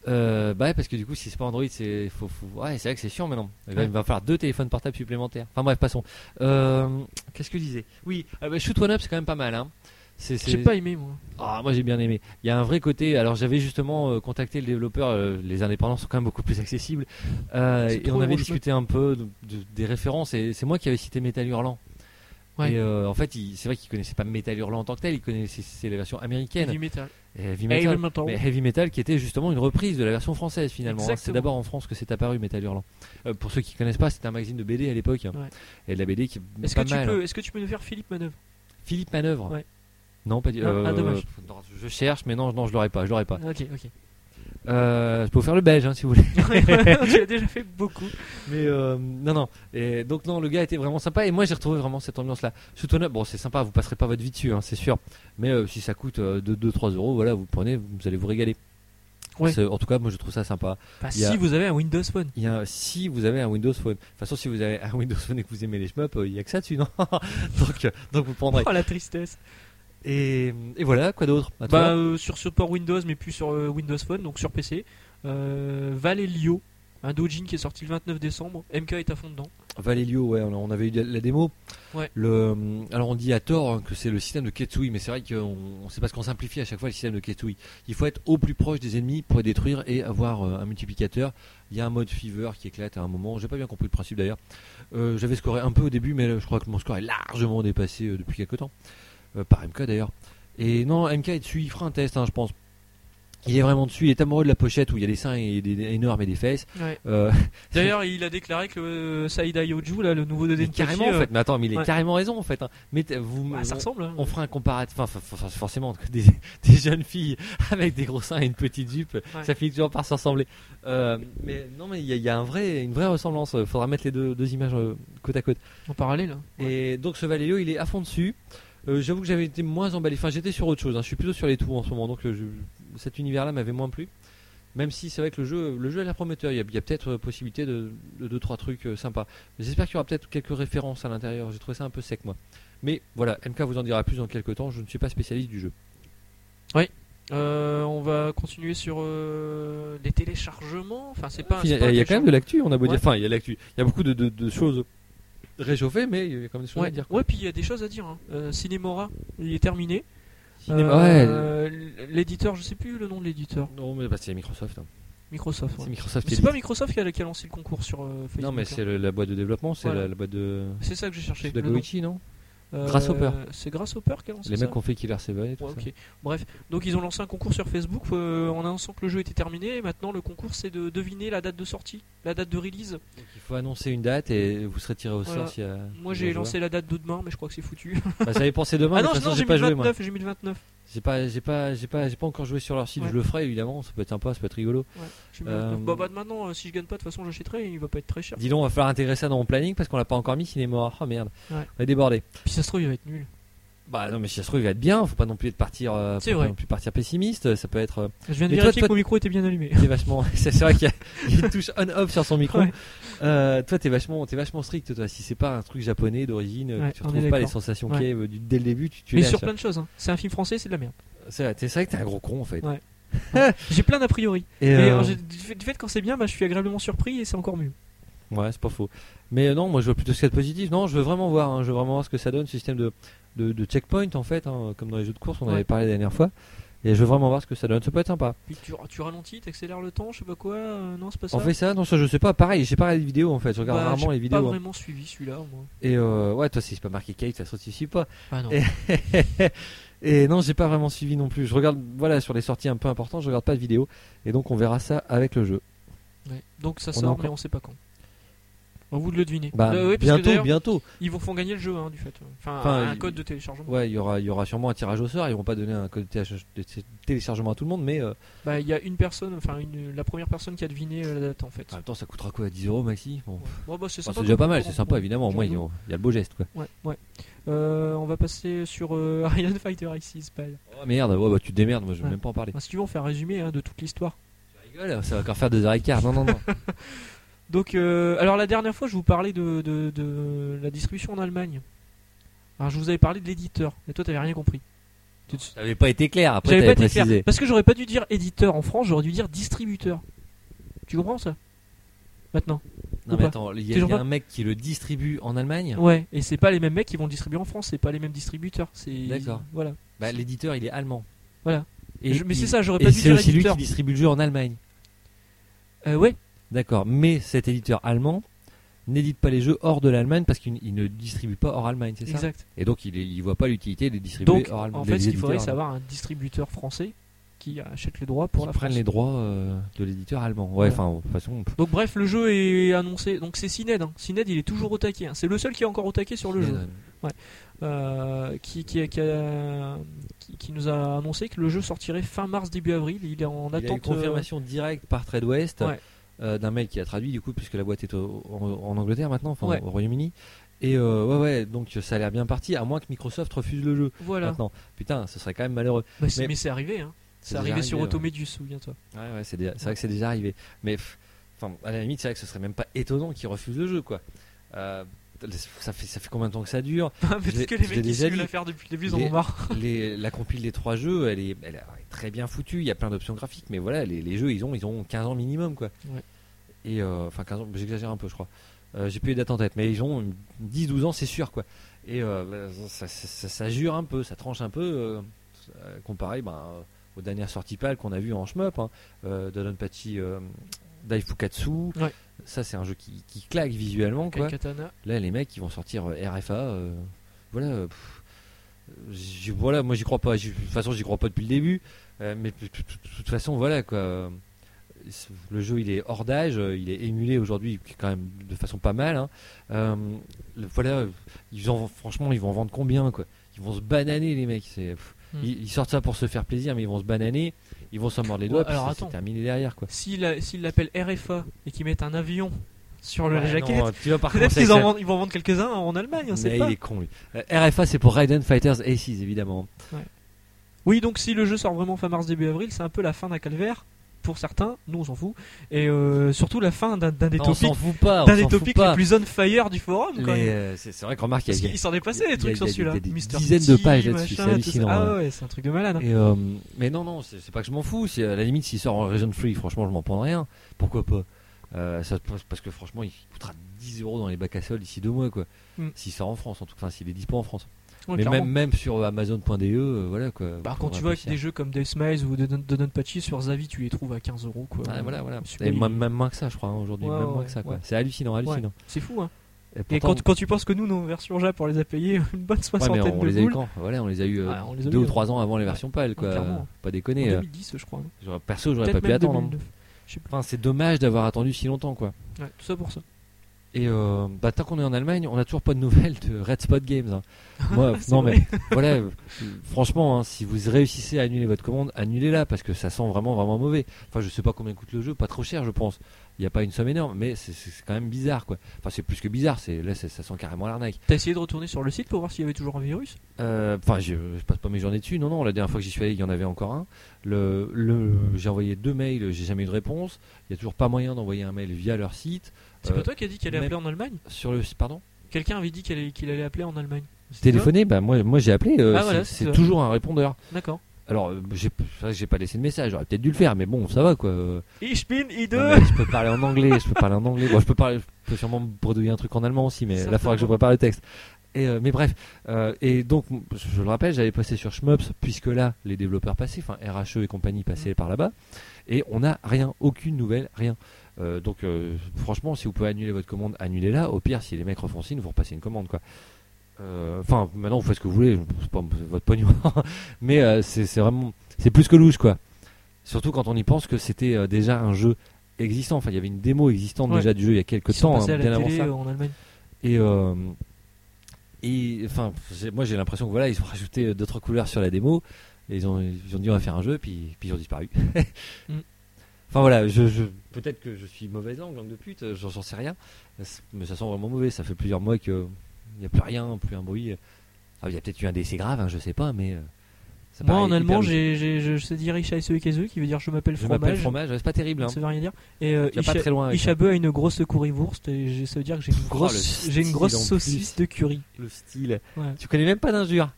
[SPEAKER 2] Euh, bah ouais, parce que du coup, si c'est pas Android, c'est faut, faut- ouais, c'est vrai que c'est chiant maintenant. Il va,
[SPEAKER 1] Ouais.
[SPEAKER 2] il va falloir deux téléphones portables supplémentaires. Enfin bref, passons. Euh, Qu'est-ce que je disais Oui, euh, bah, Shoot One Up, c'est quand même pas mal. Hein. C'est- c'est-
[SPEAKER 1] J'ai pas aimé moi.
[SPEAKER 2] Ah, moi j'ai bien aimé. Il y a un vrai côté. Alors j'avais justement euh, contacté le développeur. euh, les indépendants sont quand même beaucoup plus accessibles. Euh,
[SPEAKER 1] C'est
[SPEAKER 2] et
[SPEAKER 1] trop
[SPEAKER 2] on avait
[SPEAKER 1] drôle,
[SPEAKER 2] discuté un peu de- de- des références. Et c'est moi qui avais cité Metal Hurlant.
[SPEAKER 1] Ouais.
[SPEAKER 2] Et euh, en fait, il- c'est vrai qu'il connaissait pas Metal Hurlant en tant que tel. Il connaissait c'est la version américaine.
[SPEAKER 1] Heavy Metal.
[SPEAKER 2] Et Heavy Metal.
[SPEAKER 1] Heavy Metal.
[SPEAKER 2] Mais Heavy Metal qui était justement une reprise de la version française finalement. hein. C'est
[SPEAKER 1] Exactement.
[SPEAKER 2] d'abord en France que c'est apparu Metal Hurlant. Euh, pour ceux qui connaissent pas, c'était un magazine de BD à l'époque. hein. Et de la BD qui est
[SPEAKER 1] Est-ce
[SPEAKER 2] pas
[SPEAKER 1] que, tu
[SPEAKER 2] mal. hein.
[SPEAKER 1] peux, est ce que tu peux nous faire Philippe Manœuvre
[SPEAKER 2] Philippe Manœuvre.
[SPEAKER 1] Ouais.
[SPEAKER 2] Non, pas du
[SPEAKER 1] Ah, ah, dommage.
[SPEAKER 2] pff, non, je cherche, mais non, non, je l'aurais pas, je l'aurais pas.
[SPEAKER 1] Ah, Ok, ok.
[SPEAKER 2] Euh, je peux vous faire le belge, hein, si vous voulez.
[SPEAKER 1] tu l'as déjà fait beaucoup.
[SPEAKER 2] Mais euh, non, non. Et donc non, le gars était vraiment sympa. Et moi, j'ai retrouvé vraiment cette ambiance-là. Shoot 'em up, bon, c'est sympa. Vous passerez pas votre vie dessus, hein, c'est sûr. Mais euh, si ça coûte euh, de 2-3 euros, voilà, vous prenez, vous allez vous régaler.
[SPEAKER 1] Ouais.
[SPEAKER 2] C'est- En tout cas, moi, je trouve ça sympa.
[SPEAKER 1] Bah,
[SPEAKER 2] Il y a-
[SPEAKER 1] Si vous avez un Windows Phone.
[SPEAKER 2] Il y a, si vous avez un Windows Phone, de toute façon, si vous avez un Windows Phone et que vous aimez les shmups, euh, il n'y a que ça dessus, non donc, euh, donc vous prendrez.
[SPEAKER 1] Oh la tristesse.
[SPEAKER 2] Et, et voilà, quoi d'autre À toi
[SPEAKER 1] Bah, euh, sur support Windows, mais plus sur euh, Windows Phone, donc sur PC. Euh, Val et Lio, un doujin qui est sorti le 29 décembre. MK est à fond dedans.
[SPEAKER 2] Valelio, ouais, on on avait eu la- la démo.
[SPEAKER 1] Ouais.
[SPEAKER 2] Le, hum, alors on dit à tort hein, que c'est le système de Ketsui, mais c'est vrai qu'on sait pas ce qu'on simplifie à chaque fois le système de Ketsui. Il faut être au plus proche des ennemis pour les détruire et avoir euh, un multiplicateur. Il y a un mode Fever qui éclate à un moment. J'ai pas bien compris le principe d'ailleurs. Euh, J'avais scoré un peu au début, mais euh, je crois que mon score est largement dépassé euh, depuis quelques temps. Euh, par MK d'ailleurs. Et non, MK est dessus, il fera un test, hein, je pense. Il est vraiment dessus, il est amoureux de la pochette où il y a des seins et des, des- énormes et des fesses. Euh,
[SPEAKER 1] D'ailleurs, il a déclaré que le Saïda Yoju, là, le nouveau de
[SPEAKER 2] Mais
[SPEAKER 1] Denki,
[SPEAKER 2] carrément, en
[SPEAKER 1] euh,
[SPEAKER 2] fait. Mais attends, mais il est
[SPEAKER 1] ouais.
[SPEAKER 2] carrément raison, en fait. hein. Mais t- vous,
[SPEAKER 1] bah, ça
[SPEAKER 2] on-
[SPEAKER 1] ressemble. hein.
[SPEAKER 2] on, fera un comparatif. Enfin, for- for- forcément, que des, des jeunes filles avec des gros seins et une petite jupe, ça finit toujours par se ressembler. Euh, mais non, mais il y a, il y a un vrai, une vraie ressemblance. Il faudra mettre les deux, deux images euh, côte à côte.
[SPEAKER 1] En parallèle. hein.
[SPEAKER 2] Et donc, ce Valéo, il est à fond dessus. Euh, J'avoue que j'avais été moins emballé. Enfin, j'étais sur autre chose. hein. Je suis plutôt sur les tours en ce moment. Donc, euh, je- cet univers-là m'avait moins plu. Même si c'est vrai que le jeu, le jeu a l'air prometteur. Il y a, il y a peut-être euh, possibilité de 2-3 trucs euh, sympas. J'espère qu'il y aura peut-être quelques références à l'intérieur. J'ai trouvé ça un peu sec, moi. Mais voilà, MK vous en dira plus dans quelques temps. Je ne suis pas spécialiste du jeu.
[SPEAKER 1] Euh, on va continuer sur euh, les téléchargements. Enfin, c'est pas.
[SPEAKER 2] Il y
[SPEAKER 1] Ah, c'est pas
[SPEAKER 2] a,
[SPEAKER 1] un
[SPEAKER 2] il y a quand même de l'actu. On a beau
[SPEAKER 1] Ouais.
[SPEAKER 2] dire. Enfin, il y a de l'actu. Il y a beaucoup de, de- de choses réchauffées, mais il y a quand même des
[SPEAKER 1] téléchargement.
[SPEAKER 2] choses à dire.
[SPEAKER 1] Ouais, ouais, puis il y a des choses à dire. hein. Euh, Cinemora, il est terminé.
[SPEAKER 2] Cinéma- ouais.
[SPEAKER 1] Euh, L'éditeur, je sais plus le nom de l'éditeur.
[SPEAKER 2] Non, mais bah, c'est Microsoft. hein.
[SPEAKER 1] Microsoft. ouais.
[SPEAKER 2] C'est Microsoft.
[SPEAKER 1] Mais
[SPEAKER 2] qui
[SPEAKER 1] C'est pas Microsoft qui a, qui a lancé le concours sur euh, Facebook.
[SPEAKER 2] Non, mais
[SPEAKER 1] hein.
[SPEAKER 2] c'est le- la boîte de développement, c'est
[SPEAKER 1] Voilà.
[SPEAKER 2] la, la boîte de.
[SPEAKER 1] C'est ça que j'ai cherché.
[SPEAKER 2] C'est de
[SPEAKER 1] le nom.
[SPEAKER 2] Goichi, non
[SPEAKER 1] Euh,
[SPEAKER 2] Grasshopper.
[SPEAKER 1] C'est Grasshopper qui a lancé
[SPEAKER 2] Les
[SPEAKER 1] ça
[SPEAKER 2] mecs qui ont fait Killer Seven et tout
[SPEAKER 1] Ouais,
[SPEAKER 2] ça.
[SPEAKER 1] ok. Bref, donc ils ont lancé un concours sur Facebook euh, en annonçant que le jeu était terminé. Et maintenant, le concours, c'est de deviner la date de sortie, la date de release.
[SPEAKER 2] Donc, il faut annoncer une date et vous serez tiré au
[SPEAKER 1] Voilà.
[SPEAKER 2] sort s'il y a.
[SPEAKER 1] Moi, j'ai lancé la date de demain, mais je crois que c'est foutu.
[SPEAKER 2] Bah, j'avais pensé
[SPEAKER 1] ah
[SPEAKER 2] demain, mais
[SPEAKER 1] non,
[SPEAKER 2] de toute
[SPEAKER 1] non
[SPEAKER 2] façon,
[SPEAKER 1] j'ai
[SPEAKER 2] j'ai
[SPEAKER 1] mis
[SPEAKER 2] pas
[SPEAKER 1] le
[SPEAKER 2] joué moi.
[SPEAKER 1] 29, j'ai mis le 29.
[SPEAKER 2] J'ai pas, j'ai pas, j'ai pas, j'ai pas encore joué sur leur site.
[SPEAKER 1] Ouais.
[SPEAKER 2] Je le ferai évidemment, ça peut être sympa, ça peut être rigolo.
[SPEAKER 1] Ouais, j'ai mis le
[SPEAKER 2] Euh,
[SPEAKER 1] 29. Bah, bah, maintenant, euh, si je gagne pas, de toute façon, j'achèterai. Il va pas être très cher.
[SPEAKER 2] Dis donc, on va falloir intégrer ça dans mon planning parce qu'on l'a pas encore mis. Cinéma, oh merde,
[SPEAKER 1] Ouais.
[SPEAKER 2] on est débordé.
[SPEAKER 1] Puis ça se trouve, il va être nul.
[SPEAKER 2] Bah non, mais si ça se trouve, il va être bien. Faut pas non plus être partir, euh,
[SPEAKER 1] C'est
[SPEAKER 2] faut pas
[SPEAKER 1] vrai.
[SPEAKER 2] non plus partir pessimiste. Ça peut être. euh,
[SPEAKER 1] Je viens de
[SPEAKER 2] Mais toi,
[SPEAKER 1] vérifier
[SPEAKER 2] toi-
[SPEAKER 1] que mon micro était bien allumé.
[SPEAKER 2] T'es vachement. C'est c'est vrai qu'il y a il y a une touche on-off sur son micro.
[SPEAKER 1] Ouais.
[SPEAKER 2] Euh, toi, t'es vachement, t'es vachement strict, toi. Si c'est pas un truc japonais d'origine, euh,
[SPEAKER 1] Ouais,
[SPEAKER 2] que tu
[SPEAKER 1] on est
[SPEAKER 2] retrouves pas
[SPEAKER 1] d'accord.
[SPEAKER 2] les sensations
[SPEAKER 1] Ouais.
[SPEAKER 2] qu'il y a, euh, du- dès le début, tu, tu
[SPEAKER 1] Mais
[SPEAKER 2] lâches.
[SPEAKER 1] sur plein de choses. hein. C'est un film français, c'est de la merde.
[SPEAKER 2] C'est vrai, t'es- c'est vrai que t'es un gros con en fait.
[SPEAKER 1] Ouais. J'ai plein d'a priori.
[SPEAKER 2] Et,
[SPEAKER 1] Mais
[SPEAKER 2] euh,
[SPEAKER 1] alors, j'ai- du fait- du fait, quand c'est bien, bah, je suis agréablement surpris et c'est encore mieux.
[SPEAKER 2] Ouais, c'est pas faux. Mais euh, non, moi je veux plutôt ce qu'il y a de positif. Non, je veux vraiment voir. hein, je veux vraiment voir ce que ça donne, ce système de, de, de checkpoint en fait, hein, comme dans les jeux de course, on
[SPEAKER 1] Ouais.
[SPEAKER 2] avait parlé la dernière fois. Et je veux vraiment voir ce que ça donne. Ça peut être sympa.
[SPEAKER 1] Puis tu, tu ralentis, t'accélères le temps, je sais pas quoi. euh, non, c'est pas ça.
[SPEAKER 2] On fait ça Non, ça je sais pas. Pareil, j'ai pas regardé les vidéos en fait. Je regarde
[SPEAKER 1] Bah,
[SPEAKER 2] rarement
[SPEAKER 1] j'ai
[SPEAKER 2] les
[SPEAKER 1] pas
[SPEAKER 2] vidéos. hein.
[SPEAKER 1] vraiment suivi celui-là, moi.
[SPEAKER 2] Et euh, ouais, toi, si c'est pas marqué Kate, ça se suffit pas.
[SPEAKER 1] Ah non.
[SPEAKER 2] Et- et non, j'ai pas vraiment suivi non plus. Je regarde, voilà, sur les sorties un peu importantes, je regarde pas de vidéos. Et donc, on verra ça avec le jeu.
[SPEAKER 1] Ouais. Donc ça
[SPEAKER 2] On a
[SPEAKER 1] sort,
[SPEAKER 2] encore-
[SPEAKER 1] mais on sait pas quand. Bon, vous de le devinez.
[SPEAKER 2] Bah,
[SPEAKER 1] Euh, oui, parce que
[SPEAKER 2] bientôt,
[SPEAKER 1] d'ailleurs,
[SPEAKER 2] bientôt.
[SPEAKER 1] Ils vous font gagner le jeu, hein, du fait. Enfin,
[SPEAKER 2] Enfin,
[SPEAKER 1] un
[SPEAKER 2] il-
[SPEAKER 1] code de téléchargement.
[SPEAKER 2] Ouais, il y aura, il y aura sûrement un tirage au sort. Ils vont pas donner un code de télécharge- de t- téléchargement à tout le monde, mais euh,
[SPEAKER 1] Bah, il y a une personne, enfin, une- la première personne qui a deviné euh, la date, en fait.
[SPEAKER 2] en même temps, ça coûtera quoi 10 euros maxi Ah, Bon,
[SPEAKER 1] Ouais. Bon, bah, c'est
[SPEAKER 2] enfin,
[SPEAKER 1] sympa
[SPEAKER 2] c'est déjà
[SPEAKER 1] comme
[SPEAKER 2] pas mal,
[SPEAKER 1] concours,
[SPEAKER 2] c'est sympa
[SPEAKER 1] on-
[SPEAKER 2] évidemment. Au moins, il y a
[SPEAKER 1] on-
[SPEAKER 2] il y a le beau geste quoi.
[SPEAKER 1] Ouais, ouais. Euh, on va passer sur euh, Iron Fighter X6, Spy.
[SPEAKER 2] Oh merde, ouais, bah, tu te démerdes. Moi, je vais
[SPEAKER 1] Ouais.
[SPEAKER 2] même pas en parler.
[SPEAKER 1] Bah, si tu veux, on fait un résumé hein, de toute l'histoire.
[SPEAKER 2] Tu rigoles, ça va encore faire 2h15. Non, non, non.
[SPEAKER 1] Donc, euh, alors la dernière fois, je vous parlais de, de- de la distribution en Allemagne. Alors, je vous avais parlé de l'éditeur, mais toi, t'avais rien compris. Tu te-
[SPEAKER 2] T'avais pas été clair. Après,
[SPEAKER 1] J'avais
[SPEAKER 2] t'avais
[SPEAKER 1] pas été clair.
[SPEAKER 2] précisé.
[SPEAKER 1] Parce que j'aurais pas dû dire éditeur en France, j'aurais dû dire distributeur. Tu comprends ça Maintenant.
[SPEAKER 2] Non,
[SPEAKER 1] Ou
[SPEAKER 2] mais
[SPEAKER 1] pas.
[SPEAKER 2] attends, il y a,
[SPEAKER 1] Toujours
[SPEAKER 2] il y a
[SPEAKER 1] pas.
[SPEAKER 2] un mec qui le distribue en Allemagne.
[SPEAKER 1] Ouais, et c'est pas les mêmes mecs qui vont le distribuer en France, c'est pas les mêmes distributeurs. C'est...
[SPEAKER 2] D'accord.
[SPEAKER 1] Voilà.
[SPEAKER 2] Bah, l'éditeur, il est allemand.
[SPEAKER 1] Voilà.
[SPEAKER 2] Et
[SPEAKER 1] Je- mais
[SPEAKER 2] il-
[SPEAKER 1] c'est ça, j'aurais
[SPEAKER 2] Et
[SPEAKER 1] pas dû
[SPEAKER 2] c'est
[SPEAKER 1] dire
[SPEAKER 2] aussi lui
[SPEAKER 1] éditeur.
[SPEAKER 2] qui distribue le jeu en Allemagne.
[SPEAKER 1] Euh, ouais,
[SPEAKER 2] D'accord. Mais cet éditeur allemand n'édite pas les jeux hors de l'Allemagne parce qu'il il ne distribue pas hors Allemagne, c'est ça
[SPEAKER 1] exact.
[SPEAKER 2] Et donc, il ne voit pas l'utilité de les distribuer
[SPEAKER 1] Donc,
[SPEAKER 2] hors Allemagne.
[SPEAKER 1] en
[SPEAKER 2] les
[SPEAKER 1] fait, ce qu'il
[SPEAKER 2] éditeurs hein.
[SPEAKER 1] faudrait,
[SPEAKER 2] allemands.
[SPEAKER 1] c'est avoir un distributeur français qui achète les droits pour
[SPEAKER 2] Ils
[SPEAKER 1] la
[SPEAKER 2] prennent
[SPEAKER 1] France.
[SPEAKER 2] les droits euh, de l'éditeur allemand.
[SPEAKER 1] Ouais.
[SPEAKER 2] Ouais, enfin, de toute façon, pff,
[SPEAKER 1] Donc, bref, le jeu est annoncé. Donc, c'est Cined. Hein. Cined, il est toujours au taquet. hein. C'est le seul qui est encore au taquet sur le
[SPEAKER 2] il y
[SPEAKER 1] jeu.
[SPEAKER 2] en a-
[SPEAKER 1] Euh, qui, qui, qui a- qui- qui nous a annoncé que le jeu sortirait fin mars, début avril. Il est en
[SPEAKER 2] il y a eu
[SPEAKER 1] attente. euh,
[SPEAKER 2] confirmation directe par Trade West
[SPEAKER 1] Ouais.
[SPEAKER 2] euh, d'un mec qui a traduit, du coup, puisque la boîte est au- en, en Angleterre maintenant, enfin,
[SPEAKER 1] Ouais.
[SPEAKER 2] au Royaume-Uni. Et euh, ouais, ouais, donc ça a l'air bien parti, à moins que Microsoft refuse le jeu
[SPEAKER 1] voilà.
[SPEAKER 2] maintenant. Putain, ce serait quand même malheureux. euh,
[SPEAKER 1] Bah, c'est-
[SPEAKER 2] Mais-
[SPEAKER 1] mais c'est arrivé. Hein. C'est
[SPEAKER 2] déjà
[SPEAKER 1] arrivé, sur
[SPEAKER 2] arrivé, ouais.
[SPEAKER 1] Automedius, souviens-toi.
[SPEAKER 2] Ouais, ouais, c'est déjà- c'est vrai que c'est déjà arrivé. Mais pff, enfin, à la limite, c'est vrai que ce serait même pas étonnant qu'ils refusent le jeu, quoi. Euh, ça, fait, ça fait combien de temps que ça dure Je
[SPEAKER 1] Peut-être
[SPEAKER 2] l'ai-
[SPEAKER 1] Ah, que les
[SPEAKER 2] je l'ai
[SPEAKER 1] mecs qui
[SPEAKER 2] déjà
[SPEAKER 1] suivent
[SPEAKER 2] dit.
[SPEAKER 1] l'affaire depuis le début, ils en
[SPEAKER 2] Il est-
[SPEAKER 1] ont marre.
[SPEAKER 2] les, La compile des trois jeux, elle est, elle est très bien foutue. Il y a plein d'options graphiques, mais voilà, les, les jeux, ils ont, ils ont 15 ans minimum, quoi.
[SPEAKER 1] Ouais.
[SPEAKER 2] Et euh, enfin, 15 ans, j'exagère un peu, je crois. Euh, J'ai plus les dates en tête, mais ils ont 10-12 ans, c'est sûr, quoi. Et euh, ça, ça- ça- ça jure un peu, ça tranche un peu, euh, euh, comparé ben, euh, aux dernières sorties pâles qu'on a vues en shmup, hein, euh, de Donpachi euh, Dai Fukatsu.
[SPEAKER 1] Ouais.
[SPEAKER 2] Ça, c'est un jeu qui, qui claque visuellement, quoi.
[SPEAKER 1] Avec Katana.
[SPEAKER 2] Là, les mecs, ils vont sortir euh, RFA. euh, voilà. euh, pff, euh, j'y- voilà, moi, j'y crois pas. J'y- De toute façon, j'y crois pas depuis le début. Euh, mais de toute- de toute façon, voilà quoi. Euh, c'est- Le jeu, il est hors d'âge. euh, Il est émulé aujourd'hui, quand même, de façon pas mal. hein. Euh, le- voilà. euh, Ils en, franchement, ils vont vendre combien quoi Ils vont se bananer, les mecs. C'est. pff,
[SPEAKER 1] Hmm.
[SPEAKER 2] Ils, ils sortent ça pour se faire plaisir, mais ils vont se bananer, ils vont s'en mordre les doigts,
[SPEAKER 1] Ouais,
[SPEAKER 2] puis
[SPEAKER 1] alors
[SPEAKER 2] ça, c'est
[SPEAKER 1] attends.
[SPEAKER 2] terminé derrière quoi.
[SPEAKER 1] S'il a- s'il l'appelle RFA et qu'ils mettent un avion sur la
[SPEAKER 2] Ouais,
[SPEAKER 1] jaquette,
[SPEAKER 2] Bah, non, tu vas pas
[SPEAKER 1] peut-être
[SPEAKER 2] recommencer
[SPEAKER 1] qu'ils
[SPEAKER 2] avec
[SPEAKER 1] en
[SPEAKER 2] ça.
[SPEAKER 1] vendent- ils vont vendre quelques-uns en Allemagne, on sait
[SPEAKER 2] Mais
[SPEAKER 1] pas.
[SPEAKER 2] il est con lui. Euh, RFA c'est pour Raiden Fighters Aces évidemment.
[SPEAKER 1] Ah, Oui, donc si le jeu sort vraiment fin mars, début avril, c'est un peu la fin d'un calvaire pour certains, nous on s'en fout, et euh, surtout la fin d'un d'un des
[SPEAKER 2] Non, on s'en
[SPEAKER 1] topics,
[SPEAKER 2] fout pas.
[SPEAKER 1] d'un
[SPEAKER 2] on
[SPEAKER 1] des
[SPEAKER 2] s'en fout
[SPEAKER 1] topics
[SPEAKER 2] pas.
[SPEAKER 1] les plus on fire du forum. quand
[SPEAKER 2] Les,
[SPEAKER 1] même.
[SPEAKER 2] euh, c'est c'est vrai que remarque, il
[SPEAKER 1] Parce
[SPEAKER 2] y a-
[SPEAKER 1] qu'il s'en est passé
[SPEAKER 2] il y a-
[SPEAKER 1] des trucs
[SPEAKER 2] il
[SPEAKER 1] sur
[SPEAKER 2] y a- il y a
[SPEAKER 1] celui-là.
[SPEAKER 2] des
[SPEAKER 1] Mr.
[SPEAKER 2] dizaines de
[SPEAKER 1] T,
[SPEAKER 2] pages là-dessus,
[SPEAKER 1] machin,
[SPEAKER 2] c'est
[SPEAKER 1] tout ça.
[SPEAKER 2] hallucinant,
[SPEAKER 1] Ah
[SPEAKER 2] ouais.
[SPEAKER 1] ouais, c'est un truc de malade. hein.
[SPEAKER 2] Et, euh, mais non, non, c'est c'est pas que je m'en fous. c'est À la limite, s'il sort en Raiden Free, franchement, je m'en prends rien. Pourquoi pas Euh, ça, Parce que franchement, il coûtera 10 euros dans les bacs à sol d'ici deux mois, quoi.
[SPEAKER 1] Mm.
[SPEAKER 2] S'il sort en France, en tout cas, enfin, s'il est dispo en France.
[SPEAKER 1] Ouais,
[SPEAKER 2] mais
[SPEAKER 1] clairement.
[SPEAKER 2] même, même sur Amazon.de, euh, voilà quoi.
[SPEAKER 1] Bah, quand
[SPEAKER 2] vous pourrez
[SPEAKER 1] tu vois que
[SPEAKER 2] apprécier.
[SPEAKER 1] des jeux comme Death Smiles ou Donut Patchy sur Zavi, tu les trouves à 15 euros quoi.
[SPEAKER 2] Ouais, voilà, voilà.
[SPEAKER 1] euh, Super.
[SPEAKER 2] Et même, même moins que ça, je crois, hein, aujourd'hui.
[SPEAKER 1] Ouais,
[SPEAKER 2] même moins
[SPEAKER 1] ouais,
[SPEAKER 2] que ça, quoi.
[SPEAKER 1] ouais.
[SPEAKER 2] C'est hallucinant,
[SPEAKER 1] Ouais,
[SPEAKER 2] hallucinant.
[SPEAKER 1] C'est fou hein.
[SPEAKER 2] Et
[SPEAKER 1] Et
[SPEAKER 2] pourtant-
[SPEAKER 1] quand, quand tu penses que nous, nos versions JAP, on les a payées une bonne
[SPEAKER 2] Ouais, mais
[SPEAKER 1] soixantaine
[SPEAKER 2] on
[SPEAKER 1] de
[SPEAKER 2] les a eu
[SPEAKER 1] boules.
[SPEAKER 2] quand Voilà, on les a eu euh,
[SPEAKER 1] Ouais, on les a
[SPEAKER 2] deux
[SPEAKER 1] eu,
[SPEAKER 2] ou trois ans avant les versions pâles, quoi.
[SPEAKER 1] clairement.
[SPEAKER 2] Pas
[SPEAKER 1] En
[SPEAKER 2] déconner. euh.
[SPEAKER 1] 2010, je crois. hein.
[SPEAKER 2] J'aurais- Perso, j'aurais
[SPEAKER 1] Peut-être
[SPEAKER 2] pas pu
[SPEAKER 1] même
[SPEAKER 2] attendre. hein.
[SPEAKER 1] 2009.
[SPEAKER 2] Enfin, c'est dommage d'avoir attendu si longtemps, quoi.
[SPEAKER 1] Ouais, tout ça pour ça.
[SPEAKER 2] Et euh, bah, tant qu'on est en Allemagne, on a toujours pas de nouvelles de Red Spot Games. hein. Moi,
[SPEAKER 1] C'est
[SPEAKER 2] non
[SPEAKER 1] vrai.
[SPEAKER 2] mais voilà, euh, franchement, hein, si vous réussissez à annuler votre commande, annulez-la parce que ça sent vraiment vraiment mauvais. Enfin, je sais pas combien coûte le jeu, pas trop cher, je pense. Il n'y a pas une somme énorme, mais c'est- c'est c'est quand même bizarre, quoi. Enfin, c'est plus que bizarre. C'est là, ça ça sent carrément l'arnaque.
[SPEAKER 1] T'as essayé de retourner sur le site pour voir s'il y avait toujours un virus
[SPEAKER 2] Euh, Enfin, je, je passe pas mes journées dessus. Non, non, la dernière fois que j'y suis allé, il y en avait encore un. Le, le- j'ai envoyé deux mails, j'ai jamais eu de réponse. Il y a toujours pas moyen d'envoyer un mail via leur site.
[SPEAKER 1] C'est
[SPEAKER 2] Euh,
[SPEAKER 1] pas toi qui a dit qu'elle allait
[SPEAKER 2] même-
[SPEAKER 1] appeler en Allemagne
[SPEAKER 2] Sur le, pardon.
[SPEAKER 1] Quelqu'un avait dit qu'elle allait- qu'il allait appeler en Allemagne. C'était toi
[SPEAKER 2] Téléphoner, bah moi, moi j'ai appelé. euh,
[SPEAKER 1] Ah,
[SPEAKER 2] c'est-
[SPEAKER 1] voilà, c'est
[SPEAKER 2] c'est
[SPEAKER 1] ça.
[SPEAKER 2] toujours un répondeur.
[SPEAKER 1] D'accord.
[SPEAKER 2] Alors, euh, j'ai, c'est vrai que j'ai pas laissé de message. J'aurais peut-être dû le faire, mais bon, ça va quoi. Euh,
[SPEAKER 1] Ich bin I2
[SPEAKER 2] non, mais je peux parler en anglais, je peux parler en anglais. Bon, je peux parler, je peux sûrement me bredouiller un truc en allemand aussi, mais là, il faudra que je
[SPEAKER 1] Certainement.
[SPEAKER 2] prépare le texte. Et euh, mais bref, euh, et donc m- je je le rappelle, j'avais passé sur Shmups puisque là, les développeurs passaient, enfin RHE et compagnie passaient par là-bas, et on n'a rien, aucune nouvelle, rien. Euh, donc euh, franchement, si vous pouvez annuler votre commande, annulez-la. Au pire, si les mecs refont signe, vous repassez une commande, quoi. Euh, Enfin, maintenant, vous faites ce que vous voulez, c'est pas votre pognon, mais euh, c'est c'est vraiment, c'est plus que louche, quoi. Surtout quand on y pense que c'était euh, déjà un jeu existant. Enfin, il y avait une démo existante
[SPEAKER 1] Ouais.
[SPEAKER 2] déjà du jeu il y a quelques
[SPEAKER 1] Ils sont
[SPEAKER 2] temps,
[SPEAKER 1] passés
[SPEAKER 2] hein,
[SPEAKER 1] à
[SPEAKER 2] bien
[SPEAKER 1] la
[SPEAKER 2] avant
[SPEAKER 1] télé
[SPEAKER 2] ça.
[SPEAKER 1] euh, en Allemagne.
[SPEAKER 2] Et euh, et enfin, j'ai- moi j'ai l'impression que voilà, ils ont rajouté euh, d'autres couleurs sur la démo. Et ils ont ils ont dit on va faire un jeu, puis puis ils ont disparu.
[SPEAKER 1] Mm.
[SPEAKER 2] Enfin voilà, je, je- peut-être que je suis mauvaise langue, langue de pute, euh, j'en j'en sais rien. Mais ça sent vraiment mauvais. Ça fait plusieurs mois que il n'y a plus rien, plus un bruit. Ah, Il y a peut-être eu un décès grave, hein, je sais pas, mais euh, ça
[SPEAKER 1] Moi
[SPEAKER 2] paraît
[SPEAKER 1] en
[SPEAKER 2] hyper
[SPEAKER 1] allemand,
[SPEAKER 2] bizarre.
[SPEAKER 1] j'ai, j'ai- je je sais dire E Ich heiße Käse, qui veut dire je m'appelle
[SPEAKER 2] Je m'appelle
[SPEAKER 1] fromage.
[SPEAKER 2] fromage, ouais, c'est pas terrible. Hein.
[SPEAKER 1] Ça veut rien dire. Et euh,
[SPEAKER 2] Tu vas pas
[SPEAKER 1] Ich-
[SPEAKER 2] très loin. avec
[SPEAKER 1] Ich
[SPEAKER 2] ça.
[SPEAKER 1] habe a une grosse currywurst et j'ai- ça veut dire que j'ai une
[SPEAKER 2] Oh,
[SPEAKER 1] grosse,
[SPEAKER 2] le
[SPEAKER 1] j'ai une grosse
[SPEAKER 2] style en
[SPEAKER 1] saucisse de curry.
[SPEAKER 2] hein, Le style.
[SPEAKER 1] Ouais.
[SPEAKER 2] Tu connais même pas d'injure.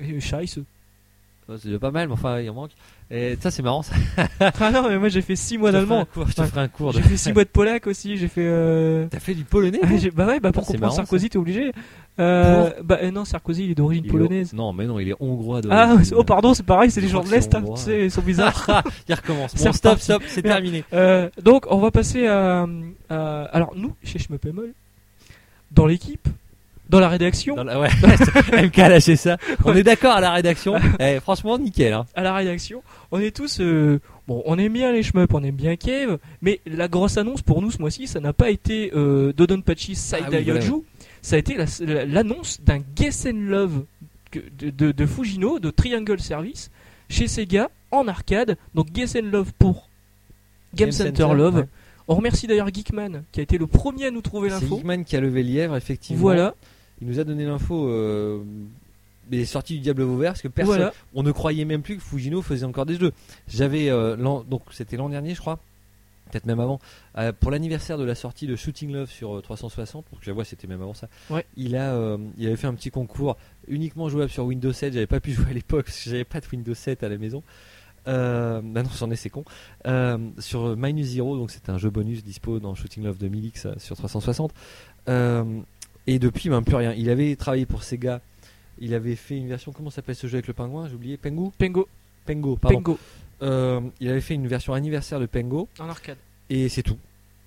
[SPEAKER 1] Et Scheiße.
[SPEAKER 2] Ouais, C'est déjà pas mal, mais enfin, il en manque. Et ça, c'est marrant. Ça.
[SPEAKER 1] ah non, mais moi j'ai fait 6 mois
[SPEAKER 2] Je te ferai un
[SPEAKER 1] d'allemand.
[SPEAKER 2] cours, je te
[SPEAKER 1] Ouais.
[SPEAKER 2] ferai un cours. De...
[SPEAKER 1] J'ai fait 6 mois de polac aussi. J'ai fait. euh,
[SPEAKER 2] T'as fait du polonais
[SPEAKER 1] ah,
[SPEAKER 2] toi
[SPEAKER 1] j'ai- bah ouais, bah pour
[SPEAKER 2] C'est
[SPEAKER 1] comprendre
[SPEAKER 2] marrant,
[SPEAKER 1] Sarkozy, t'es obligé. Euh, Bah euh, non, Sarkozy, il est d'origine
[SPEAKER 2] Il est-
[SPEAKER 1] polonaise.
[SPEAKER 2] Non, mais non, il est hongrois. De...
[SPEAKER 1] Ah, oh pardon, c'est pareil, c'est
[SPEAKER 2] Je
[SPEAKER 1] les gens
[SPEAKER 2] crois
[SPEAKER 1] de
[SPEAKER 2] que c'est
[SPEAKER 1] l'Est, hein,
[SPEAKER 2] hongrois.
[SPEAKER 1] tu sais, ils sont bizarres.
[SPEAKER 2] il recommence.
[SPEAKER 1] C'est
[SPEAKER 2] Bon, stop,
[SPEAKER 1] reparti.
[SPEAKER 2] stop, c'est
[SPEAKER 1] Merde.
[SPEAKER 2] terminé.
[SPEAKER 1] Euh, donc, on va passer à. à- alors, nous, chez Schmeppemol, dans l'équipe, dans la rédaction,
[SPEAKER 2] Dans la- Ouais, MK a lâché ça. On est d'accord à la rédaction. Eh, franchement, nickel. Hein.
[SPEAKER 1] à la rédaction, on est tous. euh, bon, on aime bien les shmups, on aime bien Cave, mais la grosse annonce pour nous ce mois-ci, ça n'a pas été euh, Dodonpachi Saida
[SPEAKER 2] Ah oui, voilà,
[SPEAKER 1] Yoju, ça a été la- la- l'annonce d'un Guess and Love que- de, de- de Fujino, de Triangle Service, chez Sega, en arcade. Donc Guess and Love pour Game, Center, Love.
[SPEAKER 2] ouais.
[SPEAKER 1] On remercie d'ailleurs Geekman, qui a été le premier à nous trouver
[SPEAKER 2] C'est
[SPEAKER 1] l'info.
[SPEAKER 2] Hickman qui a levé le lièvre, effectivement.
[SPEAKER 1] Voilà,
[SPEAKER 2] Il nous a donné l'info. Euh... Des sorties du Diable Vauvert, parce que personne,
[SPEAKER 1] voilà.
[SPEAKER 2] on ne croyait même plus que Fujino faisait encore des jeux. J'avais euh, l'an- donc c'était l'an dernier, je crois, peut-être même avant, euh, pour l'anniversaire de la sortie de Shooting Love sur euh, 360. Donc j'avoue, c'était même avant ça.
[SPEAKER 1] Ouais.
[SPEAKER 2] Il a, euh, il avait fait un petit concours uniquement jouable sur Windows 7. J'avais pas pu jouer à l'époque, parce que j'avais pas de Windows 7 à la maison. Euh, bah non, j'en ai, c'est con. Euh, sur euh, Minus Zero, donc c'est un jeu bonus dispo dans Shooting Love 2000X euh, sur 360. Euh, et depuis, même plus rien. Il avait travaillé pour Sega. Il avait fait une version, comment s'appelle ce jeu avec le pingouin J'ai oublié, Pengu
[SPEAKER 1] Pengo,
[SPEAKER 2] Pengo, pardon.
[SPEAKER 1] Pengo,
[SPEAKER 2] Euh, il avait fait une version anniversaire de Pengo
[SPEAKER 1] en arcade.
[SPEAKER 2] et c'est tout.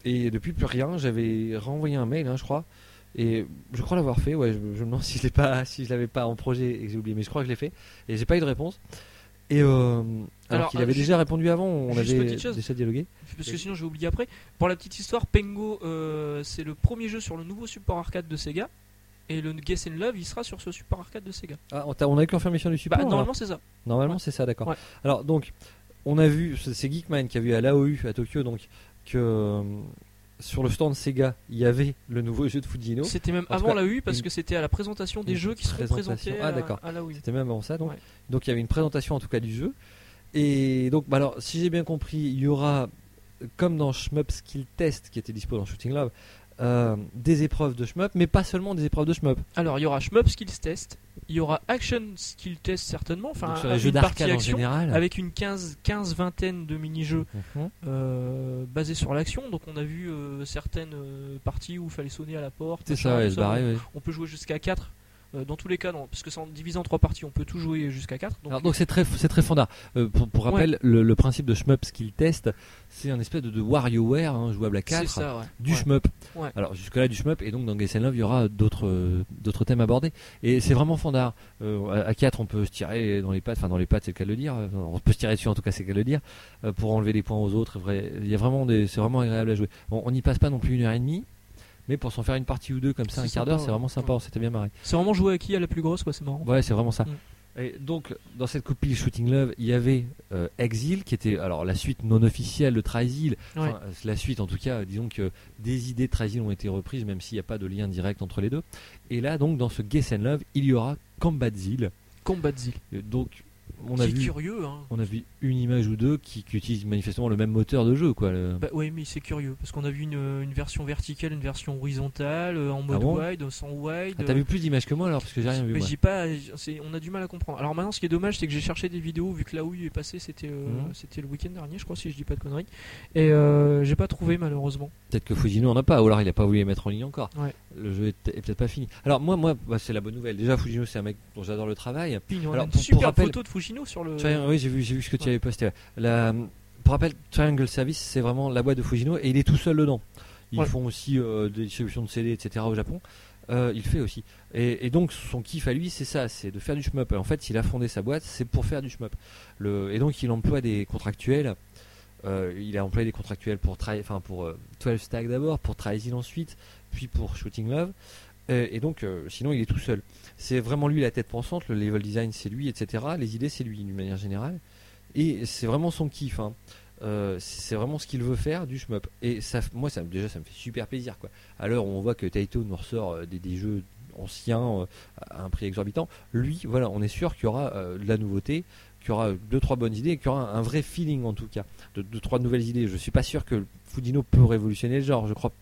[SPEAKER 2] Et depuis plus rien, j'avais renvoyé un mail, hein, je crois. Et je crois l'avoir fait, ouais, je, je me demande si je l'ai pas, si je l'avais pas en projet et que j'ai oublié, mais je crois que je l'ai fait et j'ai pas eu de réponse. Et euh, alors,
[SPEAKER 1] Alors,
[SPEAKER 2] qu'il
[SPEAKER 1] euh,
[SPEAKER 2] avait
[SPEAKER 1] juste-
[SPEAKER 2] déjà répondu avant, on
[SPEAKER 1] juste
[SPEAKER 2] avait
[SPEAKER 1] petite chose.
[SPEAKER 2] déjà dialogué.
[SPEAKER 1] Parce que sinon j'ai oublié après. Pour la petite histoire, Pengo, euh, c'est le premier jeu sur le nouveau support arcade de Sega. Et le Guess and Love, il sera sur ce support arcade de Sega.
[SPEAKER 2] Ah, on, t'a- on a eu que confirmation du
[SPEAKER 1] Bah,
[SPEAKER 2] support. Oh, alors
[SPEAKER 1] normalement, c'est ça.
[SPEAKER 2] Normalement,
[SPEAKER 1] Ouais.
[SPEAKER 2] c'est ça, d'accord.
[SPEAKER 1] Ouais.
[SPEAKER 2] Alors, donc, on a vu, c'est c'est Geekman qui a vu à l'AOU à Tokyo, donc, que euh, sur le stand Sega, il y avait le nouveau jeu de Fujino.
[SPEAKER 1] C'était même
[SPEAKER 2] En tout
[SPEAKER 1] avant
[SPEAKER 2] cas,
[SPEAKER 1] la U parce
[SPEAKER 2] une-
[SPEAKER 1] que c'était à la présentation des
[SPEAKER 2] une
[SPEAKER 1] jeux qui seront
[SPEAKER 2] présentation.
[SPEAKER 1] présentés
[SPEAKER 2] Ah,
[SPEAKER 1] à, la-
[SPEAKER 2] d'accord.
[SPEAKER 1] à la U.
[SPEAKER 2] C'était même avant ça, donc.
[SPEAKER 1] Ouais.
[SPEAKER 2] Donc il y avait une présentation en tout cas du jeu. Et donc, bah alors, si j'ai bien compris, il y aura, comme dans Shmup Skill Test qui était dispo dans Shooting Love, euh, des épreuves de Shmup, mais pas seulement des épreuves de Shmup.
[SPEAKER 1] Alors, il y aura Shmup Skills Test, il y aura Action Skill Test certainement, enfin
[SPEAKER 2] Donc, sur
[SPEAKER 1] un-
[SPEAKER 2] les jeux
[SPEAKER 1] une partie
[SPEAKER 2] d'arcade en
[SPEAKER 1] action
[SPEAKER 2] général.
[SPEAKER 1] avec une 15 15 vingtaine de mini-jeux
[SPEAKER 2] Mhm.
[SPEAKER 1] euh, basés sur l'action. Donc, on a vu euh, certaines euh, parties où il fallait sonner à la porte.
[SPEAKER 2] C'est
[SPEAKER 1] machin,
[SPEAKER 2] ça, ouais,
[SPEAKER 1] tout
[SPEAKER 2] se barrer, ouais.
[SPEAKER 1] On peut jouer jusqu'à 4. dans tous les cas, non, parce que c'est en divisant en 3 parties, on peut tout jouer jusqu'à 4. Donc,
[SPEAKER 2] Alors, donc c'est très c'est très fandard. Euh, pour, pour rappel, le, le principe de shmup skill test, c'est un espèce de, de WarioWare hein, jouable à
[SPEAKER 1] c'est
[SPEAKER 2] 4
[SPEAKER 1] ça, ouais.
[SPEAKER 2] du
[SPEAKER 1] Ouais.
[SPEAKER 2] shmup.
[SPEAKER 1] Ouais.
[SPEAKER 2] Alors jusque là du shmup et donc dans Guess and Love il y aura d'autres euh, d'autres thèmes abordés et c'est vraiment fandard. Euh, à- à 4 on peut se tirer dans les pattes, enfin dans les pattes c'est le cas de le dire, Euh, on peut se tirer dessus en tout cas c'est le cas de le dire euh, pour enlever des points aux autres. Vrai- Il y a vraiment des c'est vraiment agréable à jouer. Bon, on n'y passe pas non plus une heure et demie. Mais pour s'en faire une partie ou deux comme ça,
[SPEAKER 1] C'est
[SPEAKER 2] un quart
[SPEAKER 1] sympa,
[SPEAKER 2] d'heure, c'est
[SPEAKER 1] ouais.
[SPEAKER 2] vraiment sympa, on s'était bien marré.
[SPEAKER 1] C'est vraiment jouer à qui à la plus grosse, quoi, c'est marrant.
[SPEAKER 2] Ouais, c'est vraiment ça.
[SPEAKER 1] Mm.
[SPEAKER 2] Et donc, dans cette copie Shooting Love, il y avait euh, Exil, qui était alors la suite non officielle de Trysil. Enfin,
[SPEAKER 1] Ouais.
[SPEAKER 2] euh, la suite, en tout cas, euh, disons que des idées de Trysil ont été reprises, même s'il n'y a pas de lien direct entre les deux. Et là, donc, dans ce Guess and Love, il y aura Combatzil.
[SPEAKER 1] Combat Zil.
[SPEAKER 2] Et Donc, on a,
[SPEAKER 1] C'est
[SPEAKER 2] vu,
[SPEAKER 1] curieux, hein.
[SPEAKER 2] on a vu une image ou deux qui, qui utilisent manifestement le même moteur de jeu, quoi. le-
[SPEAKER 1] Bah ouais, mais c'est curieux parce qu'on a vu une, euh, une version verticale, une version horizontale, euh, en mode
[SPEAKER 2] Ah bon
[SPEAKER 1] wide, euh, sans wide.
[SPEAKER 2] Ah, T'as
[SPEAKER 1] euh,
[SPEAKER 2] vu plus d'images que moi alors, parce que j'ai rien vu.
[SPEAKER 1] mais
[SPEAKER 2] moi.
[SPEAKER 1] j'ai pas, c'est- on a du mal à comprendre. Alors maintenant, ce qui est dommage, c'est que j'ai cherché des vidéos vu que là où il est passé, c'était euh,
[SPEAKER 2] Mhm.
[SPEAKER 1] c'était le week-end dernier, je crois, si je dis pas de conneries, et euh, j'ai pas trouvé malheureusement.
[SPEAKER 2] Peut-être que Fujino en a pas, ou alors il a pas voulu les mettre en ligne encore.
[SPEAKER 1] Ouais.
[SPEAKER 2] Le jeu est, est peut-être pas fini. Alors moi, moi, bah, c'est la bonne nouvelle. Déjà, Fujino, c'est un mec dont j'adore le travail.
[SPEAKER 1] Puis, on a
[SPEAKER 2] Alors,
[SPEAKER 1] une
[SPEAKER 2] pour- pour
[SPEAKER 1] super
[SPEAKER 2] rappel-
[SPEAKER 1] photo de Fujino sur le.
[SPEAKER 2] Tri- oui, j'ai vu, j'ai vu ce que tu
[SPEAKER 1] Ouais.
[SPEAKER 2] avais posté. ouais. La, pour rappel, Triangle Service, c'est vraiment la boîte de Fujino et il est tout seul dedans. Ils
[SPEAKER 1] Ouais.
[SPEAKER 2] font aussi euh, des distributions de CD, etc. au Japon. Euh, il fait aussi. Et, et donc, son kiff à lui, c'est ça, c'est de faire du shmup. En fait, il a fondé sa boîte, c'est pour faire du shmup. Le, et donc, il emploie des contractuels Euh, il a employé des contractuels pour, Tri- enfin pour euh, 12 Stack d'abord, pour Trisil ensuite, puis pour Shooting Love. Euh, et donc, euh, sinon, il est tout seul. C'est vraiment lui la tête pensante, le level design c'est lui, etc. Les idées c'est lui, d'une manière générale. Et c'est vraiment son kiff. hein. Euh, c'est vraiment ce qu'il veut faire du shmup. Et ça, moi, ça, me- déjà, ça me fait super plaisir. Quoi. À l'heure où on voit que Taito nous ressort euh, des, des jeux anciens euh, à un prix exorbitant, lui, voilà, on est sûr qu'il y aura euh, de la nouveauté, qu'il y aura deux, trois bonnes idées, qu'il y aura un, un vrai feeling en tout cas de deux trois nouvelles idées. Je suis pas sûr que Fudino peut révolutionner le genre, je crois.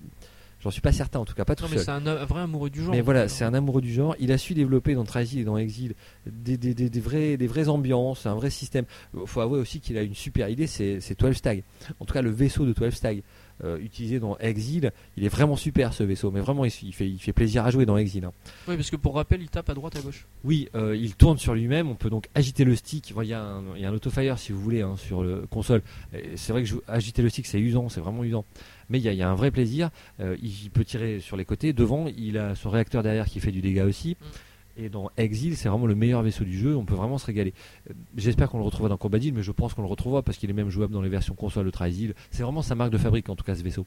[SPEAKER 2] J'en suis pas certain en tout cas, pas tout
[SPEAKER 1] Non, mais
[SPEAKER 2] seul.
[SPEAKER 1] c'est un, un vrai amoureux du genre.
[SPEAKER 2] Mais
[SPEAKER 1] en
[SPEAKER 2] voilà,
[SPEAKER 1] fait,
[SPEAKER 2] c'est
[SPEAKER 1] hein.
[SPEAKER 2] un amoureux du genre. Il a su développer dans Trasil et dans Exil des, des, des, des vrais, des vraies ambiances, un vrai système. faut avouer aussi qu'il a une super idée, c'est c'est 12 Stag. En tout cas, le vaisseau de 12 Stag euh, utilisé dans Exil, il est vraiment super ce vaisseau. Mais vraiment, il, il fait, il fait plaisir à jouer dans Exil. hein.
[SPEAKER 1] Oui, parce que pour rappel, il tape à droite à gauche.
[SPEAKER 2] Oui, euh, il tourne sur lui-même. On peut donc agiter le stick. Bon, Il y a un, il y a un autofire si vous voulez hein, sur le console. Et C'est vrai que jou- agiter le stick c'est usant, c'est vraiment usant. Mais il y, a- il y a un vrai plaisir. Euh, il peut tirer sur les côtés. Devant, il a son réacteur derrière qui fait du dégât aussi. Et dans Exil, c'est vraiment le meilleur vaisseau du jeu. On peut vraiment se régaler. Euh, J'espère qu'on le retrouvera dans Combat Deal, mais je pense qu'on le retrouvera parce qu'il est même jouable dans les versions console de Trisil. C'est vraiment sa marque de fabrique en tout cas ce vaisseau.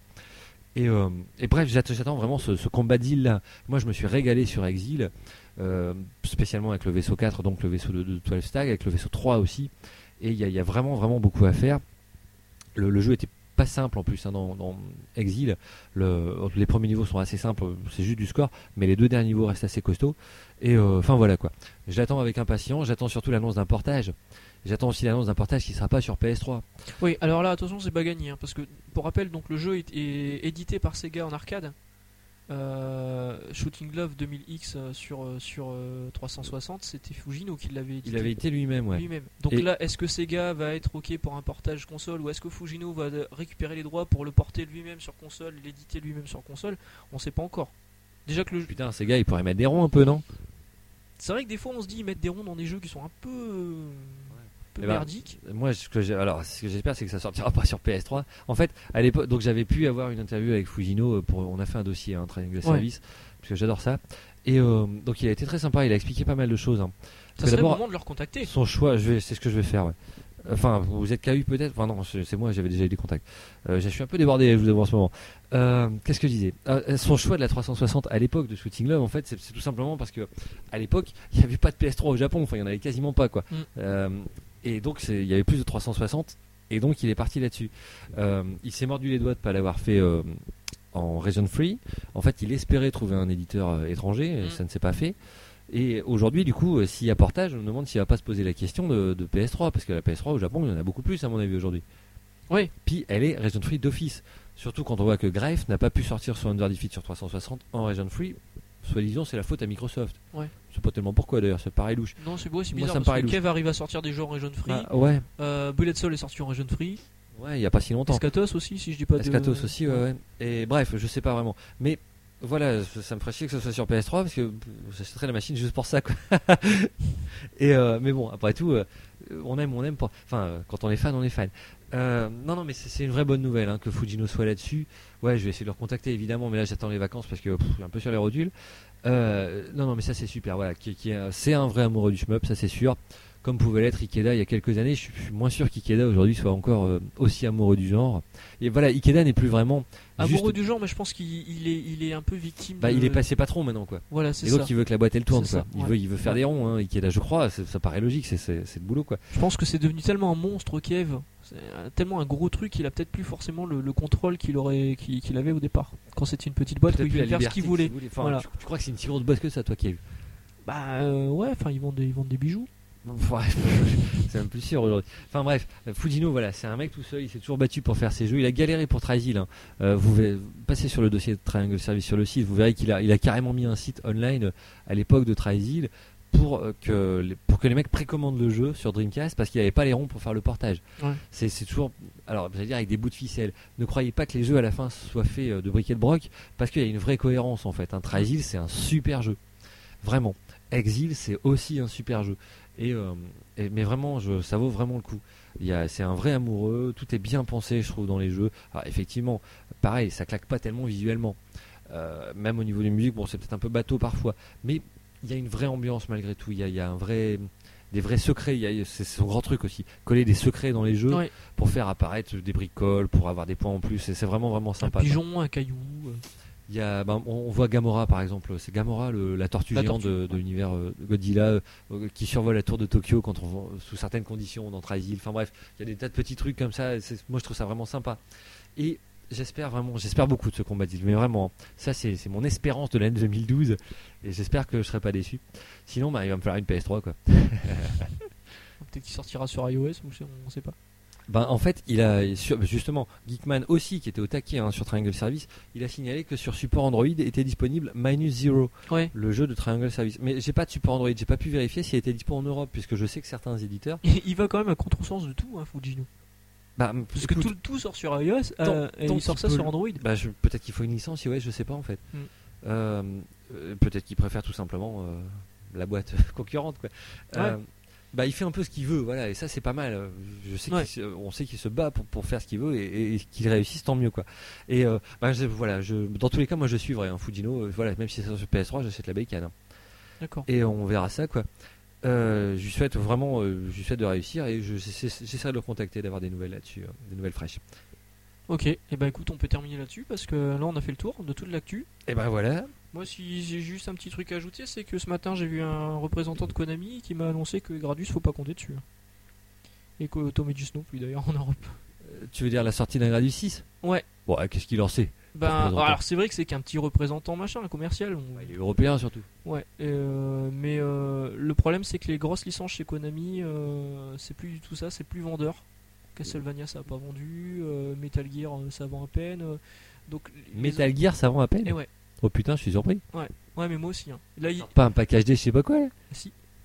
[SPEAKER 2] Et, euh, et bref, j'att- j'attends vraiment ce, ce Combat Deal là. Moi, je me suis régalé sur Exil euh, spécialement avec le vaisseau 4, donc le vaisseau de, de 12 Stag, avec le vaisseau 3 aussi. Et il y, a- il y a vraiment, vraiment beaucoup à faire. Le, le jeu était pas simple en plus hein, dans, dans Exil. Le- les premiers niveaux sont assez simples, c'est juste du score, mais les deux derniers niveaux restent assez costauds. Et euh, enfin voilà quoi. Je l'attends avec impatience, j'attends surtout l'annonce d'un portage. J'attends aussi l'annonce d'un portage qui sera pas sur PS3.
[SPEAKER 1] Oui, alors là, attention, c'est pas gagné, hein, parce que pour rappel, donc le jeu est, est édité par Sega en arcade. Euh, Shooting Love 2000X euh, sur euh, sur euh, 360, c'était Fujino qui l'avait édité
[SPEAKER 2] Il avait été lui-même, ouais.
[SPEAKER 1] lui-même. Donc
[SPEAKER 2] Et-
[SPEAKER 1] là, est-ce que Sega va être ok pour un portage console ou est-ce que Fujino va de- récupérer les droits pour le porter lui-même sur console, et l'éditer lui-même sur console On sait pas encore. Déjà que le jeu-
[SPEAKER 2] Putain, ces gars, ils pourraient mettre des ronds un peu, non
[SPEAKER 1] c'est vrai que des fois on se dit ils mettent des ronds dans des jeux qui sont un peu euh, un peu
[SPEAKER 2] Eh ben,
[SPEAKER 1] merdiques.
[SPEAKER 2] Moi, ce que j'ai- alors, ce que j'espère, c'est que ça sortira pas sur PS3. En fait, à l'époque, donc j'avais pu avoir une interview avec Fujino. euh, Pour, on a fait un dossier, un training de
[SPEAKER 1] Ouais.
[SPEAKER 2] service, parce que j'adore ça. Et euh, donc, il a été très sympa. Il a expliqué pas mal de choses. hein.
[SPEAKER 1] Ça
[SPEAKER 2] mais
[SPEAKER 1] serait le
[SPEAKER 2] d'abord-
[SPEAKER 1] moment de le recontacter.
[SPEAKER 2] Son choix, je vais- c'est ce que je vais faire. ouais. Enfin, vous êtes KU peut-être Enfin, non, c'est c'est moi, j'avais déjà eu des contacts. Euh, je suis un peu débordé, je vous avoue, en ce moment. Euh, Qu'est-ce que je disais Euh, Son choix de la 360 à l'époque de Shooting Love, en fait, c'est c'est tout simplement parce que à l'époque, il n'y avait pas de PS3 au Japon, enfin, il n'y en avait quasiment pas, quoi.
[SPEAKER 1] Mm.
[SPEAKER 2] Euh, et donc, c'est- il y avait plus de 360, et donc il est parti là-dessus. Euh, il s'est mordu les doigts de ne pas l'avoir fait euh, en Region Free. En fait, il espérait trouver un éditeur euh, étranger, et
[SPEAKER 1] Mm.
[SPEAKER 2] ça ne s'est pas fait. Et aujourd'hui, du coup, euh, s'il y a portage, je me demande s'il va pas se poser la question de, de PS3, parce que la PS3 au Japon, il y en a beaucoup plus, à mon avis, aujourd'hui.
[SPEAKER 1] Oui.
[SPEAKER 2] Puis elle est Region Free d'office. Surtout quand on voit que Greif n'a pas pu sortir son Under Defeat sur 360 en Region Free. Soi-disant, c'est la faute à Microsoft.
[SPEAKER 1] Ouais.
[SPEAKER 2] Je sais pas tellement pourquoi d'ailleurs, ça paraît louche.
[SPEAKER 1] Non, c'est beau, c'est
[SPEAKER 2] Moi,
[SPEAKER 1] bizarre
[SPEAKER 2] ça me
[SPEAKER 1] parce
[SPEAKER 2] paraît
[SPEAKER 1] que
[SPEAKER 2] louche.
[SPEAKER 1] Kev arrive à sortir des jeux en Region Free.
[SPEAKER 2] Ah, ouais,
[SPEAKER 1] Euh, Bullet Soul est sorti en Region Free.
[SPEAKER 2] ouais, il y a pas si longtemps.
[SPEAKER 1] Escatos aussi, si je dis pas de.
[SPEAKER 2] Escatos aussi, ouais, ouais. Et bref, je sais pas vraiment. Mais voilà, ça, ça me ferait chier que ce soit sur PS3 parce que j'achèterais la machine juste pour ça, quoi. Et euh, mais bon, après tout, euh, on aime, on aime pas. Enfin, euh, quand on est fan, on est fan. Euh, non, non, mais c'est c'est une vraie bonne nouvelle hein, que Fujino soit là-dessus. Ouais, je vais essayer de le recontacter évidemment, mais là j'attends les vacances parce que pff, je suis un peu sur les rotules. Euh, non, non, mais ça c'est super. Voilà, qui, qui est un- c'est un vrai amoureux du shmup, ça c'est sûr. Comme pouvait l'être Ikeda il y a quelques années, je suis je suis moins sûr qu'Ikeda aujourd'hui soit encore euh, aussi amoureux du genre. Et voilà, Ikeda n'est plus vraiment.
[SPEAKER 1] Amoureux
[SPEAKER 2] juste-
[SPEAKER 1] du genre, mais je pense qu'il il est, il est un peu victime.
[SPEAKER 2] bah,
[SPEAKER 1] de-
[SPEAKER 2] il est passé patron maintenant quoi.
[SPEAKER 1] Voilà, c'est
[SPEAKER 2] Et
[SPEAKER 1] ça.
[SPEAKER 2] donc il veut que la boîte elle tourne
[SPEAKER 1] C'est
[SPEAKER 2] quoi.
[SPEAKER 1] ça,
[SPEAKER 2] Il
[SPEAKER 1] ouais.
[SPEAKER 2] veut, il veut faire des ronds. Hein. Ikeda, je crois, c'est- ça paraît logique, c'est- c'est c'est le boulot quoi.
[SPEAKER 1] Je pense que c'est devenu tellement un monstre, Kev. C'est euh, tellement un gros truc qu'il a peut-être plus forcément le, le contrôle qu'il aurait, qu'il qu'il avait au départ. Quand c'était une petite boîte, où
[SPEAKER 2] Peut-être
[SPEAKER 1] il
[SPEAKER 2] plus la
[SPEAKER 1] pouvait faire ce
[SPEAKER 2] liberté
[SPEAKER 1] qu'il
[SPEAKER 2] que
[SPEAKER 1] voulait.
[SPEAKER 2] vous voulez. Enfin,
[SPEAKER 1] Voilà.
[SPEAKER 2] tu, tu crois que c'est une si grosse boîte que ça, toi qui as vu
[SPEAKER 1] Bah euh, ouais, enfin ils vendent des, ils vendent des bijoux.
[SPEAKER 2] Ouais, c'est même plus sûr aujourd'hui. Enfin bref, euh, Fujino, voilà, c'est un mec tout seul, il s'est toujours battu pour faire ses jeux. Il a galéré pour Trisil. hein. Euh, vous verrez- passez sur le dossier de Triangle Service sur le site, vous verrez qu'il a, il a carrément mis un site online euh, à l'époque de Trisil pour, euh, que les- pour que les mecs précommandent le jeu sur Dreamcast parce qu'il n'avait pas les ronds pour faire le portage.
[SPEAKER 1] Ouais.
[SPEAKER 2] C'est c'est toujours, alors j'allais dire avec des bouts de ficelle. Ne croyez pas que les jeux à la fin soient faits euh, de briquet de broc parce qu'il y a une vraie cohérence en fait. Un Trisil, c'est un super jeu. Vraiment. Exil, c'est aussi un super jeu. Et, euh, et- mais vraiment, je, ça vaut vraiment le coup. Il y a- c'est un vrai amoureux, tout est bien pensé, je trouve, dans les jeux. Alors, effectivement, pareil, ça claque pas tellement visuellement. Euh, même au niveau des musiques, bon, c'est peut-être un peu bateau parfois, mais il y a une vraie ambiance malgré tout. Il y a, il y a un vrai, des vrais secrets. Il y a- C'est son grand truc aussi. Coller des secrets dans les jeux
[SPEAKER 1] Ouais.
[SPEAKER 2] pour faire apparaître des bricoles, pour avoir des points en plus. Et c'est vraiment, vraiment
[SPEAKER 1] Un
[SPEAKER 2] sympa.
[SPEAKER 1] pigeon, un caillou. euh,
[SPEAKER 2] Il y a, ben, on, on voit Gamora par exemple, c'est Gamora le- la tortue
[SPEAKER 1] La
[SPEAKER 2] géante
[SPEAKER 1] tortue,
[SPEAKER 2] de, de
[SPEAKER 1] ouais.
[SPEAKER 2] l'univers euh, Godzilla euh, euh, qui survole la tour de Tokyo quand on sous certaines conditions on entre à Isil. Enfin bref, il y a des tas de petits trucs comme ça. et c'est- Moi je trouve ça vraiment sympa. Et j'espère vraiment, j'espère beaucoup de ce combat d'île, mais vraiment, hein. ça c'est c'est mon espérance de l'année 2012 et j'espère que je serai pas déçu. Sinon, bah, il va me falloir une PS3 quoi.
[SPEAKER 1] Peut-être qu'il sortira sur iOS, ou je sais- on sait pas.
[SPEAKER 2] Ben, en fait, il a sur- justement Geekman aussi qui était au taquet hein, sur Triangle Service, il a signalé que sur support Android était disponible Minus Zero.
[SPEAKER 1] Ouais.
[SPEAKER 2] le jeu de Triangle Service. Mais j'ai pas de support Android, j'ai pas pu vérifier s'il était dispo en Europe, puisque je sais que certains éditeurs.
[SPEAKER 1] Il va quand même à contresens de tout, hein, Fujino.
[SPEAKER 2] Bah,
[SPEAKER 1] Parce que tout, tout sort sur iOS euh, et
[SPEAKER 2] tant
[SPEAKER 1] il sort
[SPEAKER 2] qu'il
[SPEAKER 1] ça
[SPEAKER 2] peut
[SPEAKER 1] sur
[SPEAKER 2] le-
[SPEAKER 1] Android.
[SPEAKER 2] bah, je- peut-être qu'il faut une licence, ouais, je sais pas en fait.
[SPEAKER 1] Mm.
[SPEAKER 2] Euh, euh, peut-être qu'il préfère tout simplement euh, la boîte concurrente, quoi. Euh, bah, il fait un peu ce qu'il veut, voilà, et ça c'est pas mal. Euh, Je sais
[SPEAKER 1] Ouais.
[SPEAKER 2] qu'il se- on sait qu'il se bat pour, pour faire ce qu'il veut et, et- et qu'il réussisse, tant mieux, quoi. Et euh, bah, je- voilà, je, dans tous les cas, moi je suivrai un Fujino, euh, voilà, même si c'est sur PS3, j'achète la bécane. hein.
[SPEAKER 1] D'accord.
[SPEAKER 2] et on verra ça quoi. Euh, je lui souhaite vraiment, euh, je lui souhaite de réussir et je- j'essa- j'essaierai de le contacter d'avoir des nouvelles là-dessus, hein, des nouvelles fraîches.
[SPEAKER 1] Ok, et bah écoute, on peut terminer là-dessus parce que là on a fait le tour de toute l'actu.
[SPEAKER 2] Et ben voilà.
[SPEAKER 1] Moi, si j'ai juste un petit truc à ajouter, c'est que ce matin j'ai vu un représentant de Konami qui m'a annoncé que Gradus faut pas compter dessus. hein. Et que Tomejus non plus d'ailleurs en Europe.
[SPEAKER 2] Euh, Tu veux dire la sortie d'un grade du 6
[SPEAKER 1] Ouais.
[SPEAKER 2] Bon, euh, qu'est-ce qu'il en sait
[SPEAKER 1] Ben,
[SPEAKER 2] représentant.
[SPEAKER 1] alors c'est vrai que c'est qu'un petit représentant machin, un commercial. on-
[SPEAKER 2] Ah, Il est européen surtout.
[SPEAKER 1] Ouais, euh, mais euh, le problème c'est que les grosses licences chez Konami, euh, c'est plus du tout ça, c'est plus vendeur. Castlevania ça a pas vendu, euh, Metal Gear euh, ça vend à peine. euh, donc les-
[SPEAKER 2] Metal Gear, ça vend à peine.
[SPEAKER 1] Eh ouais.
[SPEAKER 2] Oh putain, je suis surpris.
[SPEAKER 1] Ouais, mais moi aussi. hein. Là, ils,
[SPEAKER 2] Pas un package D, je sais pas quoi. là.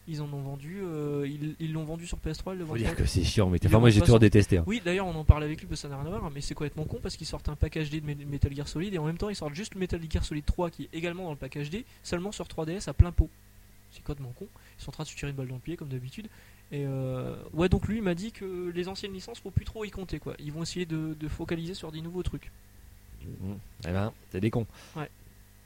[SPEAKER 1] ils en ont vendu, euh, ils ils l'ont vendu sur PS3, ils le
[SPEAKER 2] Faut
[SPEAKER 1] vendent
[SPEAKER 2] dire
[SPEAKER 1] pas.
[SPEAKER 2] que c'est chiant, mais t'as-
[SPEAKER 1] Il
[SPEAKER 2] enfin, moi
[SPEAKER 1] est en
[SPEAKER 2] j'ai toujours
[SPEAKER 1] façon-
[SPEAKER 2] détesté. hein.
[SPEAKER 1] Oui, d'ailleurs, on en parle avec lui parce que ça n'a rien à voir, hein, mais c'est complètement con parce qu'ils sortent un package D de Me- Metal Gear Solid et en même temps ils sortent juste le Metal Gear Solid 3 qui est également dans le package D, seulement sur 3DS à plein pot. C'est complètement con. Ils sont en train de se tirer une balle dans le pied comme d'habitude. Et euh, ouais, donc lui il m'a dit que les anciennes licences faut plus trop y compter quoi. Ils vont essayer de, de focaliser sur des nouveaux trucs.
[SPEAKER 2] Mm. Eh ben, c'est des cons.
[SPEAKER 1] Ouais.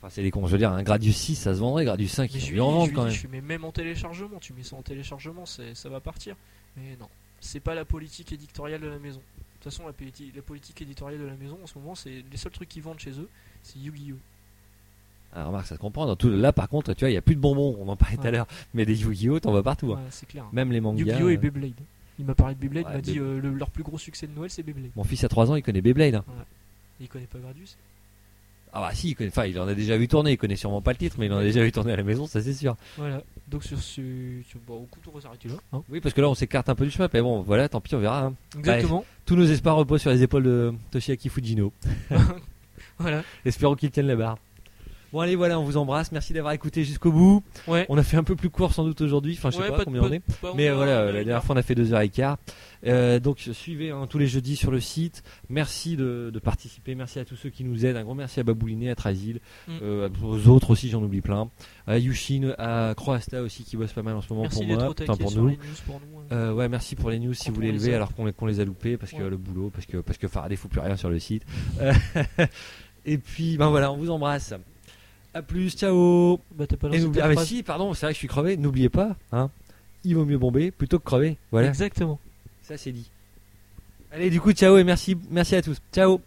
[SPEAKER 2] Enfin, c'est des cons. Je veux dire, un grade du 6, ça se vendrait, grade du 5,
[SPEAKER 1] Mais je
[SPEAKER 2] ils
[SPEAKER 1] lui,
[SPEAKER 2] vont en
[SPEAKER 1] je
[SPEAKER 2] vendre
[SPEAKER 1] lui
[SPEAKER 2] quand
[SPEAKER 1] dis,
[SPEAKER 2] même.
[SPEAKER 1] je fais, mais même en téléchargement, tu mets ça en téléchargement, c'est- ça va partir. Mais non, c'est pas la politique éditoriale de la maison. De toute façon, la, politi- la politique éditoriale de la maison en ce moment, c'est les seuls trucs qu'ils vendent chez eux, c'est Yu-Gi-Oh!
[SPEAKER 2] Ah, remarque, ça se comprend. Dans tout... Là, par contre, tu vois, il y a plus de bonbons, on en parlait tout à
[SPEAKER 1] Ouais.
[SPEAKER 2] l'heure, mais des Yu-Gi-Oh, t'en vois partout. hein.
[SPEAKER 1] Ouais, c'est clair. hein.
[SPEAKER 2] Même les mangas.
[SPEAKER 1] Yu-Gi-Oh! et
[SPEAKER 2] euh,
[SPEAKER 1] Beyblade. Il m'a parlé de Beyblade,
[SPEAKER 2] ouais,
[SPEAKER 1] il m'a dit
[SPEAKER 2] Bey-
[SPEAKER 1] euh, le- leur plus gros succès de Noël, c'est Beyblade.
[SPEAKER 2] Mon fils a 3 ans, il connaît Beyblade. hein.
[SPEAKER 1] Il connaît pas Gradus.
[SPEAKER 2] Ah bah si, il, connaît- enfin, il en a déjà vu tourner, il connaît sûrement pas le titre, mais il en a déjà vu tourner à la maison, ça c'est sûr.
[SPEAKER 1] Voilà. Donc sur ce. sur- Bon, écoute, on va s'arrêter là. hein.
[SPEAKER 2] Oui, parce que là on s'écarte un peu du chemin, mais bon, voilà, tant pis, on verra. hein.
[SPEAKER 1] Exactement.
[SPEAKER 2] Tous nos espoirs reposent sur les épaules de Toshiaki Fujino.
[SPEAKER 1] Voilà.
[SPEAKER 2] Espérons qu'il tienne la barre. Bon allez, voilà, on vous embrasse, merci d'avoir écouté jusqu'au bout.
[SPEAKER 1] Ouais.
[SPEAKER 2] On a fait un peu plus court sans doute aujourd'hui, enfin je sais
[SPEAKER 1] Ouais,
[SPEAKER 2] pas,
[SPEAKER 1] pas de-
[SPEAKER 2] combien
[SPEAKER 1] pas
[SPEAKER 2] on
[SPEAKER 1] de-
[SPEAKER 2] est.
[SPEAKER 1] pas-
[SPEAKER 2] Mais
[SPEAKER 1] on a-
[SPEAKER 2] voilà,
[SPEAKER 1] on a
[SPEAKER 2] la
[SPEAKER 1] une
[SPEAKER 2] dernière fois on a fait 2h15. Euh, donc suivez hein, tous les jeudis sur le site. Merci de, de participer, merci à tous ceux qui nous aident. Un grand merci à Babouliné, à Trazil,
[SPEAKER 1] Mm.
[SPEAKER 2] euh, aux autres aussi, j'en oublie plein. À Yushin, à Croasta aussi qui bosse pas mal en ce moment
[SPEAKER 1] Merci
[SPEAKER 2] pour
[SPEAKER 1] d'être
[SPEAKER 2] moi,
[SPEAKER 1] au taquet
[SPEAKER 2] enfin pour
[SPEAKER 1] sur
[SPEAKER 2] nous.
[SPEAKER 1] les news pour nous. hein.
[SPEAKER 2] Euh, ouais, merci pour les news si
[SPEAKER 1] Quand
[SPEAKER 2] vous
[SPEAKER 1] on
[SPEAKER 2] voulez
[SPEAKER 1] Ah, les
[SPEAKER 2] lever
[SPEAKER 1] a.
[SPEAKER 2] alors qu'on les, qu'on les a loupés parce que
[SPEAKER 1] Ouais.
[SPEAKER 2] le boulot, parce que, parce que Faraday fout plus rien sur le site. Euh, Et puis, ben voilà, on vous embrasse. à plus, ciao
[SPEAKER 1] Bah, t'as pas
[SPEAKER 2] Et
[SPEAKER 1] lancé
[SPEAKER 2] n'oublie-
[SPEAKER 1] ta
[SPEAKER 2] Ah, mais
[SPEAKER 1] phrase.
[SPEAKER 2] si, pardon, c'est vrai que je suis crevé, n'oubliez pas, hein, il vaut mieux bomber plutôt que crever. Voilà.
[SPEAKER 1] Exactement.
[SPEAKER 2] Ça c'est dit. Allez, du coup, ciao et merci, merci à tous. Ciao.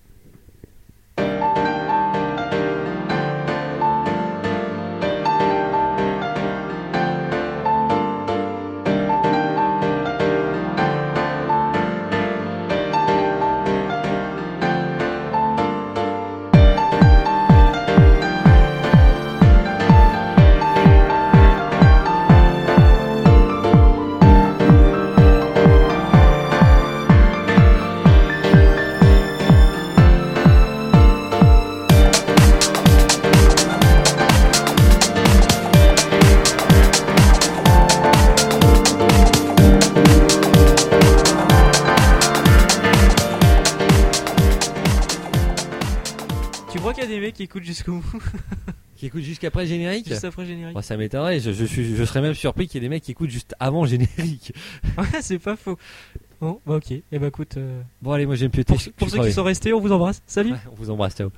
[SPEAKER 1] Tu crois qu'il y a des mecs qui écoutent jusqu'au bout,
[SPEAKER 2] Qui écoute jusqu'après le générique
[SPEAKER 1] juste après le générique
[SPEAKER 2] Moi, ça m'étonnerait. Je, je, suis- je serais même surpris qu'il y ait des mecs qui écoutent juste avant le générique.
[SPEAKER 1] Ouais, c'est pas faux. Bon, bah ok. Et bah écoute, euh,
[SPEAKER 2] Bon, allez, moi, j'aime plus
[SPEAKER 1] pour, pour ceux qui sont restés, on vous embrasse. Salut
[SPEAKER 2] On vous embrasse, ciao.